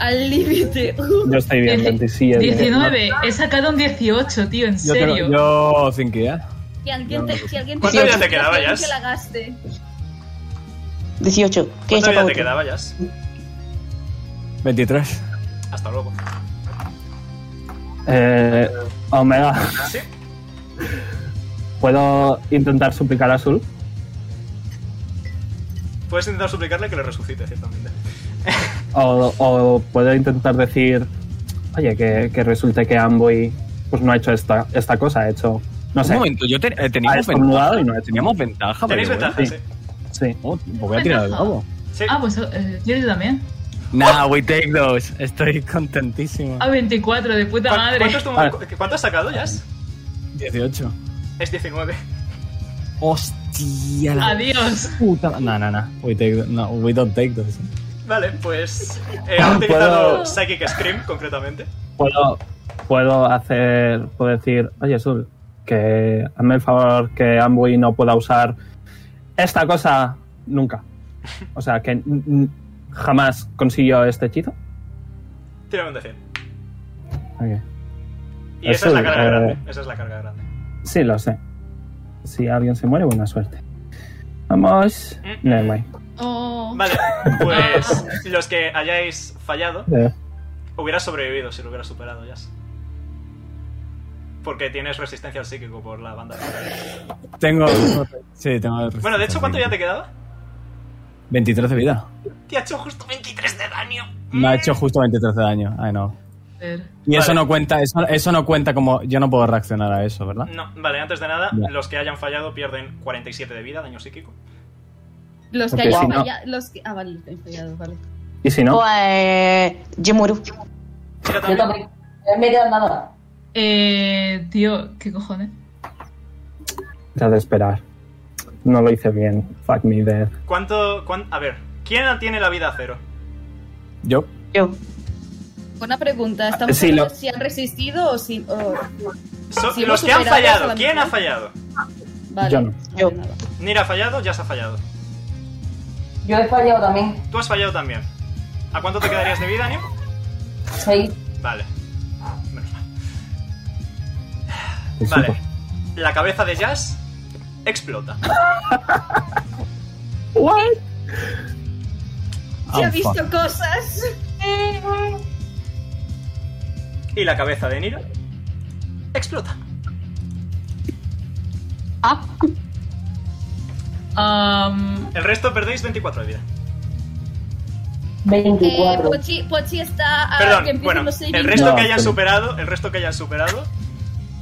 Al límite. Yo estoy bien, 27. 19, he sacado un 18, tío, en Yo, tengo- serio. yo Cinqui, ¿eh? Si alguien te, si alguien ¿Cuánto ya te que la- quedaba, Jazz? Que la gaste. 18. ¿Qué ¿Cuánto saca vida te otro? quedaba, Jazz? 23. Hasta luego. Eh, Omega, ¿Ah, ¿Sí? ¿puedo intentar suplicar a Sul? Puedes intentar suplicarle que le resucite, ciertamente. Ah, O, o puedo intentar decir, oye, que, que resulte que Amboy pues, no ha hecho esta, esta cosa, ha hecho. No sé. Un momento, yo te- eh, Ah, ha teníamos estornudado ventaja. y no ha hecho Teníamos ventaja. Tenéis by the way. ventaja, sí. Sí. Oh, pues voy a tirar el dado. Ah, pues eh, yo también. Nah, we take those. Estoy contentísimo. Ah. A 24, Ah, de puta ¿Cuán- madre. ¿Cuánto, es tu- cu- cuánto has sacado, Jazz? 18. Es 19. Hostia. la Adiós. Puta. No, no, no. We, take those. no, we don't take those. Vale, pues. eh, ha utilizado Puedo- Psychic Scream, concretamente. Puedo, puedo hacer. Puedo decir, oye, Sul, que hazme el favor que Amboy no pueda usar esta cosa nunca. O sea, que n- n- jamás consiguió este hechizo. Tírame un de 100. Ok. Y esa es la Azul, carga eh, grande. Esa es la carga grande. Sí, lo sé. Si alguien se muere, buena suerte. Vamos. Nevermind. Oh. Vale, pues los que hayáis fallado, Eh, hubieras sobrevivido si lo hubieras superado, Jazz. Porque tienes resistencia al psíquico por la banda. Tengo. Pues Sí, tengo. Bueno, de hecho, ¿cuánto ya te quedaba? 23 de vida. Te ha hecho justo 23 de daño. Me ha hecho Mm. justo 23 de daño. I know. Y eso no cuenta, eso, eso no cuenta como. Yo no puedo reaccionar a eso, ¿verdad? Mm. No, vale, antes de nada, Ya. los que hayan fallado pierden 47 de vida, daño psíquico. Los que Ok, hayan si no- fallado. Los que, ah, vale, los que hayan fallado, vale. ¿Y si no? Pues. Yo muero. Yo también. No me queda nada. Eh, tío, ¿qué cojones? Era de esperar. No lo hice bien. Fuck me dead. ¿Cuánto, cuán- A ver, ¿quién tiene la vida a cero? Yo. Yo. Una pregunta, ¿estamos Sí, hablando lo- de si han resistido o si... o- So- si hemos los que han superado fallado, solamente? ¿eh? ¿quién ha fallado? Vale. Yo no. Yo. Nira ha fallado, Jazz ha fallado. Yo he fallado también. Tú has fallado también. ¿A cuánto te quedarías de vida, Nio? Seis. Vale. Menos mal. Te Vale. supo. La cabeza de Jazz explota. What? Ah, Se ha Oh, visto fuck. cosas. Y la cabeza de Nira explota. Um, El resto perdéis 24 de vida. 24. Eh, Pochi, Pochi está... ah, que Perdón, empiezan bueno, los saving el resto throws. que hayan superado, el resto que hayan superado,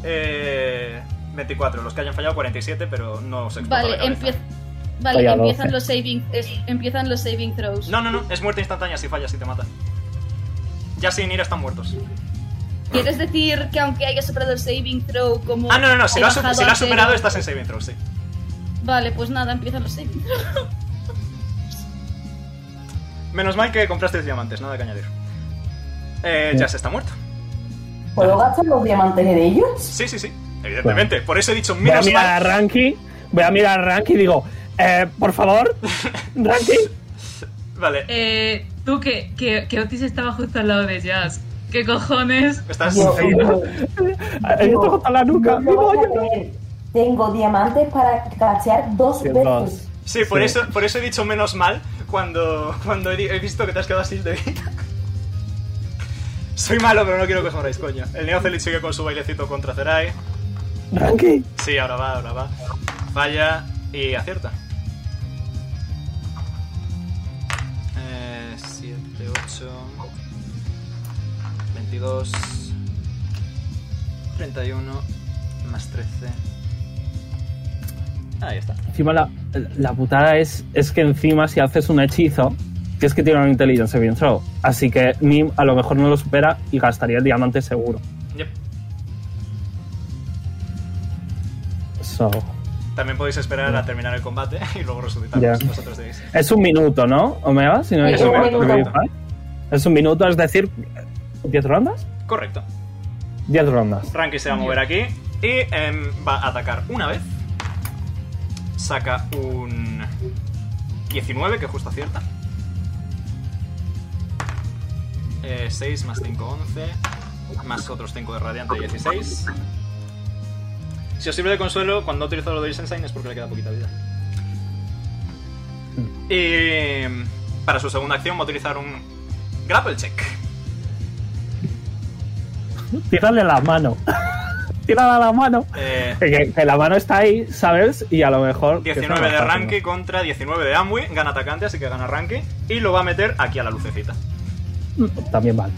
eh, 24, los que hayan fallado 47, pero no se explota Vale, la cabeza. empie- vale, Falla empiezan, 12. los saving, es- empiezan los saving throws. No, no, no, es muerte instantánea si fallas y te mata. Ya sin ir están muertos. ¿Quieres decir que aunque haya superado el saving throw como... Ah, no, no, no, si he lo has, bajado si lo a has superado cero? estás en saving throw, sí. Vale, pues nada, empiezan los saving throws. Menos mal que compraste diamantes, nada que añadir. Eh, Sí. ya se está muerto. ¿Puedo gastar los diamantes en ellos? Sí, sí, sí, evidentemente. Por eso he dicho Voy a menos mirar a mal. Ranky. Voy a mirar a Ranky y digo, eh, por favor, Ranky. eh, Vale, Eh, tú que, que, que Otis estaba justo al lado de Jazz. ¿Qué cojones? Estás... Esto está la nuca. No lo vas a creer. Tengo diamantes para cachear dos veces. Sí, por, Sí. Eso, por eso he dicho menos mal cuando, cuando he, di- he visto que te has quedado así de vida. Soy malo, pero no quiero que os moráis, coño. El Neocelit sigue con su bailecito contra Zerai. Ranky. Sí, ahora va, ahora va. Falla y acierta. Eh, 7, 8, 22, 31, más 13. Ahí está. Encima la, la putada es, es que encima si haces un hechizo, tienes que tirar un intelligence saving throw. Así que Nim a lo mejor no lo supera y gastaría el diamante seguro. Yep. So, También podéis esperar a terminar el combate y luego resucitar ya. vosotros deis. Es un minuto, ¿no, Omega? Si no me Es un equivoco, minuto. ¿no? Es un minuto, es decir, ¿10 rondas? Correcto. 10 rondas. Ranky se va a mover aquí y em, va a atacar una vez. Saca un 19, que justo acierta. 6 Eh, más 5, 11. Más otros 5 de radiante, 16. Si os sirve de consuelo, cuando ha utilizado lo de Lichtenstein es porque le queda poquita vida. Y em, para su segunda acción va a utilizar un grapple check. Tírale la mano. Tírale la mano. Eh, Que, que la mano está ahí, ¿sabes? Y a lo mejor. que es 19 una de ventaja. Ranky contra 19 de Amwi. Gana atacante, así que gana Ranky. Y lo va a meter aquí a la lucecita. También vale.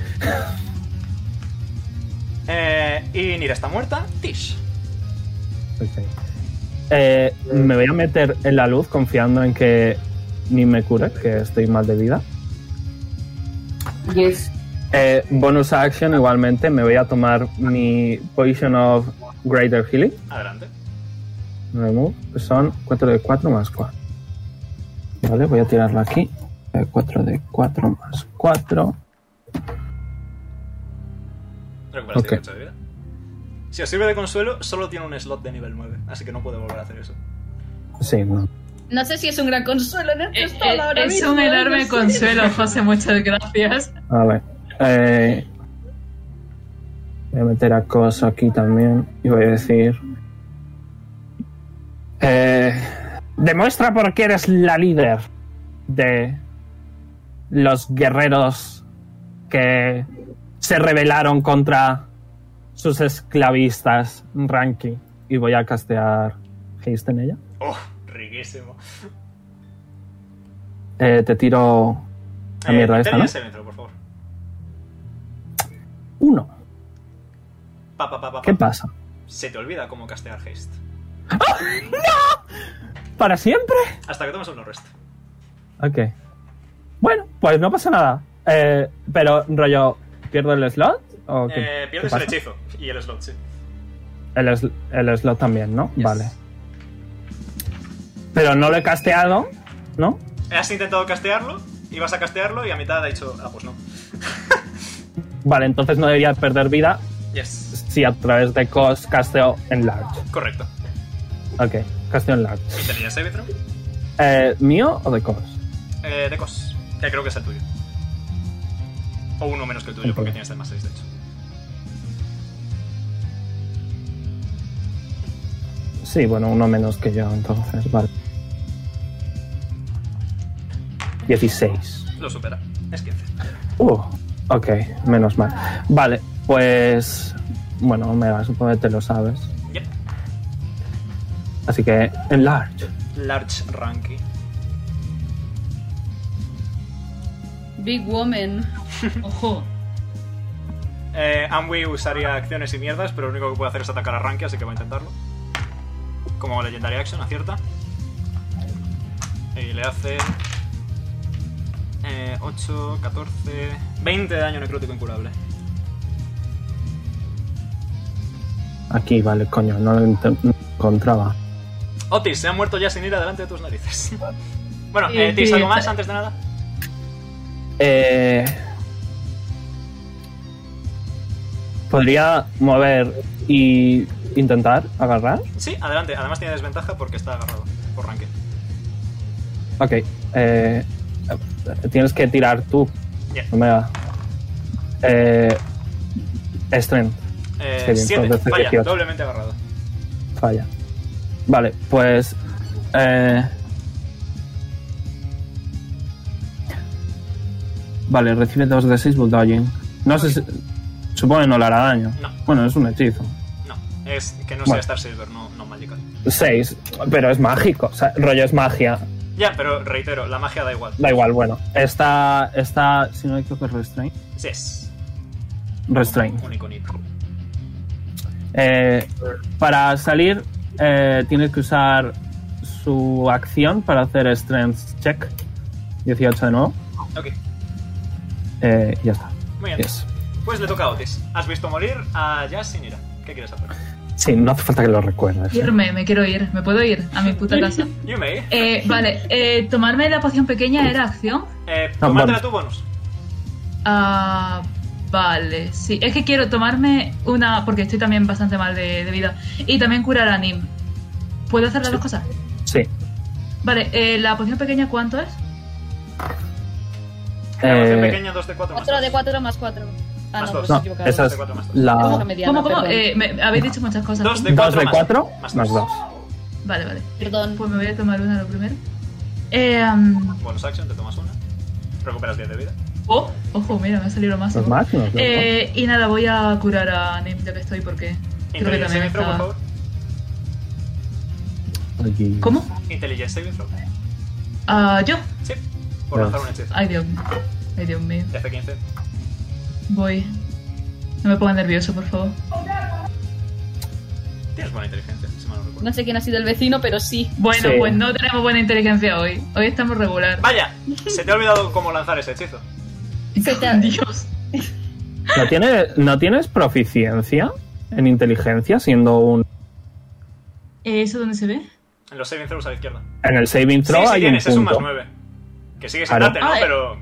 Eh, y Nira está muerta. Tish. Eh, me voy a meter en la luz confiando en que ni me cure, que estoy mal de vida. Yes. Eh, bonus action, igualmente, me voy a tomar mi Potion of Greater Healing. Adelante. Remove, que son 4 de 4 más 4. Vale, voy a tirarla aquí. 4 de 4 más 4. Recuperas Ok. 18 de vida. Si os sirve de consuelo, solo tiene un slot de nivel 9, así que no puede volver a hacer eso. Sí, no. No sé si es un gran consuelo en el eh, es un enorme consuelo, José, muchas gracias. A ver. eh, voy a meter a Cos aquí también. Y voy a decir. eh, demuestra por qué eres la líder de los guerreros que se rebelaron contra sus esclavistas, Ranky. Y voy a castear Haste en ella. ¡Oh! Riquísimo. Eh, te tiro la Ah, mierda Eh, esta, Telia ¿no? Semetro, por favor. Uno. Pa, pa, pa, pa, pa. ¿Qué pasa? Se te olvida cómo castear haste. ¿Para siempre? Hasta que tomes un no rest. Ok. Bueno, pues no pasa nada. Eh, pero, rollo, ¿pierdo el slot? ¿O qué- Eh, qué pierdes el pasa? hechizo y el slot, sí. El, es- el slot también, ¿no? Vale. Pero no lo he casteado, ¿no? Has intentado castearlo, ibas a castearlo y a mitad ha dicho, ah, pues no. Vale, entonces no debería perder vida Yes. si a través de Cos casteo en large. Correcto. Ok, casteo en large. ¿Y Telia Semetro? Eh, ¿Mío o de Cos? Eh, de cos. Que creo que es el tuyo. O uno menos que el tuyo, porque tienes el más 6, de hecho. Sí, bueno, uno menos que yo, entonces, vale. 16. Lo supera. Es 15. Uh, ok, menos mal. Vale, pues. Bueno, Omega, supongo que te lo sabes. Yep. Así que, enlarge. Large Ranky. Big Woman. Ojo. Eh, Amway usaría acciones y mierdas, pero lo único que puede hacer es atacar a Ranky, así que va a intentarlo. Como Legendary Action, acierta. Y le hace. eh, 8, 14, 20 de daño necrótico incurable. Aquí, vale, coño, no lo ent- no lo encontraba. Otis, se ha muerto ya sin ir adelante de tus narices. bueno, Sí, eh, Tis, sí, ¿algo más está- antes de nada? Eh. Podría mover y intentar agarrar. Sí, adelante. Además tiene desventaja porque está agarrado por Ranky. Ok. eh, tienes que tirar tú, Yeah. Omega. Eh, strength. Eh, Sí, 7, entonces vaya, 18. doblemente agarrado. Falla. Vale, pues. eh, Vale, recibe 2 de 6 bulldogging. No sé si. Supongo que no le hará daño. No. Bueno, es un hechizo. No, es que no sea Bueno. Star Silver, no, no Magical. 6, pero es mágico. O sea, rollo es magia. Ya, pero reitero, la magia da igual. Da igual, bueno. Está. Está. Si no me equivoco, es restrain. Sí, es Restrain. un iconito. Eh, para salir, eh, tiene que usar su acción para hacer Strength Check. 18 de nuevo. Ok, Eh, ya está. muy bien. Yes. Pues le toca a Otis. Has visto morir a Jazz sin ira. ¿Qué quieres hacer? Sí, no hace falta que lo recuerdes. ¿eh? Irme, me quiero ir. ¿Me puedo ir a mi puta casa? You may. Eh, vale, eh, Ah, ¿tomarme la poción pequeña era acción? Eh, No, tomátela bonus. tu bonus. Ah, Vale, sí. Es que quiero tomarme una. Porque estoy también bastante mal de, de vida. Y también curar a Nim. ¿Puedo hacer las dos cosas? Sí. Vale, eh, la poción pequeña, ¿cuánto es? Grabación Eh, pequeña, 2 de 4 más. 4 de 4 más 4. Ah, Más no, dos. pues No, equivocado. esa es cuatro más dos. la. Vamos a mediar. ¿Cómo, cómo? Perdón. Eh, me, habéis dicho muchas cosas. Dos de Dos cuatro de más. cuatro más dos. Vale, vale. Perdón. Pues me voy a tomar una lo primero. Eh, um, Bonus action, te tomas una. Recuperas 10 de vida. oh, ojo, mira, me ha salido más. Los más, los Eh, y nada, voy a curar a Nim ya que estoy porque creo que Intelligence también saving throw, por está... favor. ¿Cómo? Intelligence saving throw. Ah, ¿Yo? Sí. Por lanzar un hechizo. Ay, Dios mío. Ay, Dios mío. F15. Voy. No me ponga nervioso, por favor. Tienes buena inteligencia, si mal no recuerdo. No sé quién ha sido el vecino, pero sí. Bueno, Sí. pues no tenemos buena inteligencia hoy. Hoy estamos regular. Vaya, se te ha olvidado cómo lanzar ese hechizo. Dios. ¿No, tiene- ¿No tienes proficiencia en inteligencia siendo un. Eh, ¿Eso dónde se ve? En los saving throws a la izquierda. En el saving throw sí, sí hay tienes, un es un punto. más 9. Que sigue sin Claro. darte, ¿no? Ah, eh. Pero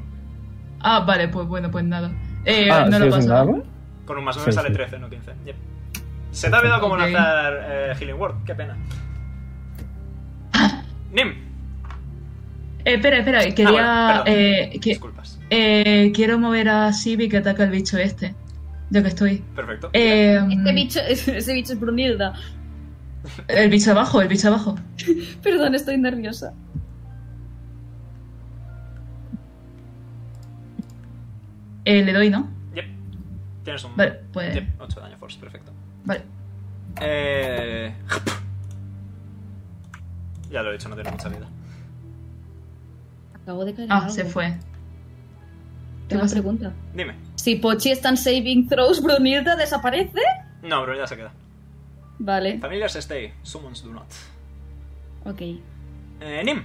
Ah, vale, pues bueno, pues nada. Eh, Ah, no ¿sí lo es un paso. dado? con un más 9 Sí, sale sí. 13, no 15. Yep. Se te ha olvidado cómo Ok. lanzar eh, Healing Word, qué pena. Nim, Eh, espera, espera, quería. Ah, bueno, perdón. eh, que- Disculpas. eh, quiero mover a Sibi que ataca al bicho este. Yo que estoy. perfecto. Eh, Este bicho, ese bicho es Brunilda. el bicho abajo, el bicho abajo. Perdón, estoy nerviosa. Eh, le doy, ¿no? Yep. Tienes un. Vale, pues- Yep, 8 daño force, perfecto. Vale. Eh. Ya lo he dicho, no tiene mucha vida. Acabo de caer. Ah, algo. se fue. Tengo una pregunta. Dime. Si Pochi está en saving throws, Brunilda desaparece. No, bro, ya se queda. Vale, Familias stay, summons do not. ok. Eh, Nim,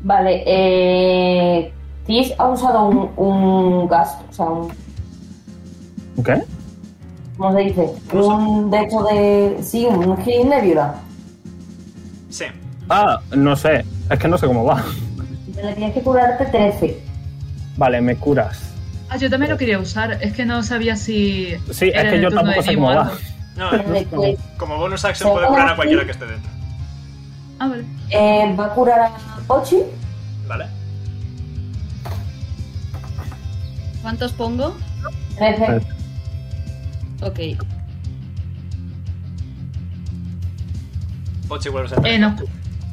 Vale, eh. Tish ha usado un, un gas, o sea, un. ¿Qué? ¿Cómo se dice? Un de hecho de. Sí, un healing nebula. sí. Ah, no sé. Es que no sé cómo va. Te le tienes que curarte 13. Vale, me curas. Ah, yo también lo quería usar. Es que no sabía si. Sí, era es que el yo turno tampoco de sé Nemo cómo o va. algo. No, Después, como bonus action puede curar a cualquiera que esté dentro. Ah, vale. eh, va a curar a Pochi. ¿Vale? ¿Cuántos pongo? 13. Ok. Pochi vuelve a ser. Eh, nos,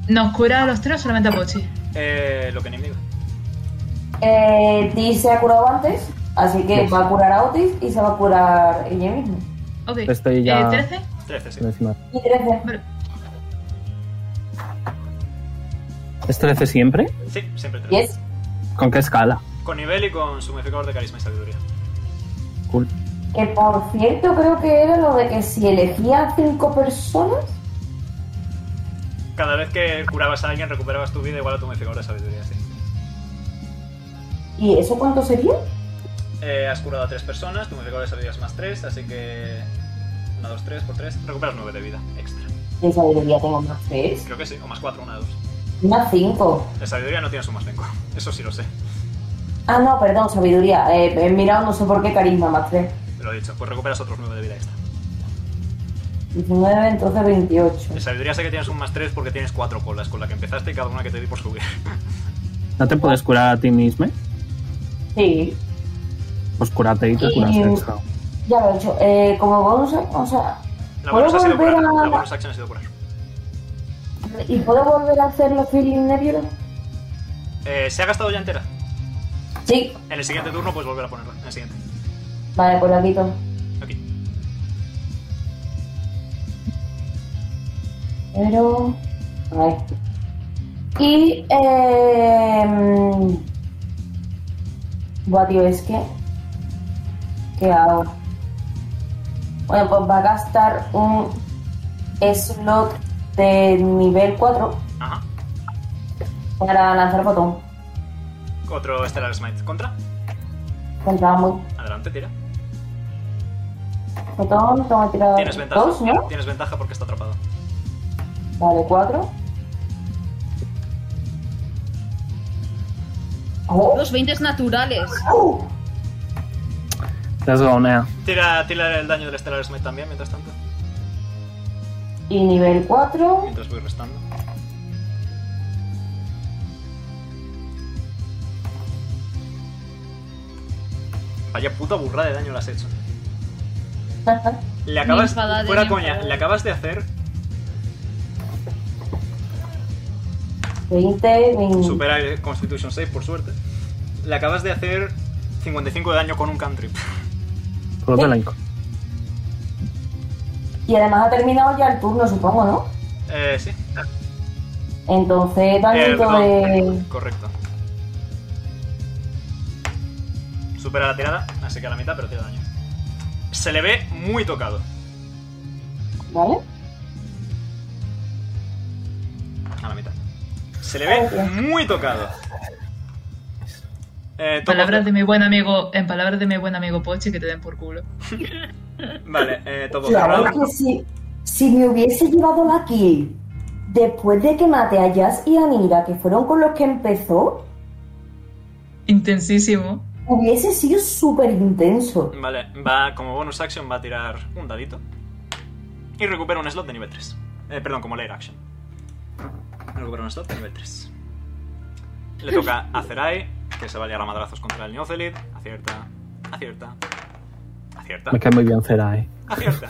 ¿Nos cura a los tres o solamente a Pochi? Eh, lo que Nim diga. Eh, Tish se ha curado antes, así que va a curar a Otis y se va a curar ella misma. Ok. Estoy ya- Eh, ¿13? 13, sí. Encima. Y 13. ¿Es 13 siempre? Sí, siempre 13. Yes. ¿Con qué escala? Con nivel y con su modificador de carisma y sabiduría. Cool. Que por cierto, creo que era lo de que si elegía cinco personas. Cada vez que curabas a alguien recuperabas tu vida igual a tu modificador de sabiduría, sí. ¿Y eso cuánto sería? Eh, has curado a tres personas, tu modificador de sabiduría es más 3, así que... 1, 2, 3 por 3. Recuperas 9 de vida extra. De sabiduría tengo más tres. Creo que sí, o más 4, 1 de 2. Más cinco. De sabiduría no tienes un más 5. Eso sí lo sé. Ah, no, perdón, sabiduría. Eh, he mirado no sé por qué carisma más tres. Te lo he dicho. Pues recuperas otros 9 de vida extra. 19, entonces 28. De sabiduría sé que tienes un más 3 porque tienes 4 colas con la que empezaste y cada una que te di por subir. ¿No te puedes curar a ti mismo? Sí, Pues curate y te Y- curas extra. ya lo he hecho. Eh, como bonus, o sea, La ¿Puedo bonus, ha sido volver curar. a- la bonus action ha sido curar. ¿y puedo volver a hacer los feeling nebula? Eh, ¿Se ha gastado ya entera? Sí. En el siguiente turno puedes volver a ponerla. En el siguiente. Vale, pues la quito. Ok. Pero. A ver. Y. Eh, Buah, tío, es que. ¿Qué hago? Bueno, pues va a gastar un slot de nivel 4 Ajá. para lanzar botón. Otro Stellar Smite. ¿Contra? Contra muy. Adelante, tira. Botón, tengo que tirar Tienes ventaja. Ah, dos, ¿no? Tienes ventaja porque está atrapado. Vale, 4. Los 20 naturales. Let's go now. Tira, tira el daño del Stellar Smite también, mientras tanto. Y nivel 4. Mientras voy restando. Vaya puta burra de daño le has hecho. Le acabas. Enfadada, ya fuera me coña, enfadé. le acabas de hacer 20, 20. Supera el Constitution 6, por suerte. Le acabas de hacer 55 de daño con un country. Por otro lado. Y además ha terminado ya el turno, supongo, ¿no? Eh, sí. Entonces, Eh, dañito de. perdón, Correcto. Supera la tirada, así que a la mitad, pero tira daño. Se le ve muy tocado. ¿Vale? A la mitad. Se le ve muy tocado. Eh, En toco- palabras de mi buen amigo, en palabras de mi buen amigo Pochi, que te den por culo. Vale, eh, topo Claro, cerrado. es que si, si me hubiese llevado la kill después de que maté a Jazz y a Nira, que fueron con los que empezó, Intensísimo. hubiese sido súper intenso. Vale, va como bonus action va a tirar un dadito. Y recupera un slot de nivel 3. Eh, perdón, como layer action. Recupera un slot de nivel 3. Le toca a Zerai, que se va a liar a madrazos contra el Neocelid. Acierta, acierta, acierta. Me cae muy bien Zerai. Acierta.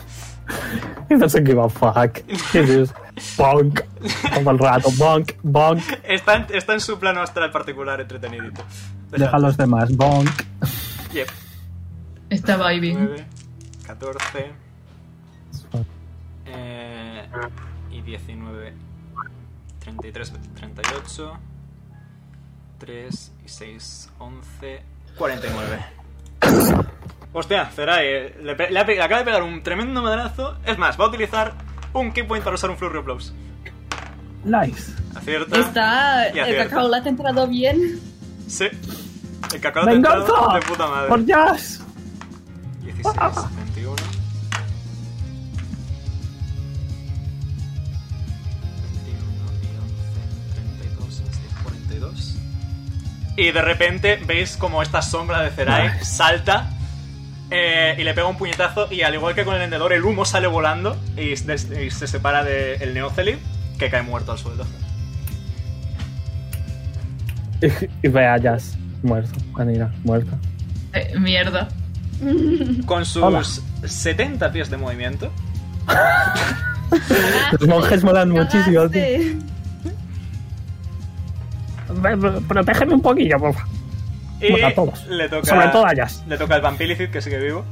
He doesn't give a fuck. He just bonk. Todo el rato, bonk, bonk. Está en, está en su plano astral particular entretenidito. Deja a los demás, bonk. Yep. Estaba ahí bien. 9, 14. Eh, y 19. 33, 38. 3 y 6, 11. 49. Hostia, Zerai, eh, le, pe- le ha pe- le acaba de pegar un tremendo madrazo. Es más, va a utilizar un key point para usar un Flurry of Blows. Nice. Acierta. Está. y El acierta. cacao ha entrado bien. Sí. El cacao ¡Venganza! de puta madre. ¡Por Jazz! 16, 21. Y de repente veis como esta sombra de Zerai salta eh, y le pega un puñetazo y al igual que con el vendedor el humo sale volando y, des- y se separa del el Neocelid que cae muerto al suelo. Y ve a Jazz muerto. A Nira, muerta. Eh, mierda. Con sus Hola. 70 pies de movimiento Los monjes molan muchísimo, tío. este, Ve, ve, Protégeme un poquillo, por favor. Y Bueno, a todos. le toca. Sobre todo a Jazz. Le toca al Vampilicid, que sigue vivo.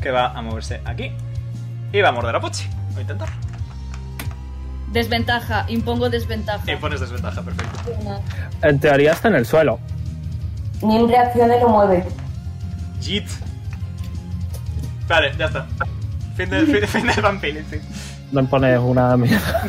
Que va a moverse aquí. Y va a morder a Pochi. Voy a intentar. Desventaja. Impongo desventaja. Y pones desventaja, perfecto. En teoría está en el suelo. Ni en reacciones lo mueve. Jit. Vale, ya está. Fin del, fin, fin del Vampilicid. No me pones una mierda.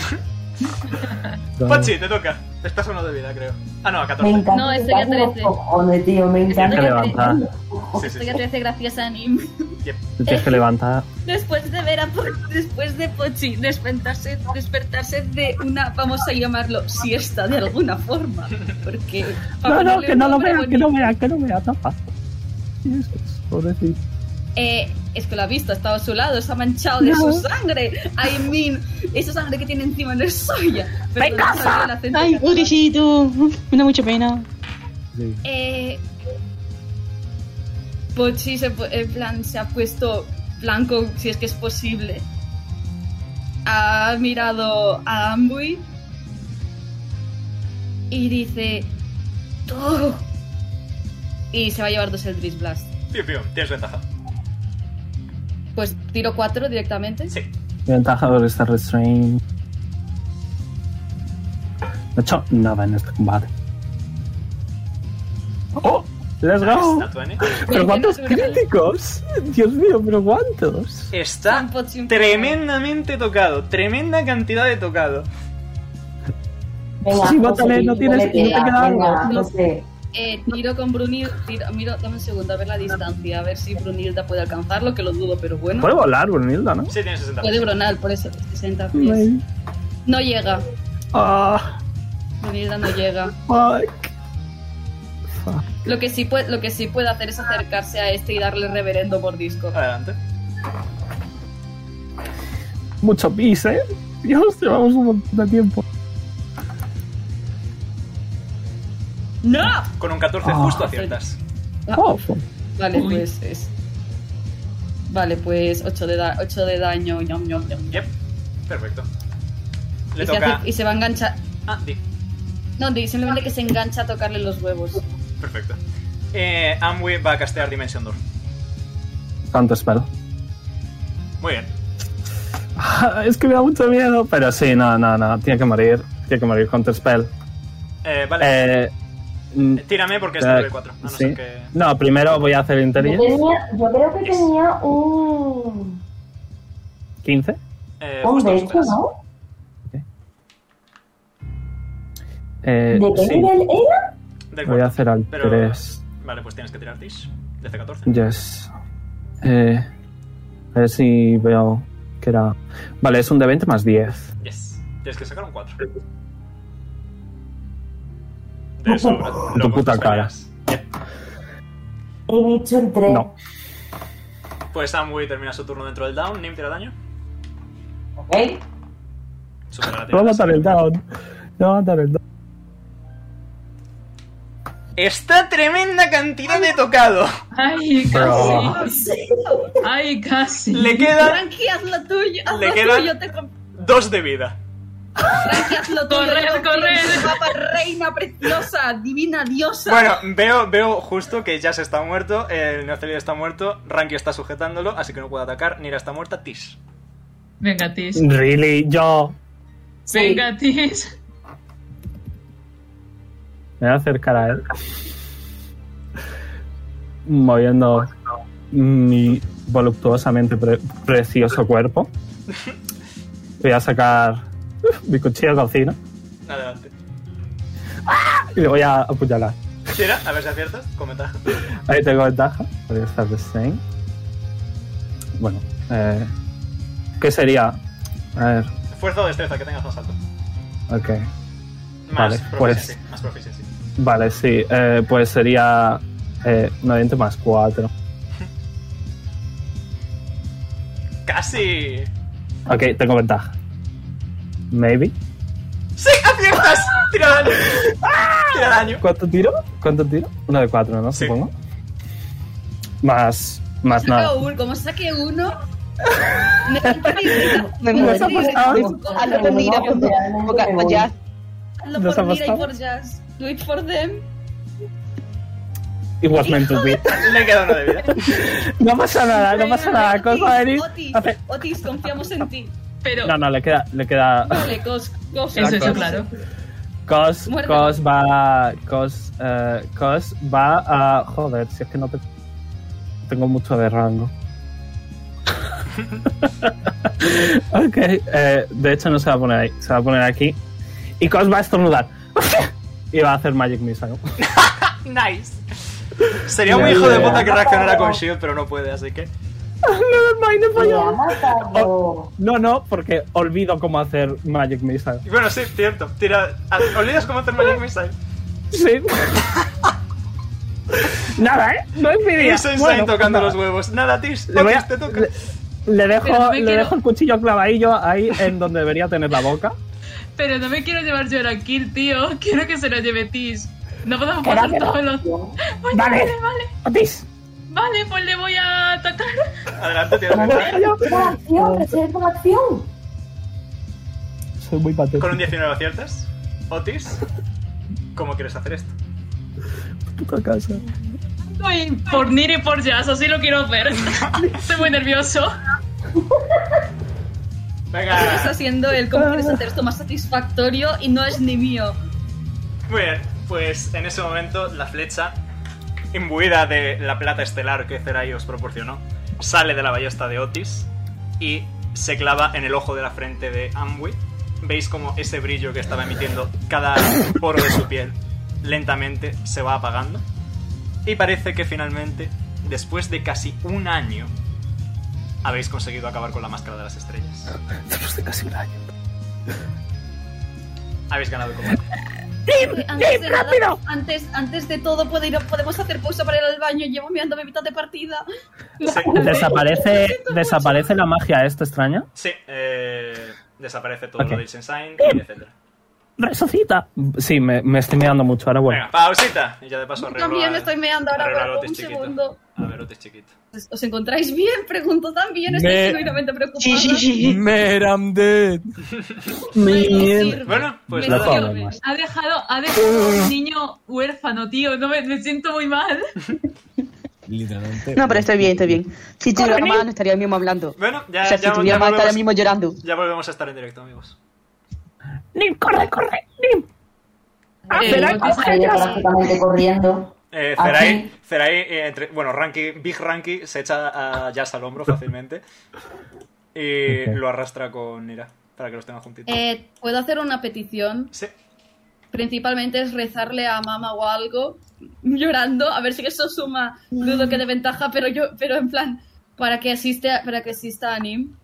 Pochi, te toca. Estás a uno de vida, creo. Ah, no, a Me 14. encanta. No, que estoy a estás unos 13. cojones, tío, me encanta. que levantar. Sí, sí, Estoy sí. a 13 gracias a Nim. Te tienes que levantar. Después de ver a Po- después de Pochi despertarse, despertarse de una, vamos a llamarlo, siesta de alguna forma. Porque. No, no, ponerle que un no lo nombre vea, bonito- que no vea, que no vea, tapa. Jesus, pobrecito. Eh, es que lo ha visto, ha estado a su lado, se ha manchado de No. su sangre. I mean, esa sangre que tiene encima no es suya. Perdón, ¡Venganza! salió el acento Ay, catalán. pobrecito. Me da mucha pena. Eh, Pochi se, pu- en plan, se ha puesto blanco, si es que es posible. Ha mirado a Ambui y dice: ¡Todo! Y se va a llevar dos Eldritch Blast. Pío, pío, tienes ventaja. Pues tiro cuatro directamente. Sí. Ventaja por esta restraint. No he hecho nada en este combate. ¡Oh! ¡Let's go! Está 20. ¿Pero cuántos críticos? Dios mío, ¿pero cuántos? Está tremendamente tocado. Tremenda cantidad de tocado. Venga, Sí, José, bátale, no que tienes- le pega, no te queda venga, algo. José. Eh, tiro con Brunil. tiro- miro, dame un segundo a ver la distancia, a ver si Brunilda puede alcanzarlo, que lo dudo, pero bueno. Puede volar, Brunilda, ¿no? Sí, tienes 60 Puede bronal, por eso, 60 pies. No llega. Ah, Brunilda no llega. fuck. Lo que sí puede, lo que sí puede hacer es acercarse a este y darle reverendo mordisco. Adelante. Mucho pis, ¿eh? Dios, llevamos un montón de tiempo. ¡No! Con un 14 Ah. justo aciertas. Oh. Oh, Vale, pues es. Vale, pues 8 de, da 8 de daño. ñom, ñom, ñom. Yep. Perfecto. Le Y, se toca. hace- y se va a enganchar. Ah, di. No, di, simplemente que se engancha a tocarle los huevos. Perfecto. Eh, Amwi va a castear Dimension Door. Tanto espero. Muy bien. Ah, es que me da mucho miedo, pero sí, no, no, no. Tiene que morir. Tiene que morir Counter Spell. Eh, vale. Eh, mm, Tírame porque es eh, nivel 4. sí. No, primero voy a hacer Yo, Intelligence. tenía- yo creo que tenía un. 15. Eh, un justo Oh, de hecho, esperas. ¿no? Eh, ¿De qué sí. nivel era? Del Voy a hacer al Pero- 3. Vale, pues tienes que tirar Tish. DC 14. Yes. Eh, a ver si veo que era. Vale, es un de 20 más 10. Yes. Tienes que sacar un 4. De eso. Tu puta cara. He dicho el 3. No. Pues Amwi termina su turno dentro del down. Nim tira daño. Ok. Supera la No va a tirada. matar el down. No va a matar el down. Esta tremenda cantidad de tocado. Ay, Bro. casi. Ay, casi. Le queda- Tranqui, haz lo tuyo. Haz Le lo quedan- tuyo. Te comp- Dos de vida. Tranqui, haz lo tuyo. Corred, yo confío en corred. ti, Guapa reina preciosa, divina diosa. Bueno, veo, veo justo que Jazz está muerto, el Neocelio está muerto, Ranky está sujetándolo, así que no puede atacar, Nira está muerta, Tish. Venga, Tis. Really, yo. Venga, Tis. Me voy a acercar a él. Moviendo mi voluptuosamente pre- precioso cuerpo. Voy a sacar mi cuchillo de cocina Adelante. y le voy a apuñalar. Tira, a ver si aciertas, comenta. Ahí tengo ventaja. Podría estar de same. Bueno, eh, ¿qué sería? A ver, Fuerza o destreza, que tengas más alto. ok. Más vale, proficiency, pues. más proficiency. Vale, sí. eh, pues sería. Eh, 90 más 4. ¡Casi! Ok, tengo ventaja. Maybe. ¡Sí, aciertas! ¡Tira daño! ¡Tira daño! ¿Cuánto tiro? ¿Cuánto tiro? Una de 4, ¿no? Supongo. Más. Más Saca nada. un, como saque uno. Me intriga. Me Me muero. intriga. Ah, Hazlo por Nira, por por- por Jazz. Hazlo ¿Nos por ha Mira y pasado? por Jazz. Do it for them. It was meant to be. Le queda uno de vida. No pasa nada, Ah, no pasa nada. Cosa de Eric. Otis, hace- Otis, confiamos en ti. Pero. No, no, le queda. Le queda... Vale, cos, cos. Eso, eso, claro. Cos, Muerte. Cos va. Cos, eh, Cos va a. Joder, si es que no te. Tengo mucho de rango. ok, eh, de hecho no se va a poner ahí, se va a poner aquí. Y Cos va a estornudar. y va a hacer Magic Missile. Nice. Sería un Ya, hijo de ya. puta que reaccionara con Shield, pero no puede, así que. Nevermind, he fallado. Me ha matado. No, no, porque olvido cómo hacer Magic Missile. Y Bueno, sí, cierto. Tira. haz- Olvidas cómo hacer Magic Missile. Sí. Nada, ¿eh? No es mi día. Insane Bueno, pues tocando nada. los huevos. Nada, Tish. Le voy a- Otis, te toca. Le Pero dejo, no me le quiero- dejo el cuchillo clavadillo ahí en donde debería tener la boca. Pero no me quiero llevar yo a Kill, tío. Quiero que se lo lleve Tis. No podemos Espera, pasar que no. todos los. Vale, Vale. vale, vale. ¡Otis! Vale, pues le voy a atacar. Adelante, tira. Reserva acción, reserva acción. Soy muy patético. Con un 19 aciertas. Otis, ¿cómo quieres hacer esto? Puta casa. Ay, por Nir y por Jazz, así lo quiero hacer. Estoy muy nervioso. ¿Qué Venga. estás haciendo el cómo quieres hacer esto más satisfactorio y no es ni mío. Muy bien, pues en ese momento la flecha, imbuida de la plata estelar que Zerai os proporcionó, sale de la ballesta de Otis y se clava en el ojo de la frente de Amwi. Veis como ese brillo que estaba emitiendo cada poro de su piel lentamente se va apagando. Y parece que finalmente, después de casi un año, habéis conseguido acabar con la máscara de las estrellas. Después de casi un año. Habéis ganado el combate. Eh, antes, de nada, rápido. antes, antes de todo, puedo ir a- podemos hacer pausa para ir al baño. Llevo meándome mitad de partida. ¿Desaparece, ¿Desaparece la magia esta extraña? Sí, eh, desaparece todo Ok. lo de Liechtenstein, etc. ¡Resucita! Sí, me, me estoy mirando mucho, ahora vuelvo. Venga, pausita. Y ya de paso arreglo También al- me estoy meando ahora, arreglo al perdón, un Otis chiquito. segundo. A ver, Otis chiquito. ¿Os- Pues, ¿Os encontráis bien? Pregunto también. Estoy Me- genuinamente preocupada. Man, I'm dead. Bueno, pues Me nada. Eh, sirve. Ha dejado, ha dejado un niño huérfano, tío. No me, me siento muy mal. Literalmente. No, pero estoy bien, estoy bien. Si tuviera Corre. mamá, no estaría mismo hablando. Bueno, ya, o sea, ya, si ya tuviera mamá, estaría volvemos, mismo llorando. ya volvemos a estar en directo, amigos. Nim, corre, corre, Nim. Ah, Eh, estoy prácticamente corriendo. Eh, Ah, Aquí. Zerai, Zerai, eh, entre- bueno, Ranky, Big Ranky se echa a Jazz al hombro fácilmente y lo arrastra con Ira para que los tenga juntitos. Eh, ¿Puedo hacer una petición? Sí. Principalmente es rezarle a mamá o algo, llorando, a ver si eso suma, dudo que de ventaja, pero yo, pero en plan, para que asiste, para que asista a Nim.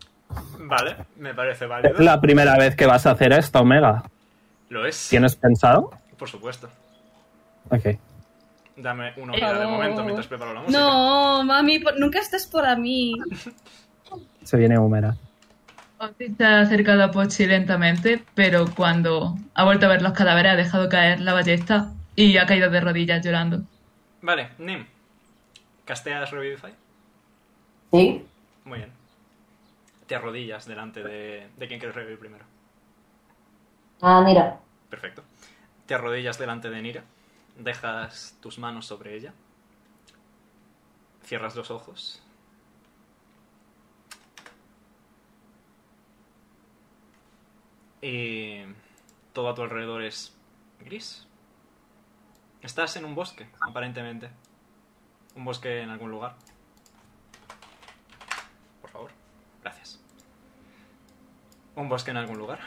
Vale, me parece válido. ¿Es la primera vez que vas a hacer esto, Omega? Lo es, ¿Tienes pensado? por supuesto. Ok. Dame una unidad de Oh. momento mientras preparo la música. No, mami, por- nunca estás para mí. Se viene Humera. Otis se ha acercado a Pochi lentamente, pero cuando ha vuelto a ver los cadáveres ha dejado caer la ballesta y ha caído de rodillas llorando. Vale, Nim. ¿Casteas Revivify? Sí. Muy bien. Te arrodillas delante de, de quien quieres revivir primero. Ah, mira. Perfecto. Te arrodillas delante de Nira, dejas tus manos sobre ella, cierras los ojos. Y todo a tu alrededor es gris. Estás en un bosque, aparentemente. Un bosque en algún lugar. Por favor. Gracias. Un bosque en algún lugar.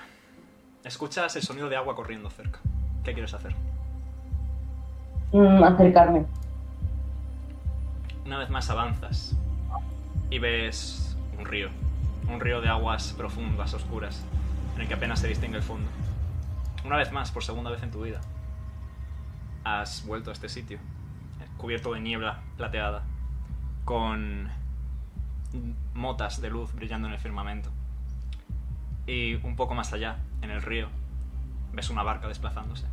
Escuchas el sonido de agua corriendo cerca. ¿Qué quieres hacer? Mm, acercarme. Una vez más avanzas y ves un río. Un río de aguas profundas, oscuras, en el que apenas se distingue el fondo. Una vez más, por segunda vez en tu vida, has vuelto a este sitio, eh, cubierto de niebla plateada, con motas de luz brillando en el firmamento. Y un poco más allá, en el río, ves una barca desplazándose.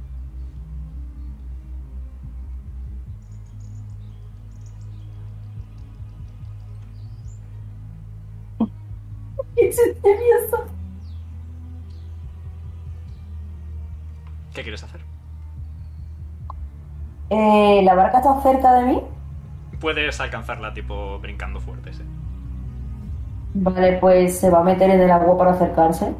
Estoy nerviosa. ¿Qué quieres hacer? Eh, ¿La barca está cerca de mí? Puedes alcanzarla tipo brincando fuerte, sí. Vale, pues se va a meter en el agua para acercarse.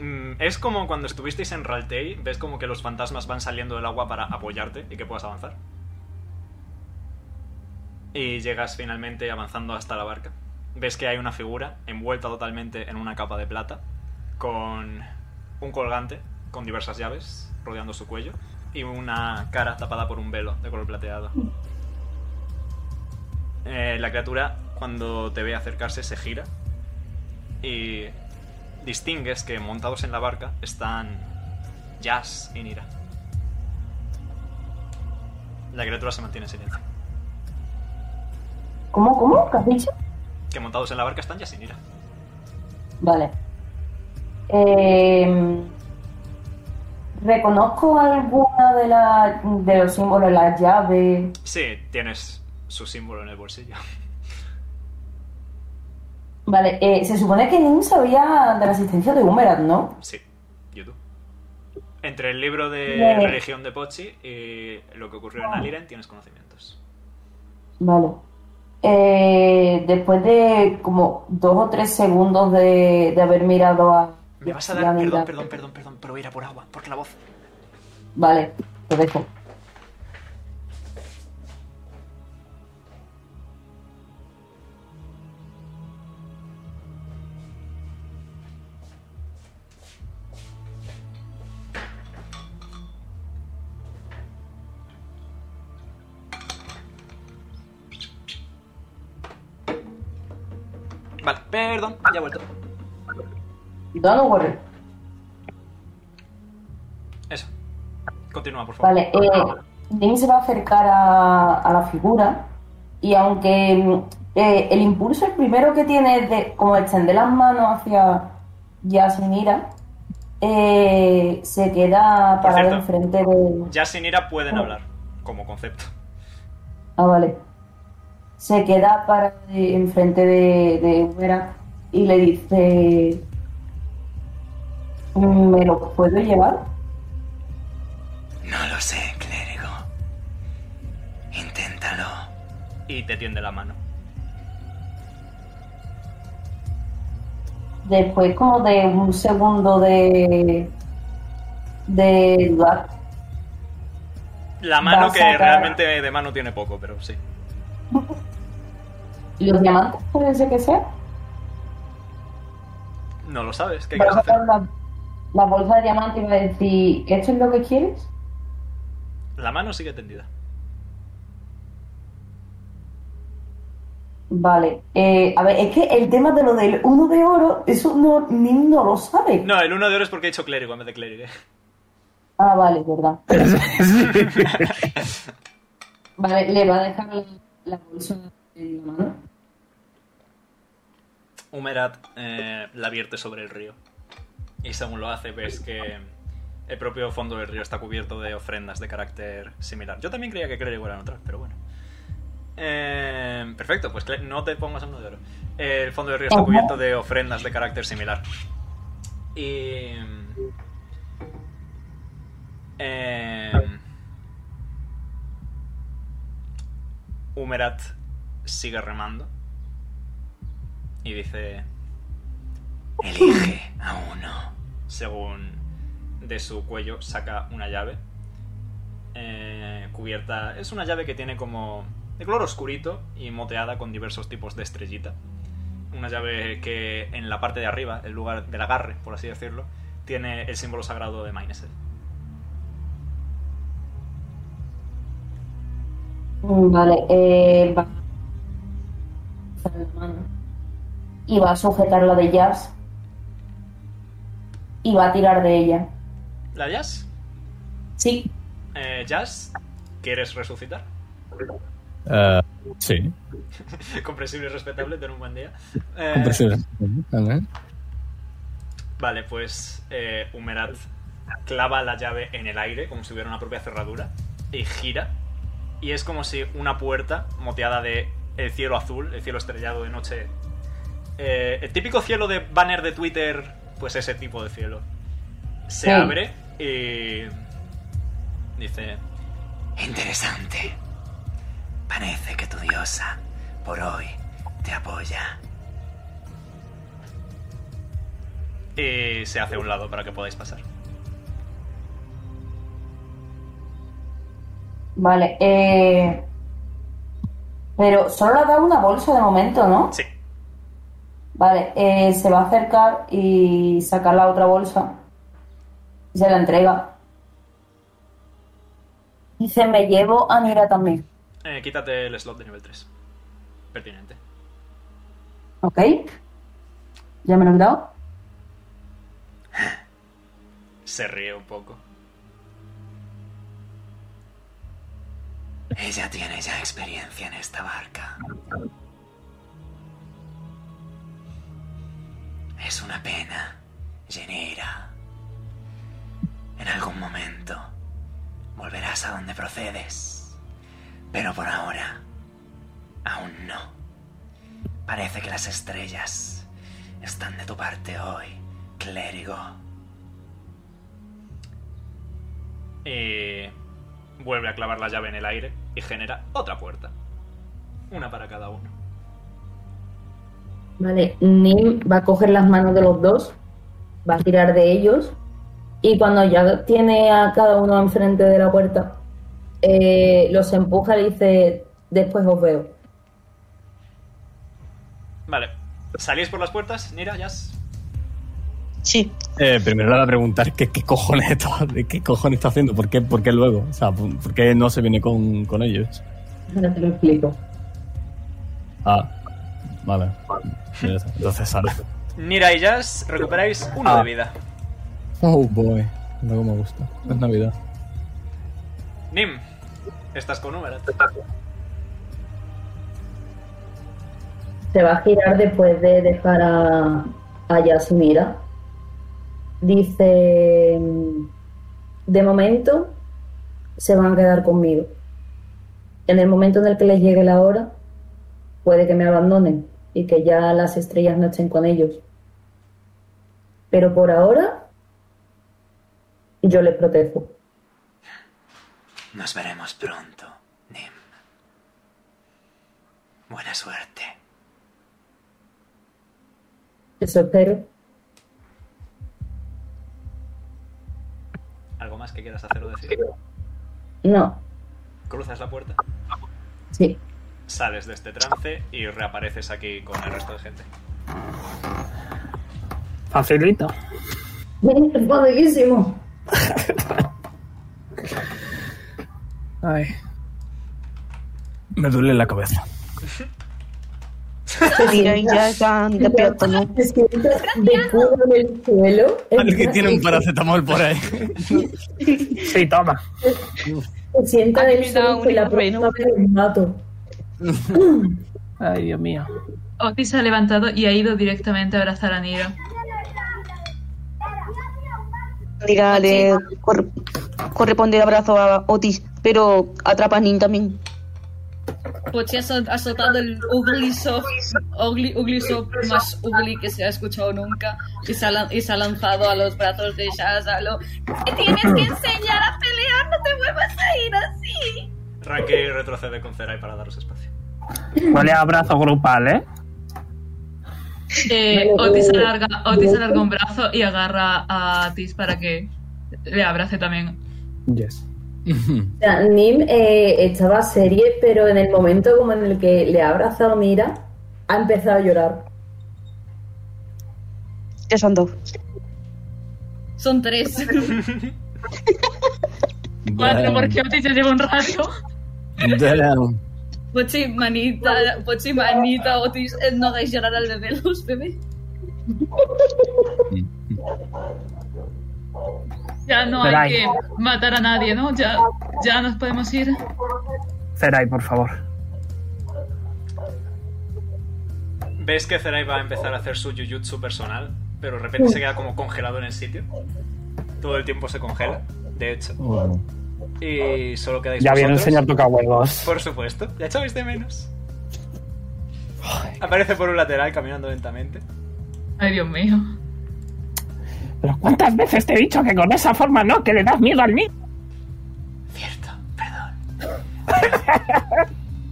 Mm, Es como cuando estuvisteis en Raltei, ves como que los fantasmas van saliendo del agua para apoyarte y que puedas avanzar. Y llegas finalmente avanzando hasta la barca. Ves que hay una figura envuelta totalmente en una capa de plata, con un colgante con diversas llaves rodeando su cuello y una cara tapada por un velo de color plateado. Eh, la criatura, cuando te ve acercarse, se gira y distingues que montados en la barca están Jazz y Nira. La criatura se mantiene en silencio. ¿Cómo, cómo? ¿Qué has dicho? Que montados en la barca están Jazz y Nira. Vale. Eh, ¿Reconozco alguna de, la, de los símbolos, las llaves? Sí, tienes su símbolo en el bolsillo. Vale, eh, se supone que Nim sabía de la existencia de Humerat, ¿no? Sí, YouTube. Entre el libro de Bien. religión de Pochi y lo que ocurrió en Aliren tienes conocimientos. Vale. Eh, después de como dos o tres segundos de, de haber mirado a... Me vas a a dar... mirar. Perdón, perdón, perdón, perdón, pero ir a por agua, porque la voz... Vale, te dejo. Vale, perdón, ya he vuelto. Don't worry. Continúa, por favor. Vale, eh, Jamie se va a acercar a, a la figura y aunque mm, eh, el impulso, el primero que tiene es de como extender las manos hacia Yasinira, eh, se queda Por parado cierto. enfrente de... Ya sin ira pueden hablar, como concepto. Ah, vale. Se queda parado de- enfrente de, de Vera y le dice... ¿Me lo puedo llevar? No lo sé, clérigo. Inténtalo. Y te tiende la mano. después como de un segundo de de dudar, La mano a que sacar- realmente de mano tiene poco, pero sí. los diamantes pueden ser que sea No lo sabes. ¿Qué Va quieres a hacer? sacar la, la bolsa de diamantes y va a decir ¿esto es lo que quieres? La mano sigue tendida. vale eh, a ver es que el tema de lo del uno de oro eso no ni no lo sabe No, el uno de oro es porque he hecho clérigo en vez de clérigo. ah vale verdad vale le va a dejar la, la bolsa en la mano Humerat eh, la vierte sobre el río. Y según lo hace, ves que el propio fondo del río está cubierto de ofrendas de carácter similar. Yo también creía que Clérigo eran otras, pero bueno. Eh, perfecto, pues cle- no te pongas uno de oro. Eh, el fondo del río está cubierto de ofrendas de carácter similar. Y. Eh, Humerat sigue remando. Y dice. Elige a uno. Según de su cuello saca una llave. eh, cubierta. Es una llave que tiene como. de color oscurito y moteada con diversos tipos de estrellita. Una llave que en la parte de arriba, el lugar del agarre, por así decirlo, tiene el símbolo sagrado de Mineset. Mm, Vale, eh, va y va a sujetar la de Jazz y va a tirar de ella. ¿La Jazz? Sí. Eh, Jazz, ¿quieres resucitar? Eh, sí. Comprensible y respetable, ten un buen día. Eh, Comprensible. Vale. Vale, pues eh, Humerat clava la llave en el aire, como si hubiera una propia cerradura, y gira. Y es como si una puerta moteada de el cielo azul, el cielo estrellado de noche. eh, el típico cielo de banner de Twitter, pues ese tipo de cielo. Se Sí. abre y. Dice. Interesante. Parece que tu diosa, por hoy, te apoya. Y se hace a un lado para que podáis pasar. Vale, eh, pero solo le ha dado una bolsa de momento, ¿no? Sí. Vale, eh, se va a acercar y sacar la otra bolsa y se la entrega. Dice, me llevo a Nira también. Eh, quítate el slot de nivel 3. Pertinente. ¿Ok? ¿Ya me lo he quitado? Se ríe un poco. Ella tiene ya experiencia en esta barca. Es una pena, Genera. En algún momento volverás a donde procedes, pero por ahora aún no. Parece que las estrellas están de tu parte hoy, clérigo. Y vuelve a clavar la llave en el aire y genera otra puerta. Una para cada uno. Vale, Nim va a coger las manos de los dos, va a tirar de ellos y cuando ya tiene a cada uno enfrente de la puerta, eh, los empuja y dice, después os veo. Vale. ¿Salís por las puertas, Nira, Jazz? Sí. Eh, primero le voy a preguntar qué, qué cojones está, de qué cojones está haciendo, por qué, por qué luego, o sea, por, por qué no se viene con, con ellos. Ya te lo explico. Ah, vale. Ya está, Entonces sale. Nira y Jazz recuperáis uno de vida. Oh boy, no me gusta. Es Navidad. Nim, estás con Uber. Se va a girar después de dejar a, a Yasmira. Dice, de momento se van a quedar conmigo. En el momento en el que les llegue la hora, puede que me abandonen y que ya las estrellas no estén con ellos. Pero por ahora, yo les protejo. Nos veremos pronto, Nim. Buena suerte. Eso espero. ¿Algo más que quieras hacer o decir? No, Cruzas la puerta, sí. sales de este trance y reapareces aquí con el resto de gente. Facilito. Facilísimo. Ay. Me duele la cabeza. Se tira y ya están despiertos, ¿no? De culo en el suelo. Alguien tiene un paracetamol por ahí. Sí, toma. Se sienta del suelo y la próxima vez lo mato. Ay, Dios mío. Otis se ha levantado y ha ido directamente a abrazar a Nira. Mira, le cor- corresponde el abrazo a Otis, pero atrapa a Nin también. Pochi ha sol- ha soltado el ugly soft, ugly, ugly soft más ugly que se ha escuchado nunca y se ha, lan- y se ha lanzado a los brazos de Shaza. Lo, "Te tienes que enseñar a pelear, no te vuelvas a ir así. Raki retrocede con Zerai para daros espacio. Huele a abrazo grupal, ¿eh? Eh, Otis, alarga, Otis alarga un brazo y agarra a Tis para que le abrace también. Yes. O sea, Nim eh, estaba serie, pero en el momento como en el que le ha abrazado Mira, ha empezado a llorar. Ya son dos. Son tres. Cuatro, porque Otis ya lleva un rato. Damn. Pochi, manita, Pochi, manita, Otis, eh, no hagáis llorar al bebé, los bebés. Ya no hay Zerai. que matar a nadie, ¿no? Ya, ya nos podemos ir. Zerai, por favor. Ves que Zerai va a empezar a hacer su yujutsu personal, pero de repente se queda como congelado en el sitio. Todo el tiempo se congela, de hecho. Y solo quedáis Ya viene el vosotros. señor tocahuevos. Por supuesto, ya echabais de menos. Aparece por un lateral caminando lentamente. Ay, Dios mío. Pero ¿cuántas veces te he dicho que con esa forma no, que le das miedo al niño?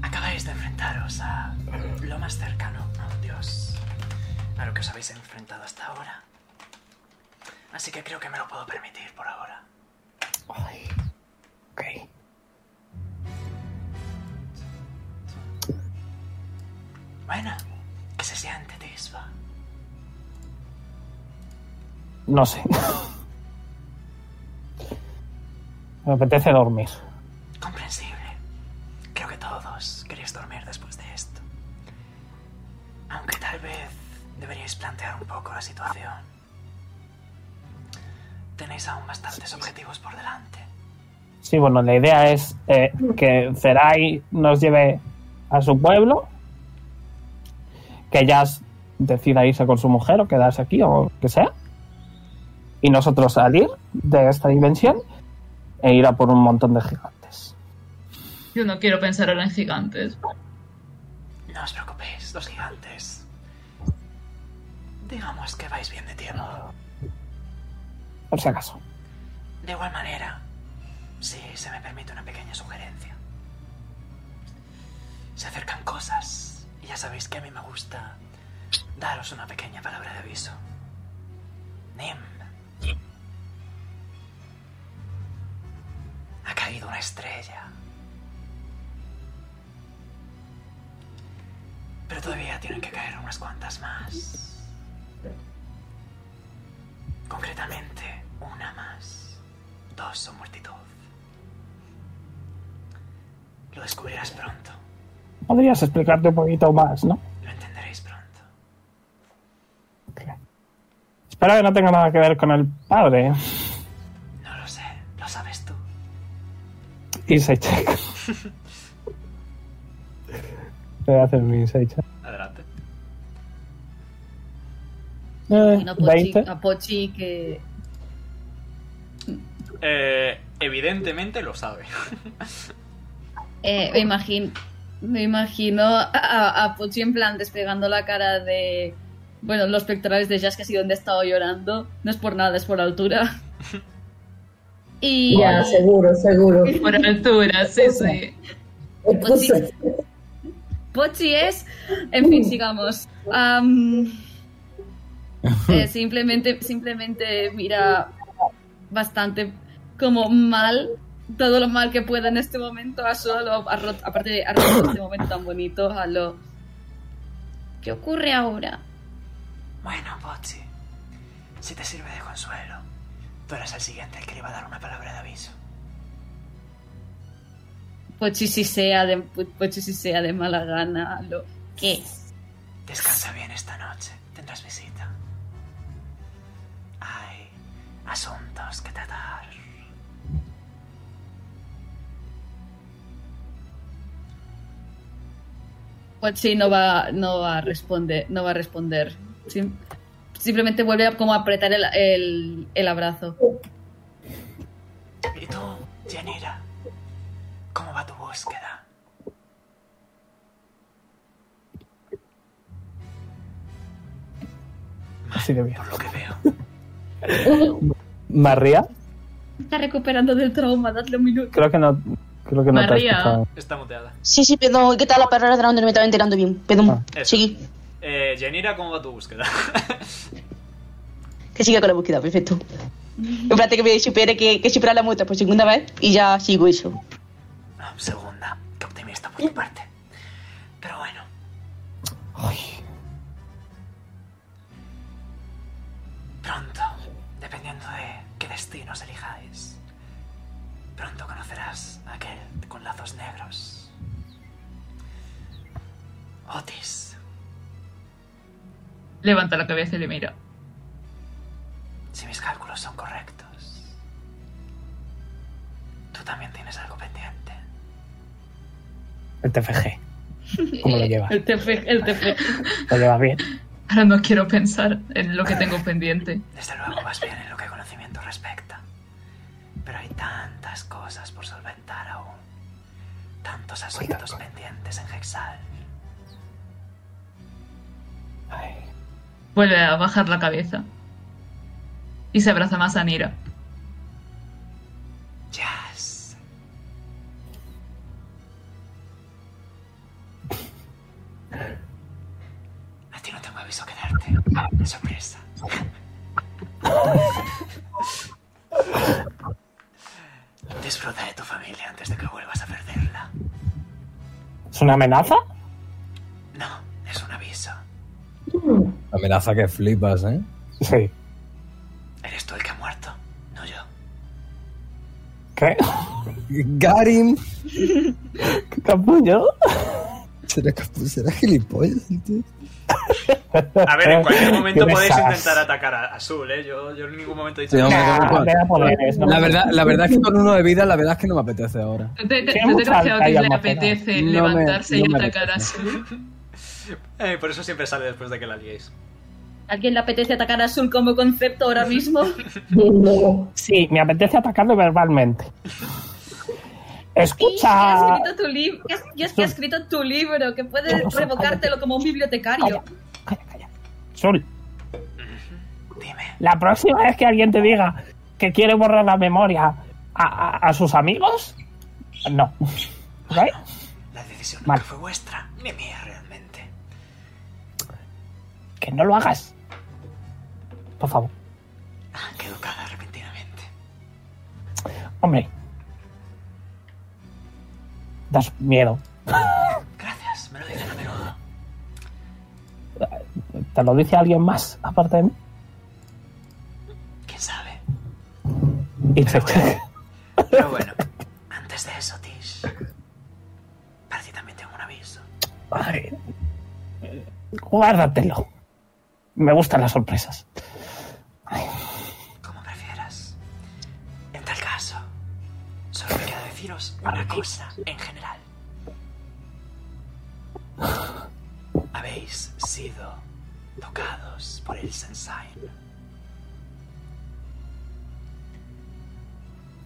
Acabáis de enfrentaros a lo más cercano a un dios. A lo que os habéis enfrentado hasta ahora. Así que creo que me lo puedo permitir por ahora. Bueno, que se siente, Tisba. No sé. Me apetece dormir. Comprensible. Creo que todos queréis dormir después de esto. Aunque tal vez deberíais plantear un poco la situación. Tenéis aún bastantes objetivos por delante. Sí, bueno, la idea es eh, que Zerai nos lleve a su pueblo, que Jazz decida irse con su mujer o quedarse aquí o que sea, y nosotros salir de esta dimensión e ir a por un montón de gigantes. Yo no quiero pensar ahora en gigantes. No os preocupéis, los gigantes. Digamos que vais bien de tiempo. Por si acaso. De igual manera, si se me permite una pequeña sugerencia. Se acercan cosas y ya sabéis que a mí me gusta daros una pequeña palabra de aviso. Nim. Ha caído una estrella. Pero todavía tienen que caer unas cuantas más. Concretamente, una más. Dos son multitud. Lo descubrirás pronto. Podrías explicarte un poquito más, ¿no? Lo entenderéis pronto. Espero que no tenga nada que ver con el padre. No lo sé. Lo sabes tú. Insight check. Voy a hacer mi insight check. Adelante. Eh, Bueno, a Pochi, 20. a Pochi que. Eh, evidentemente lo sabe. eh, me imagino. Me imagino a, a Pochi en plan despegando la cara de. Bueno, los pectorales de Jazz que ha sido donde he estado llorando. No es por nada, es por altura. Y. Ya, seguro, seguro. Por altura, sí, sí. Pochi, Pues Pochi es. En fin, sigamos. Am, eh, simplemente, simplemente mira bastante como mal, todo lo mal que pueda en este momento a solo, a Rod- aparte de a Rod en este momento tan bonito, a lo. ¿Qué ocurre ahora? Bueno, Potsy, si te sirve de consuelo, tú eres el siguiente al que le va a dar una palabra de aviso. Pochi si sea de, Pochi si sea de mala gana, a lo. ¿Qué? Descansa bien esta noche, tendrás visita. Hay asuntos que tratar. Pochi no va, no va a responder, no va a responder. Sim- simplemente vuelve a como a apretar el, el- el abrazo. ¿Y tú, Yanira? ¿Cómo va tu búsqueda? Así de bien. Por lo que veo. María, Está recuperando del trauma, dadle un minuto. creo que no, creo que no te ha escuchado. Está muteada. Sí, sí, perdón, ¿qué tal la palabra de la onda? No me estaba enterando bien. Perdón, Eso. sigue. Eh, Yanira, ¿cómo va tu búsqueda? Que siga con la búsqueda, perfecto. Espérate que me supere, que, que supera la multa por segunda vez y ya sigo eso. Ah, Segunda, qué optimista por tu parte. Pero bueno, pronto, dependiendo de qué destinos elijáis, pronto conocerás a aquel con lazos negros. Otis, Levanta la cabeza y le mira. si mis cálculos son correctos, tú también tienes algo pendiente. El TFG. ¿Cómo lo llevas? El TF, el TF. ¿Lo llevas bien? Ahora no quiero pensar en lo que tengo pendiente. Desde luego vas bien en lo que a conocimiento respecta. Pero hay tantas cosas por solventar aún. Tantos asuntos pendientes en Hexal. Vuelve a bajar la cabeza. Y se abraza más a Nira. Jazz. A ti no tengo aviso que darte. De sorpresa. Disfruta de tu familia antes de que vuelvas a perderla. ¿Es una amenaza? No, es un aviso. Amenaza que flipas, ¿eh? Sí. Eres tú el que ha muerto, no yo. ¿Qué? Garim. ¿Qué capullo? ¿Será, capu- será gilipollas, tío? A ver, en cualquier momento Qué podéis besas. intentar atacar a Azul, ¿eh? Yo, yo en ningún momento he dicho Sí, hombre, que- qué guay. la, verdad, la verdad es que con uno de vida, la verdad es que no me apetece ahora. No te, no te Qué creas que a Otis brutal, le Kaya apetece Montana. No me- levantarse no y me atacar a apetece. su. Eh, por eso siempre sale después de que la liéis. ¿Alguien le apetece atacar a Azul como concepto ahora mismo? Sí, me apetece atacarlo verbalmente. Escucha. Y es que has escrito tu libro, que has, y es que has escrito tu libro, que puede revocártelo como un bibliotecario. Sol. La próxima vez que alguien te diga que quiere borrar la memoria a, a- a sus amigos, no. ¿Ok? La decisión Vale. nunca fue vuestra, ni mía realmente. Que no lo hagas. Por favor. Ah, qué educada repentinamente. Hombre. Das miedo. Gracias, me lo dicen a menudo. ¿Te lo dice alguien más aparte de mí? ¿Quién sabe? Insight check. Pero bueno, antes de eso, Tish. Para ti también tengo un aviso. Ay. Guárdatelo. Me gustan las sorpresas. Como prefieras. En tal caso, solo me queda deciros vosotros una cosa en general. Habéis sido tocados por el Sensai.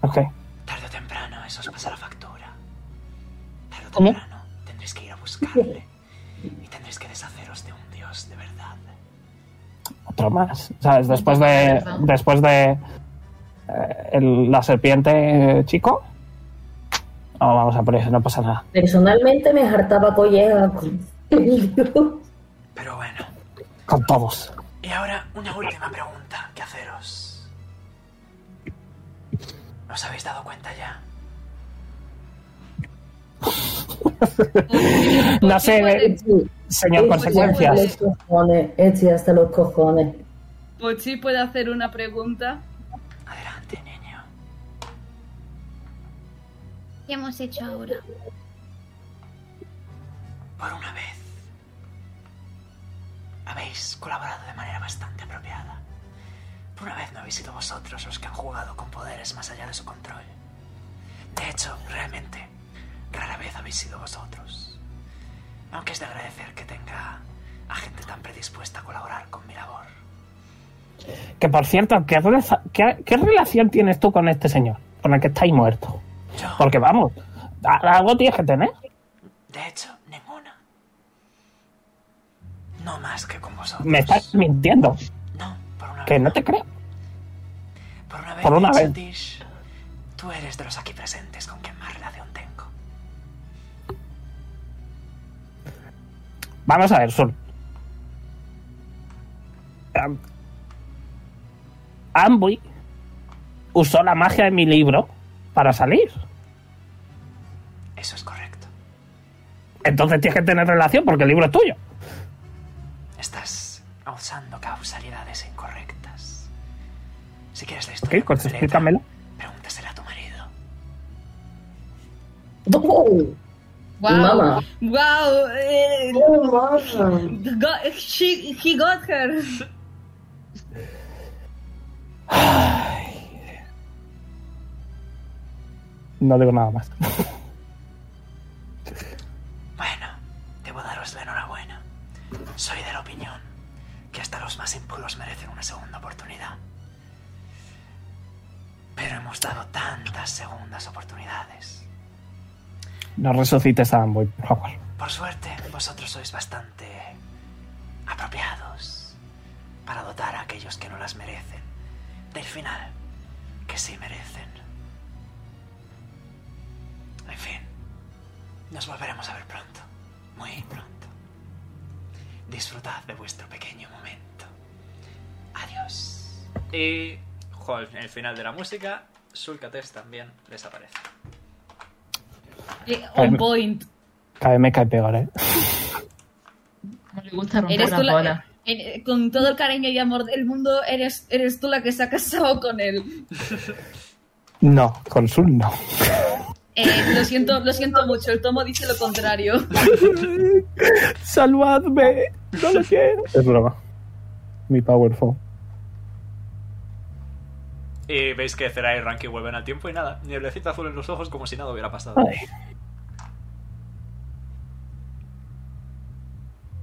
Ok. Tarde o temprano eso os pasará factura. Tarde o ¿Cómo? temprano tendréis que ir a buscarle y tendréis que deshaceros de un dios de verdad. Otro más. ¿Sabes? Después de. Después de. eh, el- la serpiente eh, chico. No, vamos a por eso, no pasa nada. Personalmente me hartaba collega con el libro. Con todos. Y ahora una última pregunta que haceros. ¿Os habéis dado cuenta ya? No sé, eh, señor Estoy hasta consecuencias. los cojones, Estoy hasta los cojones. Pochi puede hacer una pregunta. ¿Qué hemos hecho ahora? Por una vez, habéis colaborado de manera bastante apropiada. Por una vez no habéis sido vosotros los que han jugado con poderes más allá de su control. De hecho, realmente, rara vez habéis sido vosotros. Aunque es de agradecer que tenga a gente tan predispuesta a colaborar con mi labor. Que por cierto, ¿qué, reza- qué- qué relación tienes tú con este señor? Con el que estáis muerto. Porque vamos, a- algo tienes que tener. De hecho, ninguna. No más que con vosotros. Me estás mintiendo. Que no te creo. Por una vez, Por una Vincent vez. Tish, tú eres de los aquí presentes con quien más relación tengo. Vamos a ver, Sol. Am- Ambuy usó la magia de mi libro para salir. Eso es correcto. Entonces tienes que tener relación porque el libro es tuyo. Estás usando causalidades incorrectas. Si quieres la historia Ok, corta, completa, explícamelo. pregúntasela a tu marido. Wow. Mama. Wow. eh, Oh, go- she, he got her. No digo nada más. Debo daros la enhorabuena. Soy de la opinión que hasta los más impuros merecen una segunda oportunidad. Pero hemos dado tantas segundas oportunidades. No resucites a Amboy, por favor. Por suerte, vosotros sois bastante apropiados para dotar a aquellos que no las merecen del final que sí merecen. En fin, nos volveremos a ver pronto, muy pronto. Disfrutad de vuestro pequeño momento. Adiós. Y joder, el final de la música, Sulcates también desaparece. Eh, on point. Cada vez me cae peor, ¿eh? Me gusta romper Eres la tú bola. la, eh, eh, con todo el cariño y amor del mundo, eres, eres tú la que se ha casado con él. No, con Sul no. Eh, lo siento, lo siento mucho. El tomo dice lo contrario. ¡Salvadme! ¡No lo quiero! Es broma. Mi powerful. Y veis que Zerai y Ranky vuelven al tiempo y nada, nieblecita azul en los ojos como si nada hubiera pasado. Ay.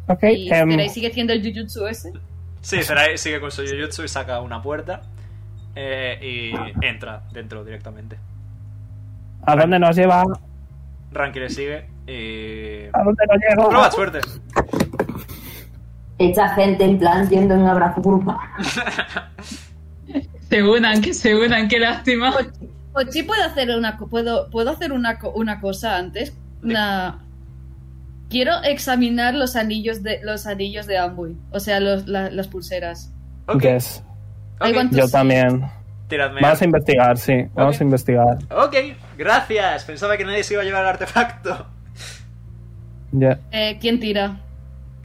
Ok, Y em, espera, ¿y sigue siendo el Jujutsu ese. Sí, Zerai sigue con su yujutsu y saca una puerta eh, y entra dentro directamente. ¿a dónde nos lleva? Ranky le sigue y... ¿A dónde nos lleva? ¡Probad suerte! Esta gente en plan yendo en un abrazo grupal. Se unan, que se unan, qué lástima. Pochi, Pues ¿puedo hacer una, co- puedo, puedo hacer una, co- una cosa antes? Una... Quiero examinar los anillos de los anillos de Ambuy. O sea, los- la- las pulseras. Yes. I want to Yo see. también. Tiradme. Vamos a investigar, sí. Vamos a investigar. Ok, gracias. Pensaba que nadie se iba a llevar el artefacto. Ya. Eh, ¿Quién tira?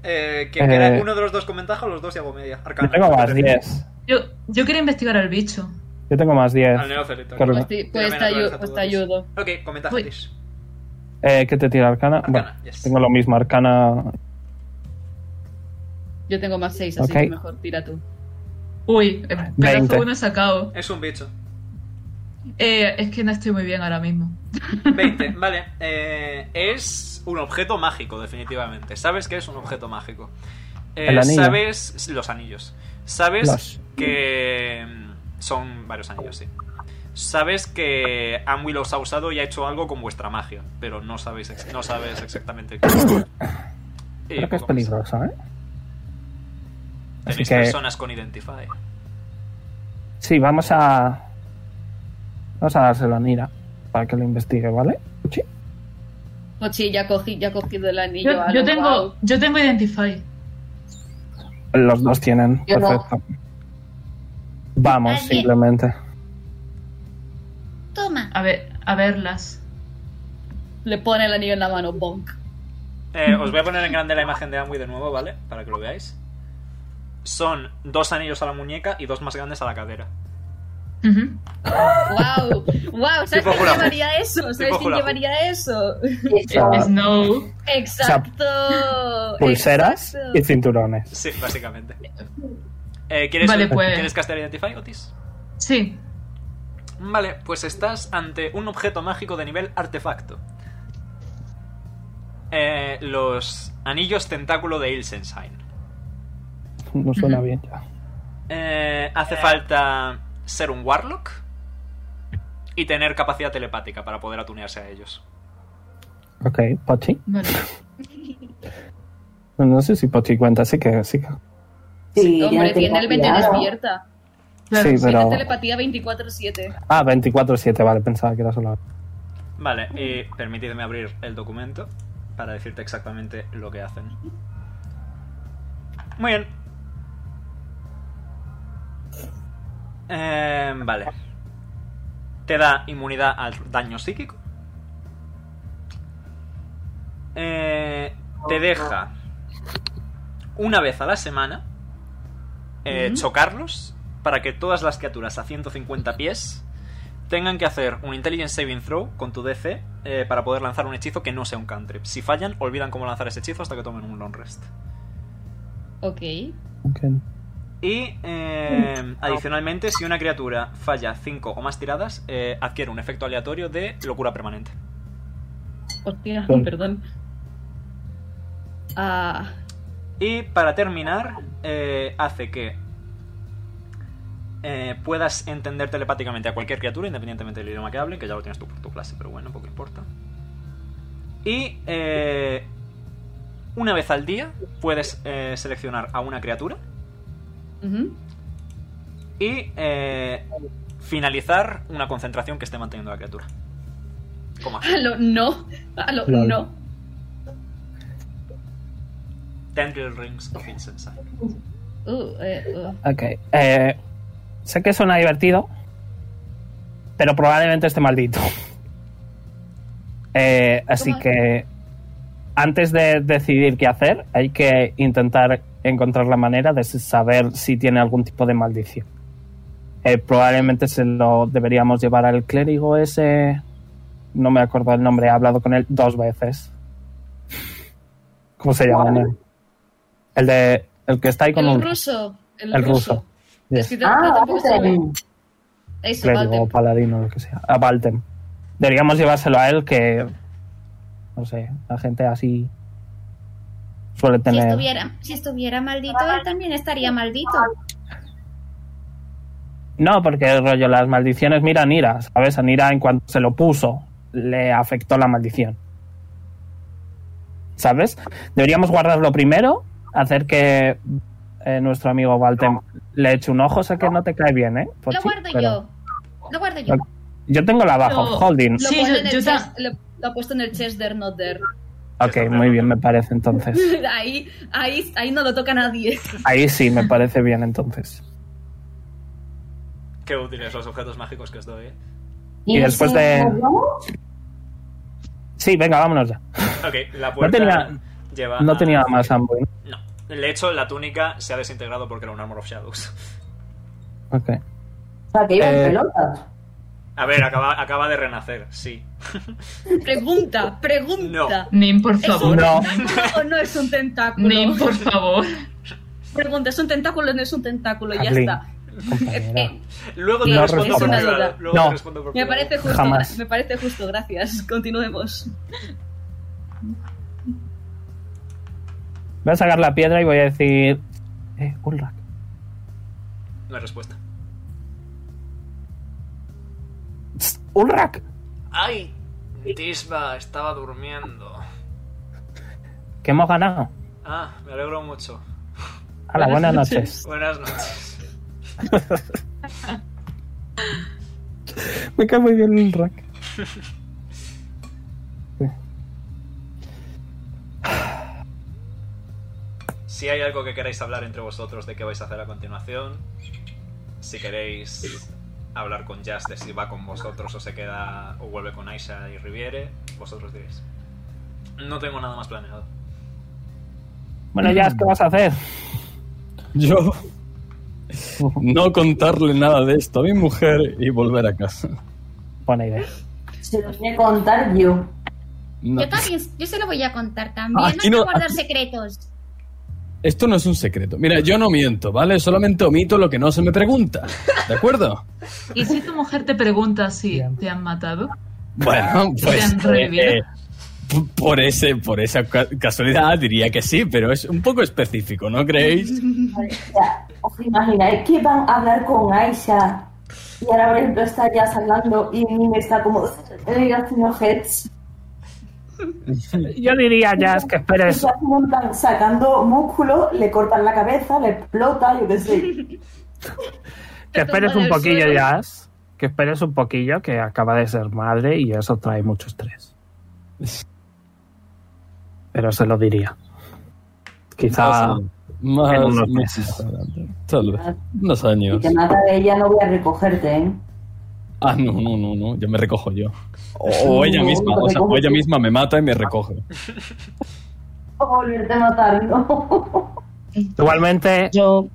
Eh, que era Eh. uno de los dos con ventaja o los dos y hago media. Yo Arcana. tengo más 10. Yo, yo quería investigar al bicho. Yo tengo más 10. Al neocelito. Claro. Pues, ti- pues te, ayu- pues te ayudo. Ok, comenta, Tish. Eh, ¿Qué te tira Arcana? bueno, tengo lo mismo, Arcana. Yo tengo más seis, así Ok. que mejor tira tú. Uy, Veinte. uno sacado. Es un bicho. Eh, es que no estoy muy bien ahora mismo. 20, vale. Eh, es un objeto mágico, definitivamente. Sabes que es un objeto mágico. Eh, ¿El anillo? sabes. Los anillos. Sabes Los. que. mm, Son varios anillos, sí. Sabes que Amwi los ha usado y ha hecho algo con vuestra magia, pero no, sabéis ex- no sabes exactamente qué. Y Creo que es como- peligroso, ¿eh? Así tenéis que- personas con Identify. Sí, vamos a. Vamos a dárselo a Nira para que lo investigue, ¿vale? Sí. Ochi, ya cogí, ya he cogido el anillo. Yo, a yo lo guau. tengo, yo tengo Identify. Los dos tienen. Yo no. Perfecto. Vamos, Alguien- simplemente. Toma. A ver, a verlas. Le pone el anillo en la mano, bonk. Eh, os voy a poner en grande la imagen de Amwi de nuevo, ¿vale? Para que lo veáis. Son dos anillos a la muñeca y dos más grandes a la cadera. Wow, wow, ¿sabes Tipo quién hula hoop. llevaría eso? ¿Sabes Tipo quién hula hoop. llevaría eso? sea, Snow. Exacto. Pulseras exacto. y cinturones. Sí, básicamente. Eh, ¿quieres, Vale, pues. ¿Quieres castear Identify, Otis? Sí. Vale, pues estás ante un objeto mágico de nivel artefacto. Eh, los anillos tentáculo de Ilsenstein. No suena bien ya. Eh, hace falta ser un warlock y tener capacidad telepática para poder atunearse a ellos. Ok, Pochi. Vale. No sé si Pochi cuenta, así que sí. que- Sí, Hombre, tiene el 20 claro. despierta. Sí, pero- Tiene telepatía 24-7. Ah, 24-7, vale, pensaba que era solo. Vale, y permitidme abrir el documento para decirte exactamente lo que hacen. Muy bien. Eh, vale. Te da inmunidad al daño psíquico. Eh, te deja una vez a la semana eh, Ujú. chocarlos para que todas las criaturas a 150 pies tengan que hacer un Intelligence Saving Throw con tu DC eh, para poder lanzar un hechizo que no sea un cantrip. Si fallan, olvidan cómo lanzar ese hechizo hasta que tomen un long rest. Ok. Y eh, adicionalmente, si una criatura falla 5 o más tiradas, eh, adquiere un efecto aleatorio de locura permanente. Hostia, Vale. perdón. Ah, Y para terminar, eh, hace que eh, puedas entender telepáticamente a cualquier criatura, independientemente del idioma que hablen, que ya lo tienes tú por tu clase, pero bueno, poco importa. Y eh, una vez al día puedes eh, seleccionar a una criatura ujú. y eh, finalizar una concentración que esté manteniendo la criatura. Como aquí. Alo, Ah, no. Alo, Lol. no. Ten Little Rings of Incense. Uh, eh, uh. Ok. eh, sé que suena divertido, pero probablemente esté maldito. Eh, así Toma. que antes de decidir qué hacer, hay que intentar encontrar la manera de saber si tiene algún tipo de maldición. Eh, probablemente se lo deberíamos llevar al clérigo ese. No me acuerdo el nombre, he hablado con él dos veces. ¿Cómo se llama? Nel? El de. El que está ahí con El un- ruso. El, el ruso. ruso. Es Yes. Ah, que tampoco- tampoco se ve. ¿eh? Eso, Clérigo Valtem. o paladino, lo que sea. A Valtem. Deberíamos llevárselo a él, que. No sé, la gente así. Suele Si tener. estuviera, si estuviera maldito, él también estaría maldito. No, porque rollo, las maldiciones. Mira a Nira, ¿sabes? A Nira, en cuanto se lo puso, le afectó la maldición. ¿Sabes? Deberíamos guardarlo primero, hacer que eh, nuestro amigo Valtem le eche un ojo. Sé que no te cae bien, ¿eh? Lo Pochi, guardo pero- yo. Lo guardo yo. Yo tengo la abajo, Lo- holding. Lo, pone en el chest- le- lo ha puesto en el chest there, not there. Ok, muy bien, me parece entonces. ahí, ahí, ahí no lo toca nadie. Ahí sí, me parece bien entonces. Qué útiles los objetos mágicos que os doy, eh. Y después de... Sí, venga, vámonos ya. Ok, la No puerta tenía, lleva. no a- tenía más Amboy. ¿no? De hecho, la túnica se ha desintegrado porque era un Armor of Shadows. Ok. O sea, que iba en Eh, pelota. A ver, acaba, acaba de renacer, sí. Pregunta, pregunta. Nim, por favor. ¿Es No. un tentáculo o no es un tentáculo? Nim, por favor. Pregunta, ¿es un tentáculo o no es un tentáculo? Ya Kathleen. está. Luego te No respondo por respondo. privado. Luego No. te respondo por Me privado. parece justo, Jamás. me parece justo, gracias. Continuemos. Voy a sacar la piedra y voy a decir. Eh, Ulrak. No hay respuesta. ¡Ulrak! ¡Ay! Tisba estaba durmiendo. Que hemos ganado. Ah, me alegro mucho. Hala, Buenas buenas noches. Buenas noches. Me cae muy bien Ulrak. Si hay algo que queráis hablar entre vosotros de qué vais a hacer a continuación, si queréis hablar con Jazz de si va con vosotros o se queda o vuelve con Aisha y Riviere, vosotros diréis. No tengo nada más planeado. Bueno, Jazz, ¿qué vas a hacer? Yo no contarle nada de esto a mi mujer y volver a casa. Buena idea. Se lo voy a contar yo. Yo también, yo se lo voy a contar Ah, también. no aquí hay no- que guardar secretos. Esto no es un secreto. Mira, yo no miento, ¿vale? Solamente omito lo que no se me pregunta. ¿De acuerdo? ¿Y si tu mujer te pregunta si te han matado? Bueno, pues. Te han revivido. eh, p- por, ese, por esa ca- casualidad diría que sí, pero es un poco específico, ¿no creéis? O sea, ¿Os imagináis que van a hablar con Aisha? Y ahora, por ejemplo, está Jazz hablando y me está como. Le digas unos heads. Yo diría, Jazz, que Y esperes. se montan sacando músculo, le cortan la cabeza, le explota, yo qué sé. Que esperes un del poquillo, suelo. Jazz. Que esperes un poquillo, que acaba de ser madre y eso trae mucho estrés. Pero se lo diría. Quizá. Más- más- en unos mucho más adelante. Tal vez. Unos años. Y te mata de ella, no voy a recogerte, ¿eh? Ah, no, no, no, no. Yo me recojo yo. O, o ella misma. O sea, o ella misma me mata y me recoge. O volverte a matar, ¿no? Igualmente. Yo.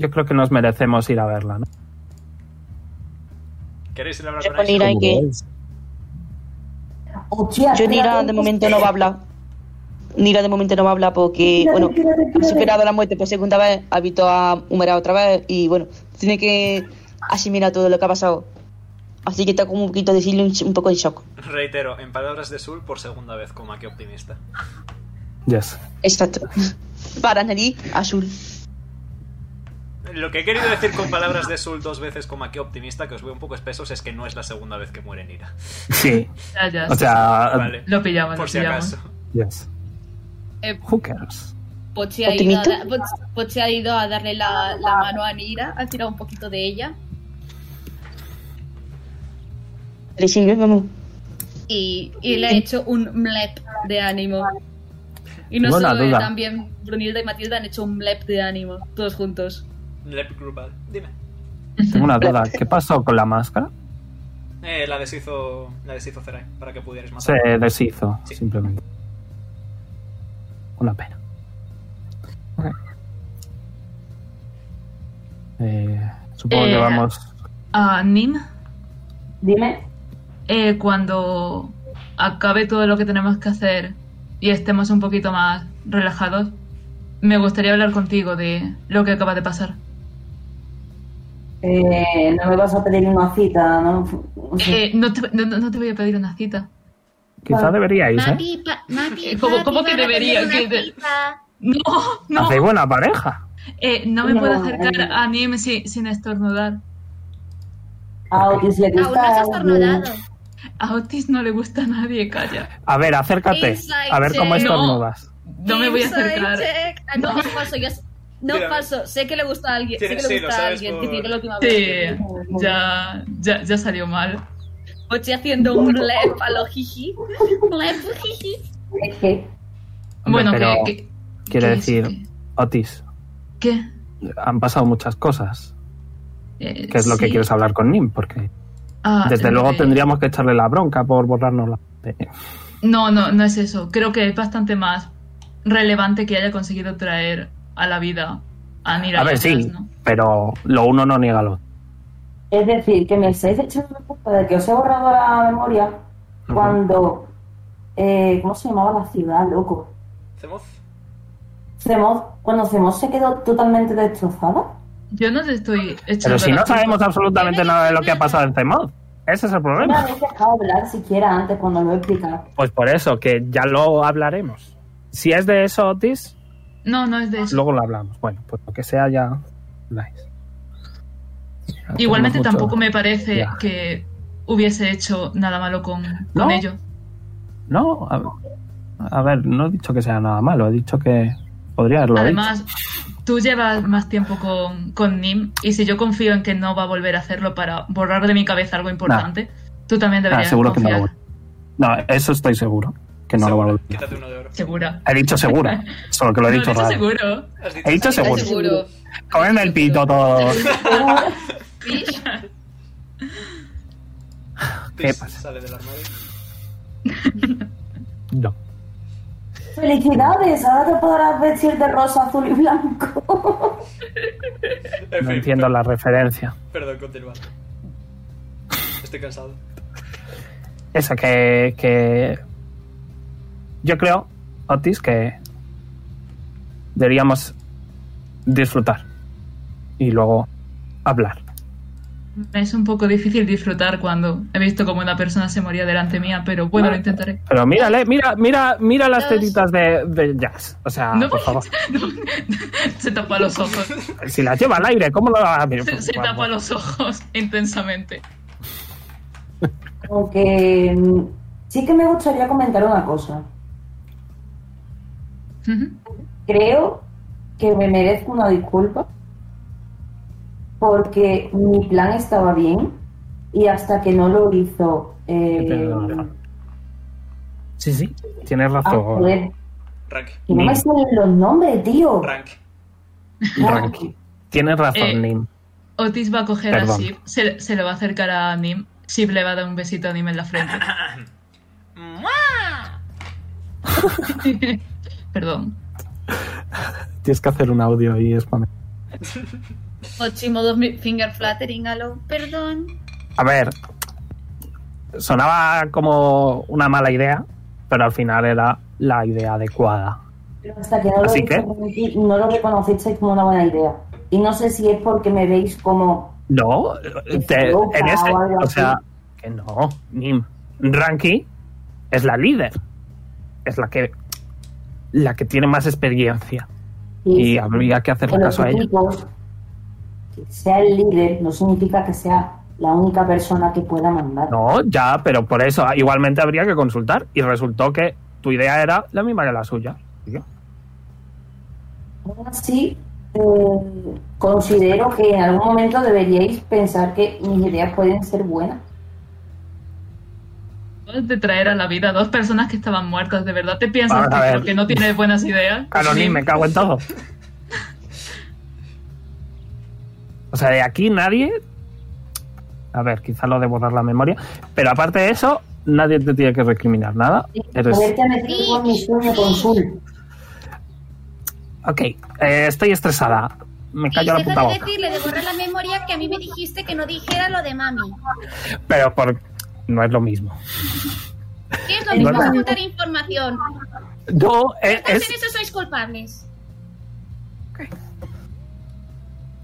Yo creo que nos merecemos ir a verla, ¿no? ¿Queréis ir a hablar Yo con con Aisha? Ira y que. Yo Nira pues, de momento no va a hablar. Nira de momento no va a hablar porque, Espérate, bueno, espérate, ha espérate. superado la muerte por segunda vez, ha visto a Humera otra vez y, bueno, tiene que asimilar todo lo que ha pasado. Así que está como un poquito decirle un, un poco en shock. Reitero, en palabras de Sul por segunda vez, coma, qué optimista. Yes. Exacto. Para nariz azul. Lo que he querido decir con palabras de Sul dos veces, coma, qué optimista, que os veo un poco espesos, es que no es la segunda vez que muere Nira. Sí. Ah, Ya, ya. O sea. Vale. Lo pillamos, Por lo si pillamos. acaso. Yes. Eh, Who cares? Pochi ha, ido a ¿Optimista? da- Poch- Pochi ha ido a darle la, la mano a Nira, ha tirado un poquito de ella Le sirve, vamos. y, y le ha hecho un mlep de ánimo. Y no Buena solo él, duda. también Brunilda y Matilda han hecho un mlep de ánimo, todos juntos. Lep Grupal, dime. Tengo una duda. ¿Qué pasó con la máscara? Eh, la deshizo, la deshizo Zerai, para que pudierais más. Se deshizo, simplemente. Una pena. Ok. Eh, supongo Eh, que vamos. Ah, Nim, Dime. eh, cuando acabe todo lo que tenemos que hacer y estemos un poquito más relajados, me gustaría hablar contigo de lo que acaba de pasar. Eh, no me vas a pedir una cita, ¿no? O sea, Eh, no, te, no- no- no te voy a pedir una cita. ah, Quizá deberíais, ¿eh? Mati, pa- Mati, Eh, ¿cómo- Mati, cómo que van a tener debería? una Que de- cita. No, no. ¿eh? Hacéis buena pareja. Eh, no me No, puedo eh. acercar a Nim si- sin estornudar. a Otis Ah, le gusta. alguien. A Otis no le gusta a nadie, calla. A ver, acércate. Inside A ver cómo check. estornudas. No me voy a Inside acercar. check. Ah, No, falso, yo sé- no Mira. falso, sé que le gusta a alguien, sé que le Sí, lo gusta a sabes alguien, por- te dije la última Sí, vez. ya, ya, ya salió mal. Pochi haciendo un lep a lo jiji. Lep, jiji. Hombre, Bueno, pero que- que- quiero que- decir, Otis, Eh, ¿Qué? han pasado muchas cosas. Eh, Que es lo que sí. quieres hablar con Nim, porque Ah, desde eh, luego tendríamos que echarle la bronca por borrarnos la. mente. No, no, no es eso. Creo que es bastante más relevante que haya conseguido traer a la vida a Nira. A ver, Yasas, sí, ¿no? pero lo uno no niega lo otro. Es decir, que me estáis echando la culpa de que os he borrado la memoria cuando. eh, ¿Cómo se llamaba la ciudad, loco? ¿Hacemos? Zemoz, cuando Zemoz se quedó totalmente destrozada. Yo no te estoy echando. Pero si la no culpa. sabemos absolutamente nada de lo que ha pasado en Zmod. Ese es el No problema. habéis dejado hablar siquiera antes cuando lo he explicado. Pues por eso, que ya lo hablaremos. Si es de eso, Otis, No, no es de eso. luego lo hablamos. Bueno, pues lo que sea ya habláis. Igualmente Tenemos tampoco mucho- me parece Ya. que hubiese hecho nada malo con, con No. ello. No, a, a ver, no he dicho que sea nada malo, he dicho que podría haberlo Además, tú llevas más tiempo con, con Nim y si yo confío en que no va a volver a hacerlo para borrar de mi cabeza algo importante, tú también dicho. Ah, deberías seguro que no lo confiar. vuelvo. No, eso estoy seguro. Que no lo vuelvo. Quítate uno de oro. Segura. He dicho segura. Solo que lo he dicho no, lo he raro. seguro. He dicho seguro. seguro. Comedme el pito todos. ¿Qué pasa? Sale del armario. ¡Felicidades! Ahora te podrás vestir de rosa, azul y blanco. No entiendo la referencia. Perdón, continúa. Estoy cansado. Eso que, que. Yo creo, Otis, que. Deberíamos disfrutar. Y luego hablar. Me es un poco difícil disfrutar cuando he visto cómo una persona se moría delante mía, pero bueno, lo intentaré. Pero mírale, mira, mira, mira las Dos. tetitas de, de Jazz. O sea, No, por favor. Se tapa los ojos. Si las lleva al aire, ¿cómo lo va a mirar? Se, se tapa los ojos intensamente. Aunque mm, sí que me gustaría comentar una cosa. Creo que me merezco una disculpa porque mi plan estaba bien y hasta que no lo hizo eh, Sí, sí, tienes ah, razón. joder, que no me salen los nombres, tío. Ah, Ranky. Tienes razón, Eh, Nim. Otis va a coger Perdón. a Sib, se, se le va a acercar a Nim. Sib le va a dar un besito a Nim en la frente. Perdón. Tienes que hacer un audio ahí, spam. Ochimo dos mi- finger flattering, aló. Perdón. A ver, sonaba como una mala idea, pero al final era la idea adecuada. Pero hasta que no lo, Así que- reconocí- no lo reconocisteis como una buena idea. Y no sé si es porque me veis como No, te- loca en ese, o algo o sea, así. que no, Nim. Ranky es la líder, es la que la que tiene más experiencia y habría que hacerle que los caso a ella. equipos, que sea el líder, no significa que sea la única persona que pueda mandar. No, ya, pero por eso ah, igualmente habría que consultar. Y resultó que tu idea era la misma que la suya. tío. Aún así, eh, considero que en algún momento deberíais pensar que mis ideas pueden ser buenas. De traer a la vida a dos personas que estaban muertas, ¿de verdad te piensas Vamos a que ver. porque no tienes buenas ideas? Claro, ni Nim, me cago en todo. O sea, de aquí nadie. A ver, quizá lo de borrar la memoria. Pero aparte de eso, nadie te tiene que recriminar nada. Eres. Haberte metido con mi sueño con Zul. Ok, eh, estoy estresada. Me callo Ah, la puta Deja de boca. decirle, de borrar la memoria que a mí me dijiste que no dijera lo de mami. Pero por... no es lo mismo. ¿Qué es lo Y mismo bueno. ocultar información? No, es- Todos eh, es- en eso sois culpables.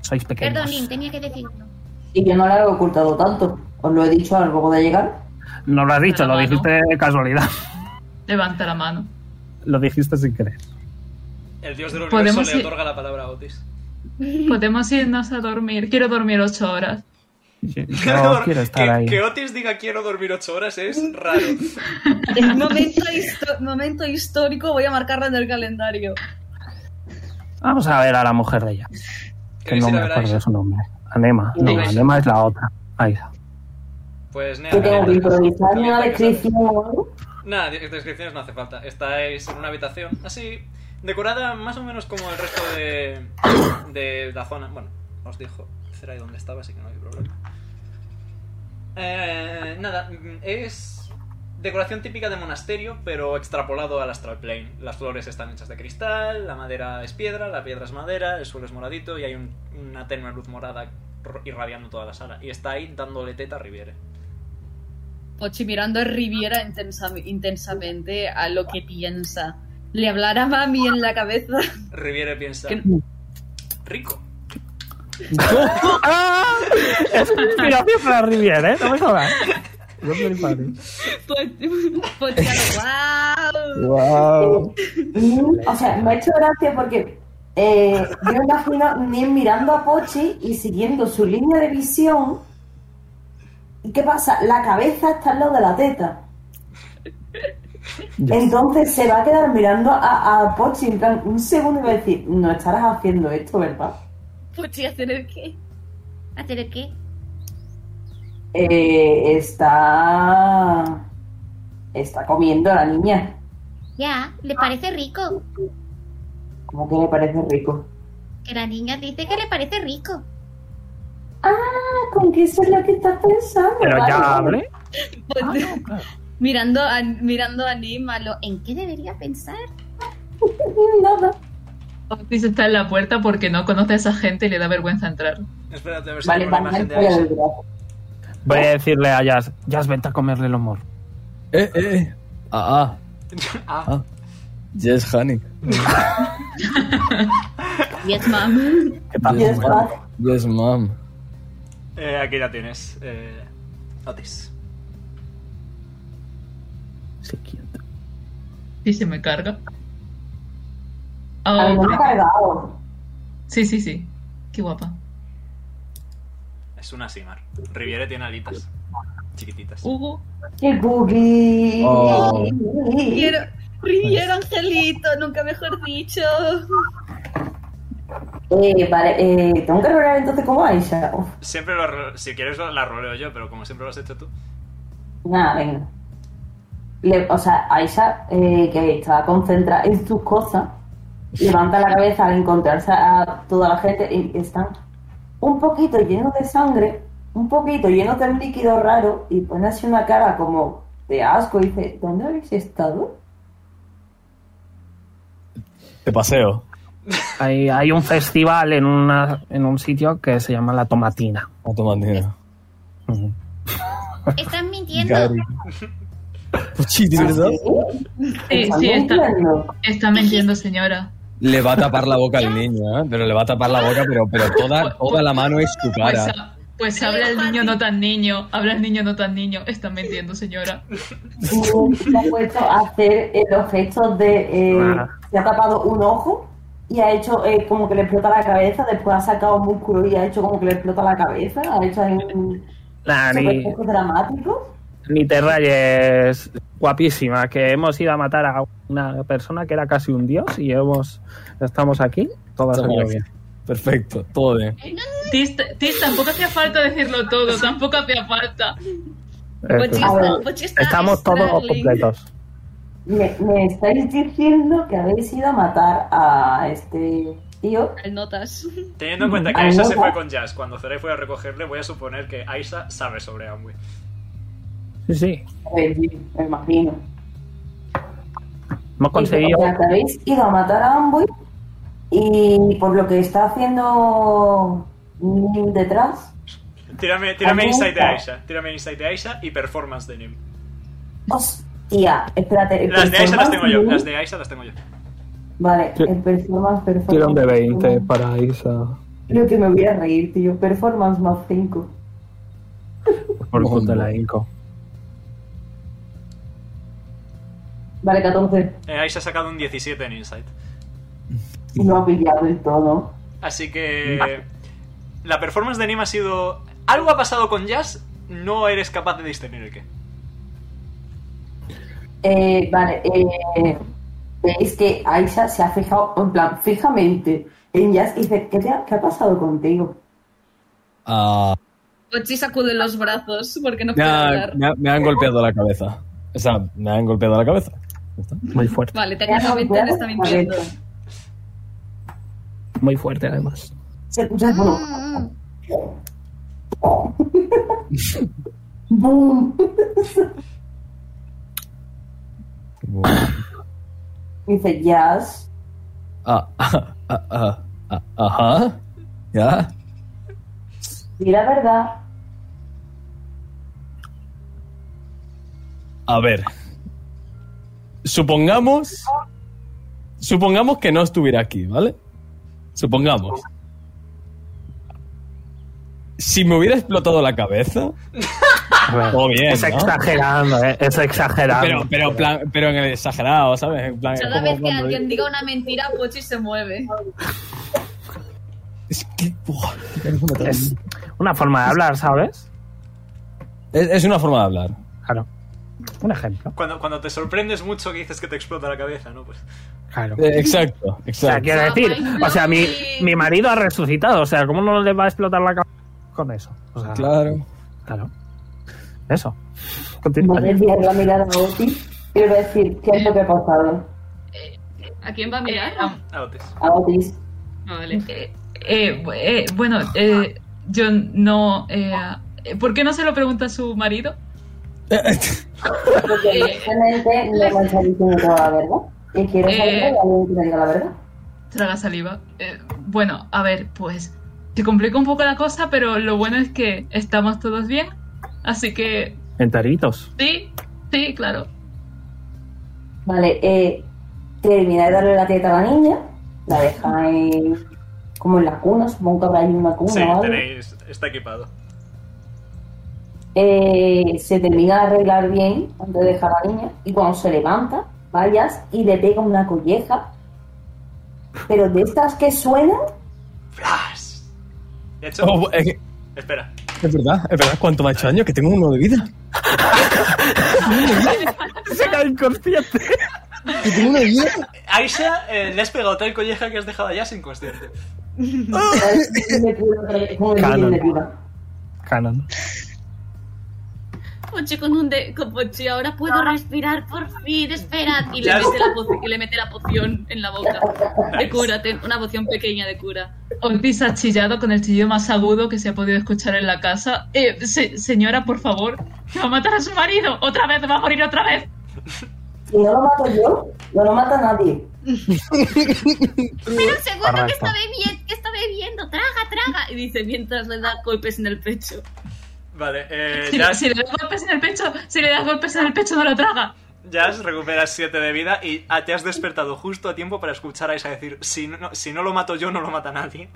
sois pequeños. Perdón, Lin, tenía que decirlo. Y yo no la he ocultado tanto. Os lo he dicho a lo largo de llegar. No lo has dicho, lo dijiste de casualidad. Levanta la mano. Lo dijiste sin querer. El dios del universo Podemos le ir- otorga la palabra a Otis. Podemos irnos a dormir. Quiero dormir ocho horas. Yo quiero estar que, ahí. que Otis diga quiero dormir 8 horas es raro. momento, histo- momento histórico, voy a marcarlo en el calendario. Vamos a ver a la mujer de ella. Que ¿Queréis no ir a me ver a acuerdo Aisha? de su nombre. Anema. No, Aisha. Anema es la otra. Aisha. Pues nada. Que tengo que improvisar también una está que descripción o algo. Nada, de- descripciones no hace falta. Estáis en una habitación así, decorada más o menos como el resto de, de la zona. Bueno, os dijo Zerai dónde estaba, así que no hay problema. Eh, nada, mm, es decoración típica de monasterio, pero extrapolado al astral plane. Las flores están hechas de cristal, la madera es piedra, la piedra es madera, el suelo es moradito y hay un- una tenue luz morada ro- irradiando toda la sala. Y está ahí dándole teta a Riviere. Pochi mirando a Riviera intensa- intensamente a lo que piensa. Le hablará mami en la cabeza. Riviere piensa. Rico. ¡Ah! Es una inspiración para Riviera, ¿eh? No me jodas. Yo soy fan. ¡Wow! Wow. O sea, me ha hecho gracia porque eh, yo me imagino Nim mirando a Pochi y siguiendo su línea de visión. ¿Y qué pasa? La cabeza está al lado de la teta. Entonces se va a quedar mirando a, a Pochi en plan un segundo y va a decir, no estarás haciendo esto, ¿verdad? Pochi, ¿hacer el qué? ¿Hacer el qué? Eh, está... Está comiendo la niña. Ya, ¿le parece rico? Como que le parece rico. Que la niña dice que le parece rico. Ah, con que eso es lo que estás pensando. Pero vale, ya vale. hablé. Mirando a, mirando a Nim, a lo- ¿en qué debería pensar? Nada. Otis está en la puerta porque no conoce a esa gente y le da vergüenza entrar. Espérate a ver si Vale, tengo una vale, imagen de voy a Aisha. ver. Voy a decirle a Jazz, Jazz, vente a comerle el humor. Eh, eh, eh. Ah, ah. Ah. ah. Yes, honey. Yes, mom. Yes, mom. Yes, mom. Eh, aquí la tienes, eh, Otis. Y se me carga. A mí no me hombre. ha cargado. Sí, sí, sí. Qué guapa. Es una Simar. Riviere tiene alitas. Chiquititas. Hugo. ¡Qué cookie! Oh. Quiero, Riviera Angelito, nunca mejor dicho. Eh, vale, eh, tengo que rolar entonces como Aisha. Uf, Siempre lo ro- Si quieres lo- la roleo yo, pero como siempre lo has hecho tú. nada, venga. Le- o sea, Aisha, eh, que estaba concentrada en sus cosas, levanta la cabeza al encontrarse a toda la gente y están un poquito llenos de sangre, un poquito llenos de un líquido raro y pone así una cara como de asco y dice, ¿dónde habéis estado? Te paseo. Hay, hay un festival en, una, en un sitio que se llama La Tomatina. La Tomatina. Están mintiendo. Gary. Pochi, Pues ¿de Ah, verdad? Sí, sí, está, está mintiendo, señora. Le va a tapar la boca al niño, ¿eh? Pero le va a tapar la boca, pero, pero toda, toda la mano es tu Pues, cara. ha- pues habla el niño no tan niño. Habla el niño no tan niño. Está mintiendo, señora. Se ha puesto a hacer eh, los gestos de. eh, Ah. Se ha tapado un ojo y ha hecho eh, como que le explota la cabeza. Después ha sacado músculo y ha hecho como que le explota la cabeza. Ha hecho ahí un. Nah, ni, supergestos dramáticos. ni te rayes, guapísima, que hemos ido a matar a una persona que era casi un dios y hemos, estamos aquí. Todo ha salido Estamos bien. Perfecto, todo bien. Tis, Tis, tampoco hacía falta decirlo todo. Tampoco hacía falta. Eso. A ver, Pochista Estamos es todos Starling. completos. Me, me estáis diciendo que habéis ido a matar a este tío. notas. Teniendo en cuenta que Ay, Aisha no, se no. fue con Jazz cuando Zerai fue a recogerle, voy a suponer que Aisha sabe sobre Amway. Sí, sí. A ver, me imagino. Hemos O conseguido. sea, que habéis ido a matar a Amboy y por lo que está haciendo Nim detrás. Tírame, tírame Ay, insight de no. Aisha. Tírame insight de Aisha y performance de Nim. Hostia, espérate. el Las de Aisha las performance tengo yo. Nim- Las de Aisha las tengo yo. Vale, el performance, performance. Tira un de 20 para Isa. Creo que me voy a reír, tío. Performance más 5. Por culpa de la Inco. Vale, 14. Eh, Aisha ha sacado un 17 en insight. No ha pillado el todo. Así que. La performance de Nim ha sido. Algo ha pasado con Jazz, no eres capaz de discernir el qué. Eh, vale, eh, veis que Aisha se ha fijado, en plan, fijamente en Jazz y dice: ¿Qué, te ha, qué ha pasado contigo? Ah, Pochi sacude los brazos porque no me, puede ha- hablar. me ha- me han golpeado la cabeza. O sea, me han golpeado la cabeza. Muy fuerte. Vale, técnicamente le está mintiendo. Muy fuerte, además. Se escucha el boom. Mm. boom. Dice Jazz. Ah, ah, ah, ah, ah, ajá. ¿Ya? Di la verdad. A ver. Supongamos. Supongamos que no estuviera aquí, ¿vale? Supongamos. Si me hubiera explotado la cabeza. todo bien. es ¿no? exagerando, eh, es exagerando. Pero, pero, en plan- pero en el exagerado, ¿sabes? En plan, Cada como vez que cuando- alguien diga una mentira, Pochi se mueve. Es una forma de hablar, ¿sabes? Es, una forma de hablar. Claro. Un ejemplo. Cuando, cuando te sorprendes mucho que dices que te explota la cabeza, ¿no? Pues. Claro. Eh, exacto, O sea, exacto. quiero decir, o sea, mi, mi marido ha resucitado, o sea, ¿cómo no le va a explotar la cabeza con eso? O sea, claro. Claro. Eso. Continúa. Voy a enviar la mirada a Oti y le voy a decir qué es lo que ha pasado. ¿A quién va a mirar? A Otis. A Otis. vale. Eh, bu- eh, bueno, eh, yo no. eh, ¿Por qué no se lo pregunta a su marido? Eh, Porque evidentemente no me está diciendo toda la verdad. Y quiero saber Eh. de alguien que me diga la verdad. Traga saliva. Eh, bueno, a ver, pues se complica un poco la cosa, pero lo bueno es que estamos todos bien. Así que Entaritos. sí, sí, claro. Vale, eh, termina de darle la teta a la niña, la dejáis como en la cuna, supongo que habrá ahí una cuna Sí, o algo. tenéis. Está equipado. Eh, se termina de arreglar bien antes de dejar a la niña y cuando se levanta, vayas y le pega una colleja. Pero de estas que suenan, ¡Flash! ¿De hecho? Oh, es, que- Espera. es verdad, es verdad. ¿Cuánto me ha hecho daño? Que tengo uno de vida. Se cae inconsciente. Que tengo uno de vida. Aisha, eh, le has pegado tal colleja que has dejado ya sin consciente. me pudo otra vez con el Canon. vídeo de vida. Canon. Pochi con un de con Pochi, ahora puedo respirar por fin, esperad. Y le, Ya. mete la poci- y le mete la poción en la boca. De cura, ten- una poción pequeña de cura. Otis ha chillado con el chillido más agudo que se ha podido escuchar en la casa. Eh, se- señora, por favor, que va a matar a su marido. Otra vez, va a morir otra vez. Si no lo mato yo, no lo mata nadie. Pero seguro que Correcto. está, bebiendo, que está bebiendo, traga, traga. Y dice mientras le da golpes en el pecho. Vale, eh. Si, Jazz, si le das golpes en el pecho, si le das golpes en el pecho, no lo traga. Jazz, recuperas 7 de vida y ah, te has despertado justo a tiempo para escuchar a Aisha decir: si no, si no lo mato yo, no lo mata nadie.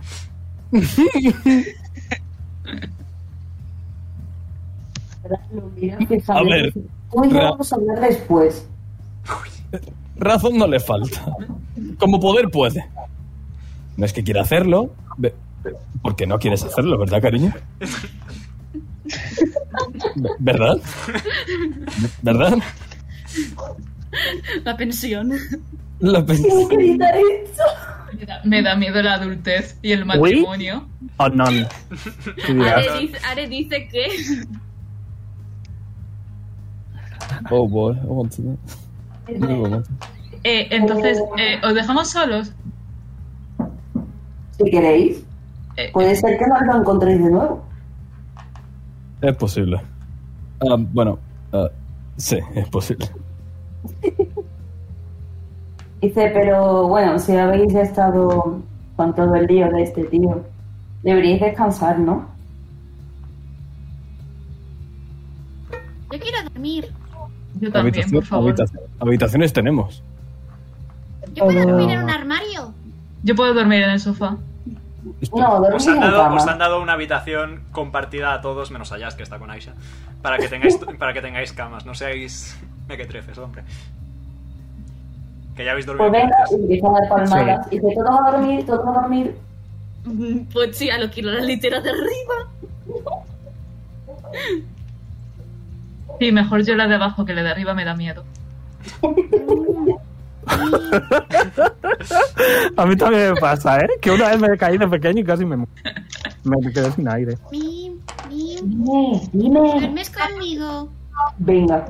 Lo mira fijamente. A ver, Tú y yo ra- vamos a hablar después. Razón no le falta. Como poder puede. No es que quiera hacerlo. ve- Porque no quieres hacerlo, ¿verdad, cariño? Ve- ¿Verdad? Ve- ¿Verdad? La pensión. La pen- Me da miedo la adultez y el matrimonio. O non. Tú dirás. Are dice, Are dice que. Oh, boy. I want to know. Muy bueno. Eh, entonces, Oh. eh, ¿os dejamos solos? Si queréis, puede ser que nos lo encontréis de nuevo. Es posible. Ah, bueno, ah, sí, es posible. Dice, pero bueno, si habéis estado con todo el lío de este tío, deberíais descansar, ¿no? Yo quiero dormir. Yo Habitación- habitación- habitaciones tenemos. Yo Oh, puedo dormir en un armario. Yo puedo dormir en el sofá. No, Os han, dado, os han dado una habitación compartida a todos, menos a Jazz, que está con Aisha, para que tengáis, para que tengáis camas, no seáis mequetrefes, hombre. Que ya habéis dormido Pues venga, y antes. empiezan a dar palmadas. Dice, todos a dormir, todos a dormir. Pochi Pues a lo que la litera de arriba. Sí, mejor yo la de abajo que la de arriba me da miedo. A mí también me pasa, ¿eh? Que una vez me caí de pequeño y casi me, mu- me quedé sin aire. Mim, mim. Dime, dime. Duermes conmigo. Venga.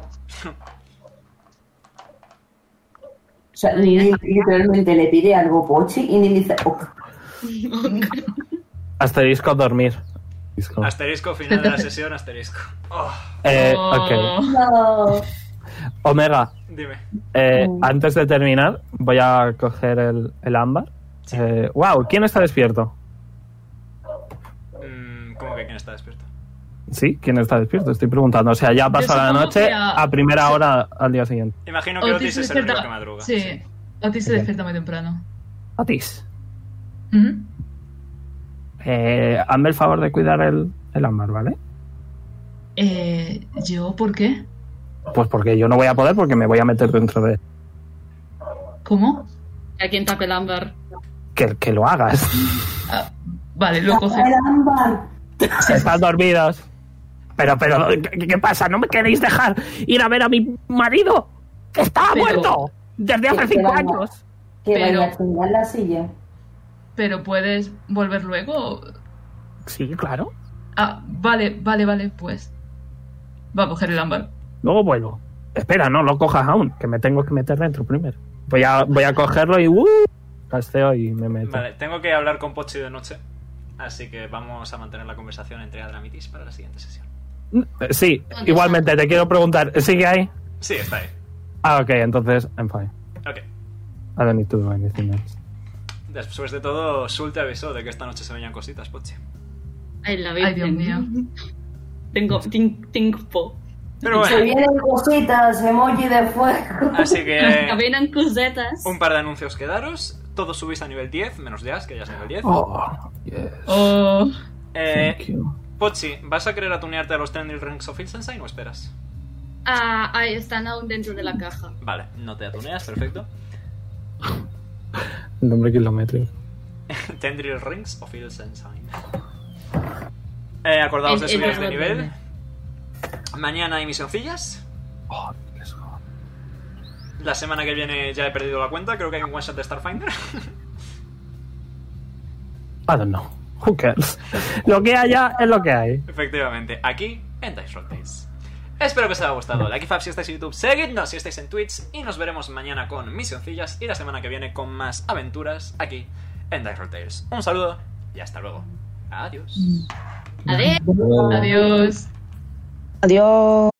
O sea, li- literalmente le pide algo Pochi y ni dice, "Oh, Asterisco dormir. Asterisco, final de la sesión, asterisco. Oh, Eh, Oh. ok. no. Omega, dime. eh, Mm. antes de terminar, voy a coger el, el ámbar. Eh, wow, ¿quién está despierto? Mm, ¿Cómo que quién está despierto? Sí, ¿quién está despierto? Estoy preguntando. O sea, ya ha Yo pasado la supongo noche que a- a primera hora al día siguiente. Imagino que Otis es el único que madruga. Sí, Otis se despierta muy temprano. Otis, Ujú. eh, hazme el favor de cuidar el el Amar, ¿vale? Eh, ¿Yo por qué? Pues porque yo no voy a poder porque me voy a meter dentro de... ¿Cómo? ¿A quién tapa el ámbar? Que, que lo hagas. Ah, vale, lo coge. Están dormidos. Pero, pero, ¿qué, qué pasa? ¿No me queréis dejar ir a ver a mi marido? ¡Que está Pero- muerto! Desde hace Que cinco vaya- años. que vaya a chingar la silla. Pero puedes volver luego. Sí, claro. Ah, vale, vale, vale, pues. Va a coger el ámbar. Luego vuelvo. Espera, no lo cojas aún, que me tengo que meter dentro primero. Voy a, voy a cogerlo y... Uh, casteo y me meto. Vale, tengo que hablar con Pochi de noche. Así que vamos a mantener la conversación entre Adramitis para la siguiente sesión. Eh, Sí, igualmente, te quiero preguntar, ¿sigue ahí? Sí, está ahí. Ah, ok, entonces, I'm fine. Ok. I don't need to do anything else. Después de todo, Sul te avisó de que esta noche se venían cositas, Pochi. Ay, la Ay, Dios mío. Tengo ting, po. Pero Se bueno, vienen cositas, emoji de fuego. así que Vienen cosetas. un par de anuncios quedaros. Todos subís a nivel 10, menos Jazz, que ya es nivel 10. Oh, yes. Oh. Eh, Pochi, ¿vas a querer atunearte a los Trending Ranks of Ilsenstein o esperas? Ah, ahí están aún dentro de la caja. Vale, no te atuneas, perfecto. El nombre kilométrico. Tendril Rings of Ilsenstein. Eh, acordaos de En- en subiros de el nivel. orden. Mañana hay misioncillas. Oh, La semana que viene ya he perdido la cuenta, creo que hay un one shot de Starfinder. I don't know. Who cares? Lo que haya es lo que hay. Efectivamente, aquí en Dice Roll Tales. Espero que os haya gustado. Like y Fab si estáis en YouTube, seguidnos si estáis en Twitch y nos veremos mañana con misioncillas y la semana que viene con más aventuras aquí en Dice Roll Tales. Un saludo y hasta luego. Adiós. Adiós. Adiós.